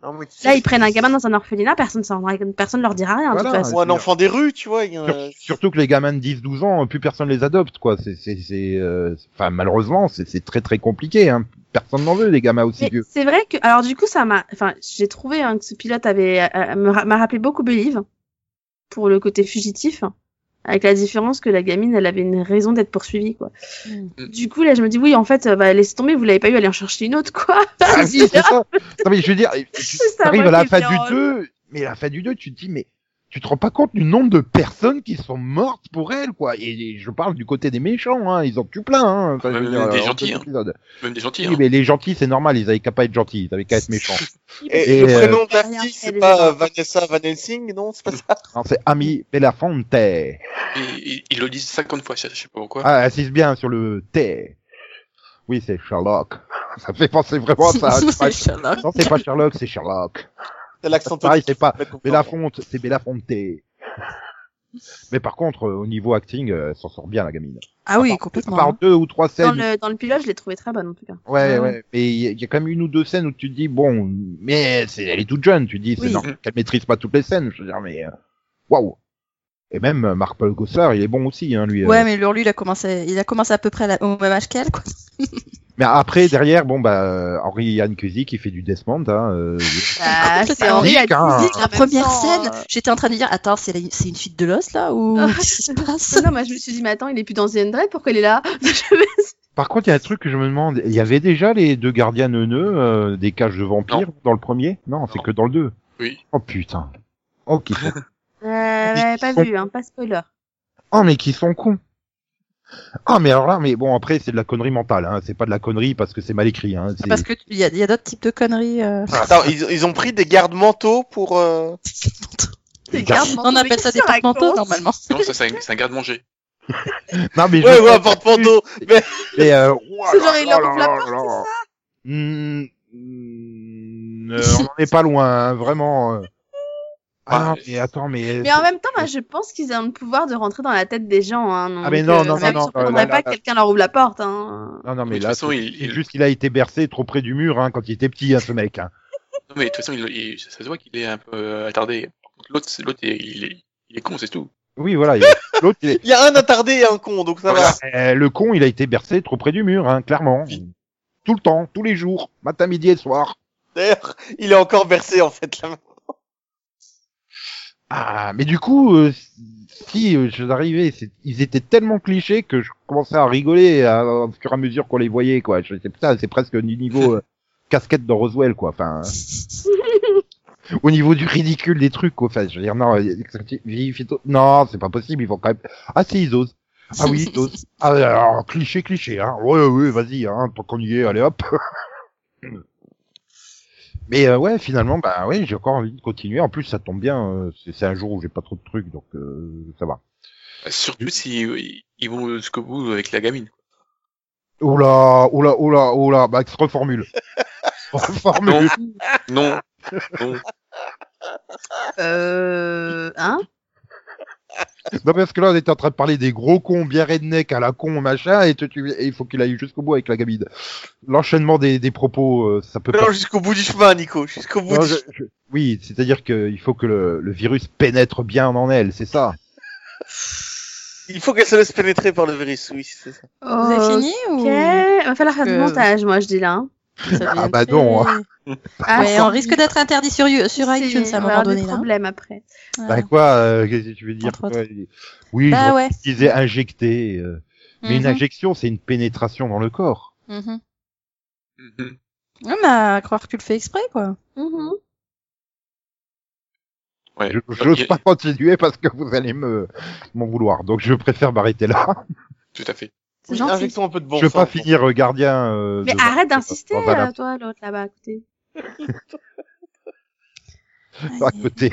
Speaker 5: Non, mais tu sais,
Speaker 2: là ils prennent un gamin dans un orphelinat, personne s'en rendra- personne leur dira rien. de
Speaker 1: Voilà.
Speaker 2: toute façon.
Speaker 5: Ou un enfant des rues, tu vois. il y a-
Speaker 1: Sur- surtout que les gamins de 10-12 ans, plus personne les adopte, quoi. C'est, c'est, c'est, euh, enfin, malheureusement, c'est, c'est très très compliqué. Hein. Personne n'en veut des gamins aussi
Speaker 2: Mais
Speaker 1: vieux.
Speaker 2: C'est vrai que alors du coup ça m'a, enfin j'ai trouvé hein, que ce pilote avait euh, me ra- m'a rappelé beaucoup Believe pour le côté fugitif, hein, avec la différence que la gamine elle avait une raison d'être poursuivie quoi.
Speaker 1: Hmm.
Speaker 3: Mm.
Speaker 2: Du coup là je me dis oui en fait euh, bah laissez tomber vous l'avez pas eu allez en chercher une autre quoi.
Speaker 1: Ah, oui, c'est ça. Non, mais je veux dire, tu
Speaker 2: ça,
Speaker 1: arrives
Speaker 2: moi,
Speaker 1: à la
Speaker 2: qui
Speaker 1: fin
Speaker 2: me
Speaker 1: du
Speaker 2: dérange.
Speaker 1: 2, mais à la fin du 2, tu te dis, mais tu te rends pas compte du nombre de personnes qui sont mortes pour elle, quoi. Et, et je parle du côté des méchants, hein. Ils ont tué plein, hein. Enfin, je veux
Speaker 4: Même
Speaker 1: dire,
Speaker 4: des
Speaker 1: en
Speaker 4: gentils,
Speaker 1: deux
Speaker 4: hein.
Speaker 1: épisodes.
Speaker 4: Même des gentils.
Speaker 1: Oui,
Speaker 4: hein.
Speaker 1: mais les gentils, c'est normal. Ils avaient qu'à pas être gentils. Ils avaient qu'à être méchants.
Speaker 5: Et, le
Speaker 1: euh,
Speaker 5: prénom de la
Speaker 2: Rien,
Speaker 5: fille, c'est
Speaker 2: elle est
Speaker 5: pas euh,
Speaker 2: morte.
Speaker 5: Vanessa Van Helsing, non C'est pas ça
Speaker 1: Non, Hein, c'est Ami Belafonte.
Speaker 4: Et- et- hein. Ils le disent 50 fois, je je sais pas pourquoi.
Speaker 1: Ah, insiste bien sur le T. Oui, c'est Sherlock. Ça me fait penser vraiment à ça.
Speaker 3: C'est Sherlock.
Speaker 1: Non, c'est pas Sherlock, c'est Sherlock.
Speaker 5: T'as l'accent
Speaker 1: Pareil, c'est pas
Speaker 5: complètement.
Speaker 1: Belafonte, c'est Belafonte. Mais par contre, euh, au niveau acting, euh, elle s'en sort bien, la gamine.
Speaker 3: Ah oui,
Speaker 1: À
Speaker 3: complètement.
Speaker 1: part deux ou trois
Speaker 2: Dans
Speaker 1: scènes.
Speaker 2: le, dans le pilote, je l'ai trouvé très bonne en tout cas.
Speaker 1: Ouais,
Speaker 3: Ah ouais.
Speaker 1: ouais. Mais il y a- il y a quand même une ou deux scènes où tu te dis, bon, mais c'est, elle est toute jeune, tu te dis, c'est
Speaker 3: Oui.
Speaker 1: normal qu'elle maîtrise pas toutes les scènes. Je veux dire, mais, euh, waouh. Et même euh, Marc-Paul Gosselaar, il est bon aussi, hein, lui. euh.
Speaker 3: Ouais, mais lui, lui, il a commencé, il a commencé à peu près à la- au même âge qu'elle, quoi.
Speaker 1: Mais après, derrière, bon, bah, Henri Yann Cusy qui fait du Desmond, hein, euh,
Speaker 2: Ah,
Speaker 3: Bah, c'est
Speaker 2: c'est Henri
Speaker 1: physique, hein.
Speaker 2: Attizik, en
Speaker 3: La
Speaker 2: même
Speaker 3: première
Speaker 2: temps,
Speaker 3: scène,
Speaker 2: euh, Ah,
Speaker 3: j'étais en train de dire, attends, c'est la- c'est une fuite de l'os, là, ou qu'est-ce qui se passe?
Speaker 2: Non, moi je me suis dit, mais attends, il est plus dans The Undead, pourquoi il est là Je vais-
Speaker 1: Par contre, il y a un truc que je me demande. Il y avait déjà les deux gardiens neuneux euh, des cages de vampires dans le premier Non, c'est
Speaker 4: Non.
Speaker 1: que dans le deux.
Speaker 4: Oui.
Speaker 1: Oh putain. Oh, qui sont...
Speaker 2: Euh, ouais, pas vu, hein, pas spoiler.
Speaker 1: oh mais qui sont cons. Ah mais alors là, mais bon après c'est de la connerie mentale. Hein. C'est pas de la connerie parce que c'est mal écrit.
Speaker 2: Ah,
Speaker 1: Hein. C'est-
Speaker 3: Parce que tu- il y a, il y a d'autres types de conneries. euh.
Speaker 5: Attends, ils, ils ont pris des gardes mentaux pour. euh,
Speaker 2: Les
Speaker 1: Garde-
Speaker 2: gardes-manteaux,
Speaker 3: On
Speaker 2: mais
Speaker 3: appelle ça
Speaker 2: qu'est-ce
Speaker 3: des
Speaker 2: que tu
Speaker 3: porte-manteaux,
Speaker 2: racontes
Speaker 3: normalement.
Speaker 4: Non, ça, c'est un, c'est un garde-manger.
Speaker 1: Non mais je.
Speaker 5: Ouais, ouais, un porte-manteau
Speaker 1: mais, euh,
Speaker 2: C'est genre, il leur ouvre la porte.
Speaker 1: hmm, hmm, euh, on en est pas loin, hein, vraiment. euh. Ah non, mais attends, mais. euh,
Speaker 2: Mais en même temps, moi, je pense qu'ils ont le pouvoir de rentrer dans la tête des gens. Hein, donc,
Speaker 1: Ah, mais non,
Speaker 2: euh,
Speaker 1: non, non,
Speaker 2: même
Speaker 1: non,
Speaker 2: si on
Speaker 1: non,
Speaker 2: comprendrait
Speaker 1: là, là,
Speaker 2: pas
Speaker 1: là.
Speaker 2: que quelqu'un leur ouvre la porte. Hein.
Speaker 1: Non, non, mais
Speaker 4: Mais de toute
Speaker 1: là,
Speaker 4: façon,
Speaker 1: c'est
Speaker 4: il-
Speaker 1: c'est
Speaker 4: il-
Speaker 1: juste qu'il a été bercé trop près du mur hein, quand il était petit, hein, ce mec. Hein.
Speaker 4: Non, mais de toute façon, il, il- ça se voit qu'il est un peu euh, attardé. Par contre, l'autre, c'est- l'autre, il, est- il est, il est con, c'est tout.
Speaker 1: Oui, voilà. il- L'autre, il est-
Speaker 5: Il y a un attardé et un con, donc ça va.
Speaker 4: Voilà.
Speaker 1: euh, le con, il a été bercé trop près du mur, hein, clairement. Tout le temps, tous les jours, matin, midi et soir.
Speaker 5: D'ailleurs, il est encore bercé en fait. Là.
Speaker 1: Ah, mais du coup, euh, si euh, je arrivais, c'est- ils étaient tellement clichés que je commençais à rigoler à, au fur et à mesure qu'on les voyait, quoi. Je sais pas, c'est presque du niveau euh, casquette de Roswell, quoi. Enfin, euh, au niveau du ridicule des trucs, quoi. Enfin, je veux dire, non, euh, vérifie- non, c'est pas possible. Ils vont quand même. Ah, si, ils osent. Ah oui, ils osent. Ah, alors, cliché, cliché, hein. Ouais, ouais, vas-y, hein, tant qu'on y est, allez hop. Mais euh, ouais, finalement, bah ouais, j'ai encore envie de continuer. En plus, ça tombe bien, euh, c'est c'est un jour où j'ai pas trop de trucs, donc euh, ça va.
Speaker 4: Bah, Surtout si euh, ils- ils vont jusqu'au bout avec la gamine.
Speaker 1: Oula, oula, oula, oula, Bah, Max, reformule. reformule.
Speaker 4: Non, non.
Speaker 2: Euh, hein
Speaker 1: Non, parce que là, on était en train de parler des gros cons, bien redneck, à la con, machin, et, tu- tu- et il faut qu'il aille jusqu'au bout avec la gamine. L'enchaînement des, des propos, euh, ça peut pas...
Speaker 5: Non, jusqu'au bout du chemin, Nico. Jusqu'au bout
Speaker 1: Non,
Speaker 5: du
Speaker 1: je- je- Oui, c'est-à-dire qu'il faut que le, le virus pénètre bien en elle, c'est ça.
Speaker 5: Il faut qu'elle se laisse pénétrer par le virus, oui, c'est ça.
Speaker 3: Vous avez fini
Speaker 2: Oh, Ok,
Speaker 3: ou? Euh.
Speaker 2: va falloir faire du
Speaker 3: Que-
Speaker 2: montage, moi, je dis là. hein.
Speaker 1: Ah bah non, hein.
Speaker 2: Ah,
Speaker 3: Ouais,
Speaker 2: c'est-
Speaker 3: on risque d'être interdit sur, you- sur
Speaker 2: c'est-
Speaker 3: iTunes à un
Speaker 2: on va
Speaker 3: moment
Speaker 2: avoir des
Speaker 3: donné, là.
Speaker 2: problèmes après.
Speaker 1: Bah quoi, euh, qu'est-ce que tu veux dire
Speaker 3: Ah. Entre
Speaker 1: quoi, il- Oui,
Speaker 3: Bah
Speaker 1: j'aurais
Speaker 3: ouais.
Speaker 1: utilisé injecter, euh, mais une
Speaker 3: Mhm,
Speaker 1: injection, c'est une pénétration dans le corps.
Speaker 3: mhm.
Speaker 4: Mhm.
Speaker 3: Ouais, mais à croire que tu le fais exprès, quoi.
Speaker 2: Mhm.
Speaker 4: Ouais.
Speaker 1: Je
Speaker 4: Il y
Speaker 1: n'ose
Speaker 4: a-
Speaker 1: pas continuer parce que vous allez me m'en vouloir, donc je préfère m'arrêter là.
Speaker 4: Tout à fait.
Speaker 2: C'est
Speaker 5: Oui,
Speaker 2: gentil.
Speaker 5: Injectons un peu de bon
Speaker 1: je veux
Speaker 5: sang,
Speaker 1: pas
Speaker 5: bon.
Speaker 1: finir euh, gardien. euh,
Speaker 2: Mais
Speaker 1: de-
Speaker 2: arrête d'insister,
Speaker 1: Van Damme.
Speaker 2: euh, toi, l'autre là-bas à côté.
Speaker 1: à côté,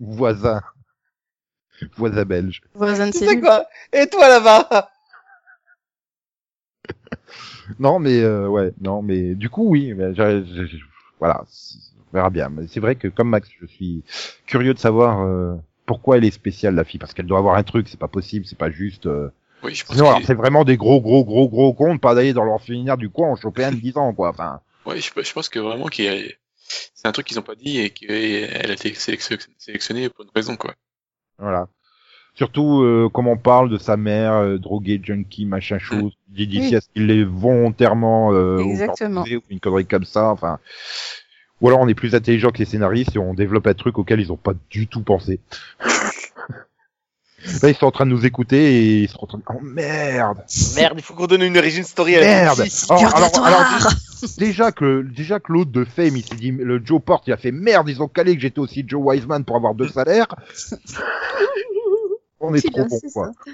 Speaker 1: voisin, voisin belge.
Speaker 3: Voisin de
Speaker 5: Tu sais
Speaker 3: cellule.
Speaker 5: quoi Et toi là-bas
Speaker 1: Non, mais euh, ouais, non, mais du coup, oui, mais j'ai- j'ai- j'ai- voilà, c'est- on verra bien. Mais c'est vrai que comme Max, je suis curieux de savoir euh, pourquoi elle est spéciale la fille, parce qu'elle doit avoir un truc. C'est pas possible, c'est pas juste. euh,
Speaker 4: Oui, je pense
Speaker 1: Sinon, alors
Speaker 4: qu'il-
Speaker 1: c'est vraiment des gros, gros, gros, gros cons de pas d'aller dans l'orphelinat du coin en choper un de 10 ans, quoi. Enfin,
Speaker 4: ouais, je, je pense que vraiment qu'il y a- c'est un truc qu'ils ont pas dit et qu'elle a été sélec- sélectionnée pour une raison, quoi.
Speaker 1: voilà. Surtout, euh, comme on parle de sa mère, euh, droguée, junkie,
Speaker 2: Mm.
Speaker 1: machin chose, dit
Speaker 3: Oui.
Speaker 1: est-ce qu'il est volontairement euh, au
Speaker 3: Exactement.
Speaker 1: corps posé ou une connerie comme ça, enfin. Ou alors on est plus intelligent que les scénaristes et on développe un truc auquel ils ont pas du tout pensé. Là, ils sont en train de nous écouter et ils sont en train de... Oh merde
Speaker 5: Merde, il faut qu'on donne une origin story à la
Speaker 1: Merde Oh,
Speaker 3: C'est- c'est
Speaker 1: Alors- alors-
Speaker 3: purgatoire.
Speaker 1: alors, Déjà que déjà que l'autre de Fame, il s'est dit le Joe Porte, il a fait merde, ils ont calé que j'étais aussi Joe Wiseman pour avoir deux salaires. On est
Speaker 2: Puis
Speaker 1: trop
Speaker 2: là,
Speaker 1: bon
Speaker 2: c'est
Speaker 1: quoi.
Speaker 2: ça.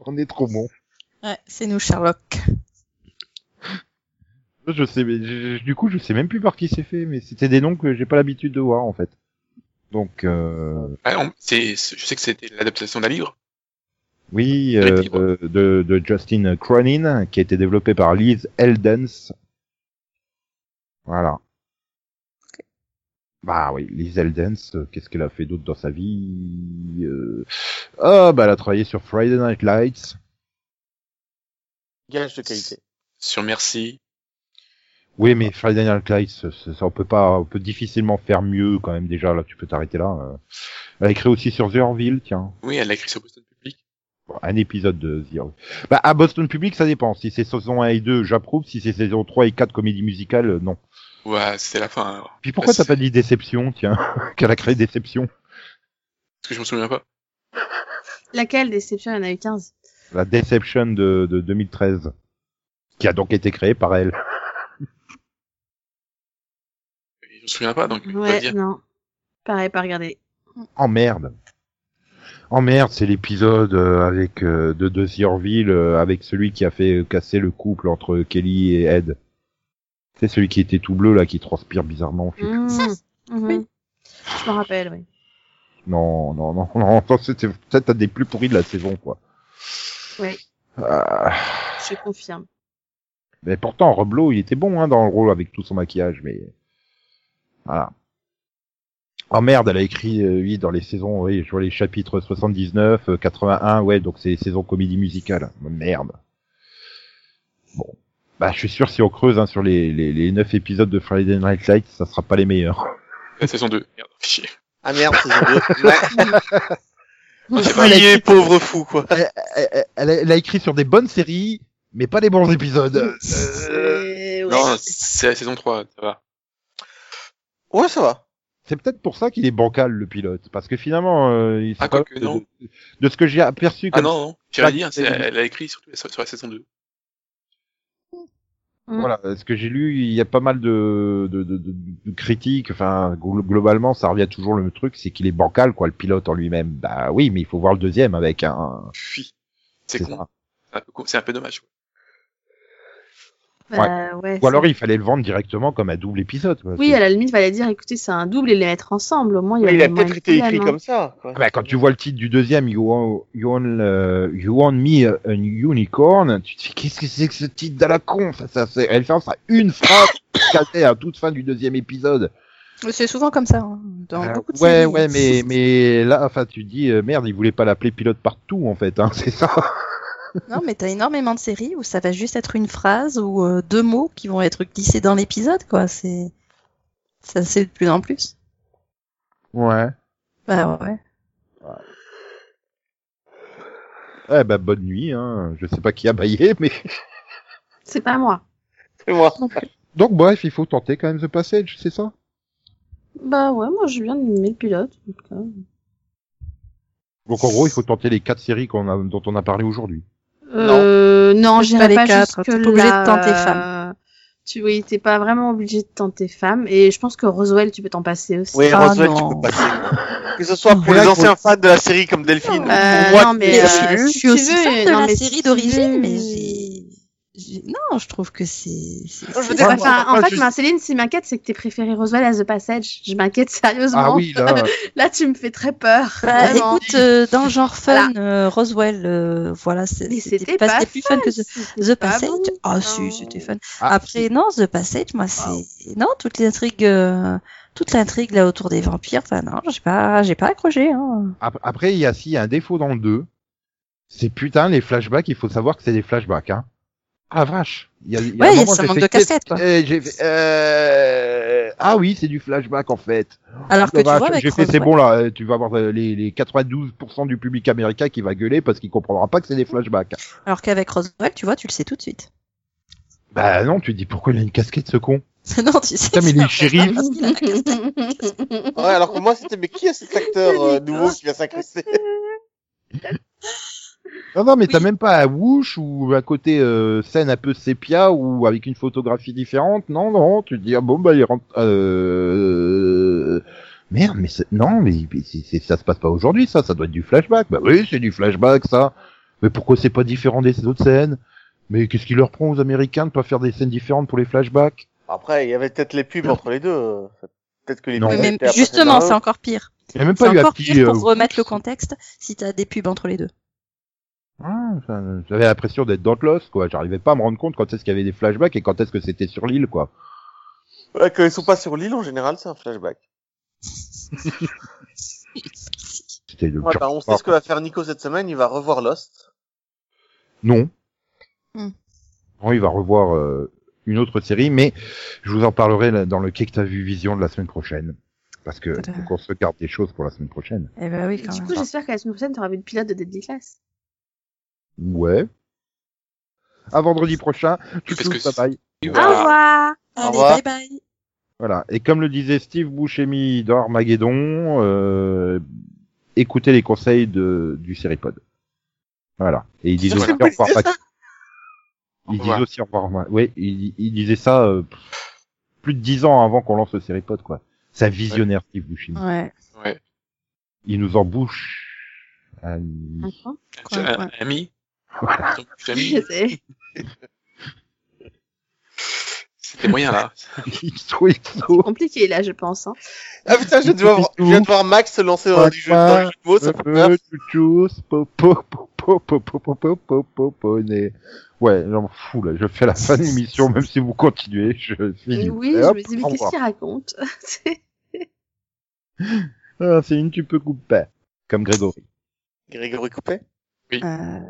Speaker 1: On est trop bon.
Speaker 3: Ouais, c'est nous, Sherlock.
Speaker 1: Je sais mais je- je- du coup, je sais même plus par qui c'est fait mais c'était des noms que j'ai pas l'habitude de voir en fait. Donc euh,
Speaker 4: Ah, on- c'est, c'est- je sais que c'était l'adaptation d'un livre.
Speaker 1: oui
Speaker 4: Très
Speaker 1: euh,
Speaker 4: libre.
Speaker 1: euh, de, de Justin Cronin qui a été développé par Liz Eldens. Voilà. Bah oui, Liz Eldens, euh, qu'est-ce qu'elle a fait d'autre dans sa vie Euh, Ah bah elle a travaillé sur Friday Night Lights.
Speaker 5: Gage de qualité.
Speaker 4: Sur Merci.
Speaker 1: Oui mais Friday Night Lights, ça, ça, on peut pas, on peut difficilement faire mieux quand même déjà là. Tu peux t'arrêter là. euh. Elle a écrit aussi sur The Orville, tiens,
Speaker 4: Oui, elle l'a écrit sur Boston Public.
Speaker 1: Bon, un épisode de The Orville. Bah à Boston Public ça dépend. Si c'est saison 1 et 2, j'approuve. Si c'est saison 3 et 4 comédie musicale, euh, non.
Speaker 4: Ouais, c'était la fin, alors.
Speaker 1: Puis pourquoi
Speaker 4: Bah,
Speaker 1: t'as
Speaker 4: c'est-
Speaker 1: pas dit Déception, tiens, qu'elle a créé Déception,
Speaker 4: Parce que je me souviens pas.
Speaker 2: Laquelle déception Il y en a eu 15.
Speaker 1: la Deception de, de 2013, qui a donc été créée par elle.
Speaker 4: Je me souviens pas, donc. je peux pas
Speaker 2: Ouais,
Speaker 4: dire.
Speaker 2: non. Pareil, pas regardé.
Speaker 1: En merde. En merde, c'est l'épisode euh, avec euh, de, de The Orville euh, avec celui qui a fait euh, casser le couple entre Kelly et Ed. C'est celui qui était tout bleu là, qui transpire bizarrement. Je-
Speaker 2: Mmh. Mmh. Je me rappelle, oui.
Speaker 1: Non, non, non, non, non, c'était peut-être un des plus pourris de la saison quoi.
Speaker 2: Oui.
Speaker 1: Ah,
Speaker 2: Je confirme.
Speaker 1: mais pourtant Rob Lowe, il était bon hein, dans le rôle avec tout son maquillage, mais voilà. Oh merde, elle a écrit euh, oui dans les saisons, oui, je vois les chapitres 79, euh, 81, ouais, donc c'est les saisons comédie musicale. Merde. Bon, bah je suis sûr si on creuse hein, sur les les, les 9 épisodes de Friday Night Lights, ça sera pas les meilleurs.
Speaker 4: La saison 2. Merde, chier.
Speaker 5: Ah merde, c'est genre
Speaker 1: pas
Speaker 5: Il est pauvre fou, quoi.
Speaker 1: Elle, elle- elle a- elle a écrit sur des bonnes séries, mais pas les bons épisodes. Euh,
Speaker 2: C'est-
Speaker 4: Non,
Speaker 2: ouais.
Speaker 4: c'est la saison 3, ça va.
Speaker 5: Ouais, ça va.
Speaker 1: C'est peut-être pour ça qu'il est bancal le pilote, parce que finalement, euh, il
Speaker 4: Ah,
Speaker 1: s'est pas-
Speaker 4: quoique, non.
Speaker 1: De, de ce que j'ai aperçu,
Speaker 4: Ah
Speaker 1: comme-
Speaker 4: non, non, j'ai
Speaker 1: pas
Speaker 4: rien dit, hein, c'est-
Speaker 1: saison deux.
Speaker 4: elle a écrit surtout sur, sur la saison 2.
Speaker 1: voilà, ce que j'ai lu, il y a pas mal de, de, de, de- de critiques. Enfin, glo- globalement, ça revient toujours le truc, c'est qu'il est bancal, quoi, le pilote en lui-même. Bah oui, mais il faut voir le deuxième avec un.
Speaker 4: Puis, c'est
Speaker 1: c'est
Speaker 4: con,
Speaker 1: ça.
Speaker 4: c'est un peu con, c'est un peu dommage. quoi.
Speaker 2: Bah, ouais,
Speaker 1: Ou alors
Speaker 2: c'est-
Speaker 1: il fallait le vendre directement comme un double épisode. quoi.
Speaker 2: Oui,
Speaker 1: C'est-
Speaker 2: à la limite, fallait dire, écoutez, c'est un double et les mettre ensemble. Au moins, il y
Speaker 5: Mais
Speaker 2: a
Speaker 5: il a
Speaker 2: au moins
Speaker 5: peut-être
Speaker 2: une
Speaker 5: été écrit
Speaker 2: semaine, hein.
Speaker 5: comme ça, quoi.
Speaker 1: Bah, quand tu vois le titre du deuxième, You Want, you want, euh, you want Me a- an Unicorn, tu te fais qu'est-ce que c'est que ce titre d'à la con Ça, ça c'est référence à une phrase calée à toute fin du deuxième épisode.
Speaker 3: C'est souvent comme ça. hein, Dans
Speaker 1: Euh,
Speaker 3: beaucoup de
Speaker 1: ouais,
Speaker 3: séries.
Speaker 1: ouais, mais mais là, enfin, tu te dis euh, merde, ils voulaient pas l'appeler pilote partout en fait, hein, c'est ça.
Speaker 3: Non, mais t'as énormément de séries où ça va juste être une phrase ou euh, deux mots qui vont être glissés dans l'épisode, quoi. C'est ça, c'est de plus en plus.
Speaker 1: Ouais.
Speaker 3: Bah ouais.
Speaker 1: Eh ben bonne nuit, hein. Je sais pas qui a baillé, mais
Speaker 2: C'est pas moi.
Speaker 5: C'est moi.
Speaker 1: donc bref, il faut tenter quand même The Passage, c'est ça.
Speaker 2: Bah ouais, moi, j'ai bien aimé le pilote. en tout cas.
Speaker 1: Donc en gros, il faut tenter les quatre séries qu'on a, dont on a parlé aujourd'hui.
Speaker 2: Euh, non,
Speaker 3: Peut-être
Speaker 2: j'irai
Speaker 3: pas les
Speaker 2: pas,
Speaker 3: quatre,
Speaker 2: jusque
Speaker 3: t'es pas obligé de
Speaker 2: là,
Speaker 3: tenter
Speaker 2: euh,
Speaker 3: femme.
Speaker 2: Tu oui, t'es pas vraiment obligé de tenter femme, et je pense que Roswell, tu peux t'en passer aussi.
Speaker 5: Oui,
Speaker 3: Ah,
Speaker 5: Roswell, tu
Speaker 3: non.
Speaker 5: peux passer. Que ce soit pour les
Speaker 1: Ouais,
Speaker 5: anciens fans de la série comme Delphine,
Speaker 2: Euh,
Speaker 5: ou pour moi,
Speaker 2: non, mais
Speaker 3: Mais
Speaker 2: euh,
Speaker 3: je
Speaker 2: si
Speaker 3: suis
Speaker 2: tu
Speaker 3: aussi
Speaker 2: veux,
Speaker 3: fan de
Speaker 2: non,
Speaker 3: la
Speaker 2: mais si
Speaker 3: série
Speaker 2: tu
Speaker 3: d'origine,
Speaker 2: veux-
Speaker 3: mais j'ai j'ai- Non, je trouve que c'est. c'est-
Speaker 5: Non, je veux
Speaker 3: c'est-
Speaker 5: dire,
Speaker 2: Ouais,
Speaker 5: moi,
Speaker 2: enfin,
Speaker 5: moi,
Speaker 2: en fait,
Speaker 5: je-
Speaker 2: ma Céline, si m'inquiète, c'est que t'es préféré Roswell à The Passage. Je m'inquiète sérieusement.
Speaker 1: Ah oui, là,
Speaker 2: Là, tu me fais très peur.
Speaker 3: Bah,
Speaker 2: vraiment.
Speaker 3: écoute, euh, dans le genre fun, euh, Roswell, euh, voilà, c'est-
Speaker 2: Mais
Speaker 3: c'était pas, c'était plus fun que The,
Speaker 2: c'était
Speaker 3: The
Speaker 2: pas
Speaker 3: Passage.
Speaker 2: bon.
Speaker 3: Ah
Speaker 2: Non.
Speaker 3: si, c'était fun.
Speaker 1: Ah,
Speaker 3: Après, non, The Passage, moi, c'est non toute l'intrigue, euh, toute l'intrigue là autour des vampires. Enfin, non, j'ai pas, j'ai pas accroché. Hein.
Speaker 1: ap- après, il y a si il y a un défaut dans le 2, c'est putain les flashbacks. Il faut savoir que c'est des flashbacks. Hein. Ah la vache. Il y a, il y a
Speaker 3: Ouais,
Speaker 1: un
Speaker 3: il y a
Speaker 1: moment,
Speaker 3: ça
Speaker 1: j'ai
Speaker 3: manque
Speaker 1: fait
Speaker 3: de
Speaker 1: qu'est-
Speaker 3: casquette, quoi.
Speaker 1: eh, j'ai fait, euh, Ah oui, c'est du flashback en fait.
Speaker 3: Alors que
Speaker 1: Ah
Speaker 3: tu
Speaker 1: bah,
Speaker 3: vois,
Speaker 1: j'ai
Speaker 3: avec
Speaker 1: fait, c'est
Speaker 3: Roswell-
Speaker 1: bon là, euh, tu vas avoir euh, les, les 92% du public américain qui va gueuler parce qu'il comprendra pas que c'est des flashbacks.
Speaker 3: Alors qu'avec Roswell, tu vois, tu le sais tout de suite.
Speaker 1: Bah non, tu dis pourquoi il a une casquette ce con
Speaker 3: non, tu sais.
Speaker 1: Putain, mais
Speaker 3: que
Speaker 1: il est
Speaker 3: c'est
Speaker 1: shérif.
Speaker 3: Roswell parce qu'il a la casquette.
Speaker 5: Ouais, alors que moi, c'était, mais qui est cet acteur euh, nouveau qui vient s'incruster
Speaker 1: Non non, mais t'as
Speaker 3: Oui.
Speaker 1: même pas un whoosh ou un côté euh, scène un peu sépia ou avec une photographie différente. Non non, tu te dis ah bon bah il rentre. Euh... Merde, mais c'est- non, mais mais c'est- c'est- ça se passe pas aujourd'hui, ça, ça doit être du flashback. Bah oui, c'est du flashback, ça. Mais pourquoi c'est pas différent des autres scènes Mais qu'est-ce qui leur prend aux Américains de pas faire des scènes différentes pour les flashbacks
Speaker 5: Après, il y avait peut-être les pubs entre les deux. euh, Peut-être que les
Speaker 1: Non.
Speaker 5: pubs
Speaker 3: Mais
Speaker 5: étaient à
Speaker 3: justement,
Speaker 5: passer
Speaker 3: c'est
Speaker 5: dans
Speaker 3: encore pire.
Speaker 1: Il y a même
Speaker 3: C'est
Speaker 1: pas eu un
Speaker 3: encore
Speaker 1: petit,
Speaker 3: pire
Speaker 1: euh,
Speaker 3: pour remettre le contexte si t'as des pubs entre les deux.
Speaker 1: Ah, ça- J'avais l'impression d'être dans Lost, quoi. J'arrivais pas à me rendre compte quand est-ce qu'il y avait des flashbacks et quand est-ce que c'était sur l'île, quoi.
Speaker 5: Ouais, quand ils sont pas sur l'île, en général, c'est un flashback.
Speaker 1: C'était le
Speaker 5: Ouais,
Speaker 1: pur
Speaker 5: bah, on sait
Speaker 1: sport.
Speaker 5: ce que va faire Nico cette semaine, il va revoir Lost.
Speaker 1: Non.
Speaker 4: Mm.
Speaker 3: Hmm.
Speaker 1: Non, il va revoir euh, une autre série, mais je vous en parlerai là, dans le Qu'est-ce que t'as vu vision de la semaine prochaine. Parce que
Speaker 3: Voilà.
Speaker 1: faut qu'on se garde des choses pour la semaine prochaine.
Speaker 3: Eh ben oui, quand
Speaker 2: Du
Speaker 3: même.
Speaker 2: coup, j'espère que la semaine prochaine, t'auras vu le pilote de Deadly Class.
Speaker 1: Ouais. À vendredi prochain. Tout
Speaker 4: Parce
Speaker 1: tout,
Speaker 4: que-
Speaker 1: bye bye.
Speaker 2: Au revoir.
Speaker 5: Au
Speaker 3: Allez,
Speaker 5: revoir.
Speaker 3: bye bye.
Speaker 1: Voilà. Et comme le disait Steve Bouchemi dans Armageddon, euh, écoutez les conseils de, du Seripod. Voilà. Et il disait aussi
Speaker 4: Voilà.
Speaker 1: au revoir.
Speaker 5: C'est ça.
Speaker 1: Patrick. Il
Speaker 4: Au revoir.
Speaker 1: disait aussi au revoir. moi. Ouais, il, il disait ça euh, pff, plus de dix ans avant qu'on lance le Seripod, quoi. C'est un visionnaire, Steve Bouchemi.
Speaker 3: Ouais.
Speaker 4: Ouais.
Speaker 1: Il nous embouche. Ah, il-
Speaker 2: Enfin,
Speaker 3: Quoi,
Speaker 4: Un-
Speaker 3: ouais.
Speaker 4: un Ami. Ton petit ami.
Speaker 2: c'est-
Speaker 4: C'était moyen là.
Speaker 1: il trouve il trouve.
Speaker 2: compliqué là, je pense. hein.
Speaker 5: Ah putain, je viens de voir, je viens de voir Max se lancer dans
Speaker 1: Ouais,
Speaker 5: du jeu, dans le jeu de mots, ça fait peur.
Speaker 1: Euh, tchouchous, po- po- po- po- po- po- po- po- po- po- poné. Ouais, j'en fous là, je fais la fin de l'émission, même si vous continuez, je finis.
Speaker 2: Mais oui,
Speaker 1: Et
Speaker 2: je
Speaker 1: hop,
Speaker 2: me dis, mais
Speaker 1: au
Speaker 2: qu'est-ce
Speaker 1: revoir.
Speaker 2: qu'il raconte C'est-
Speaker 1: Ah, c'est une tu peux couper, comme Grégory.
Speaker 5: Grégory Coupet
Speaker 3: Euh,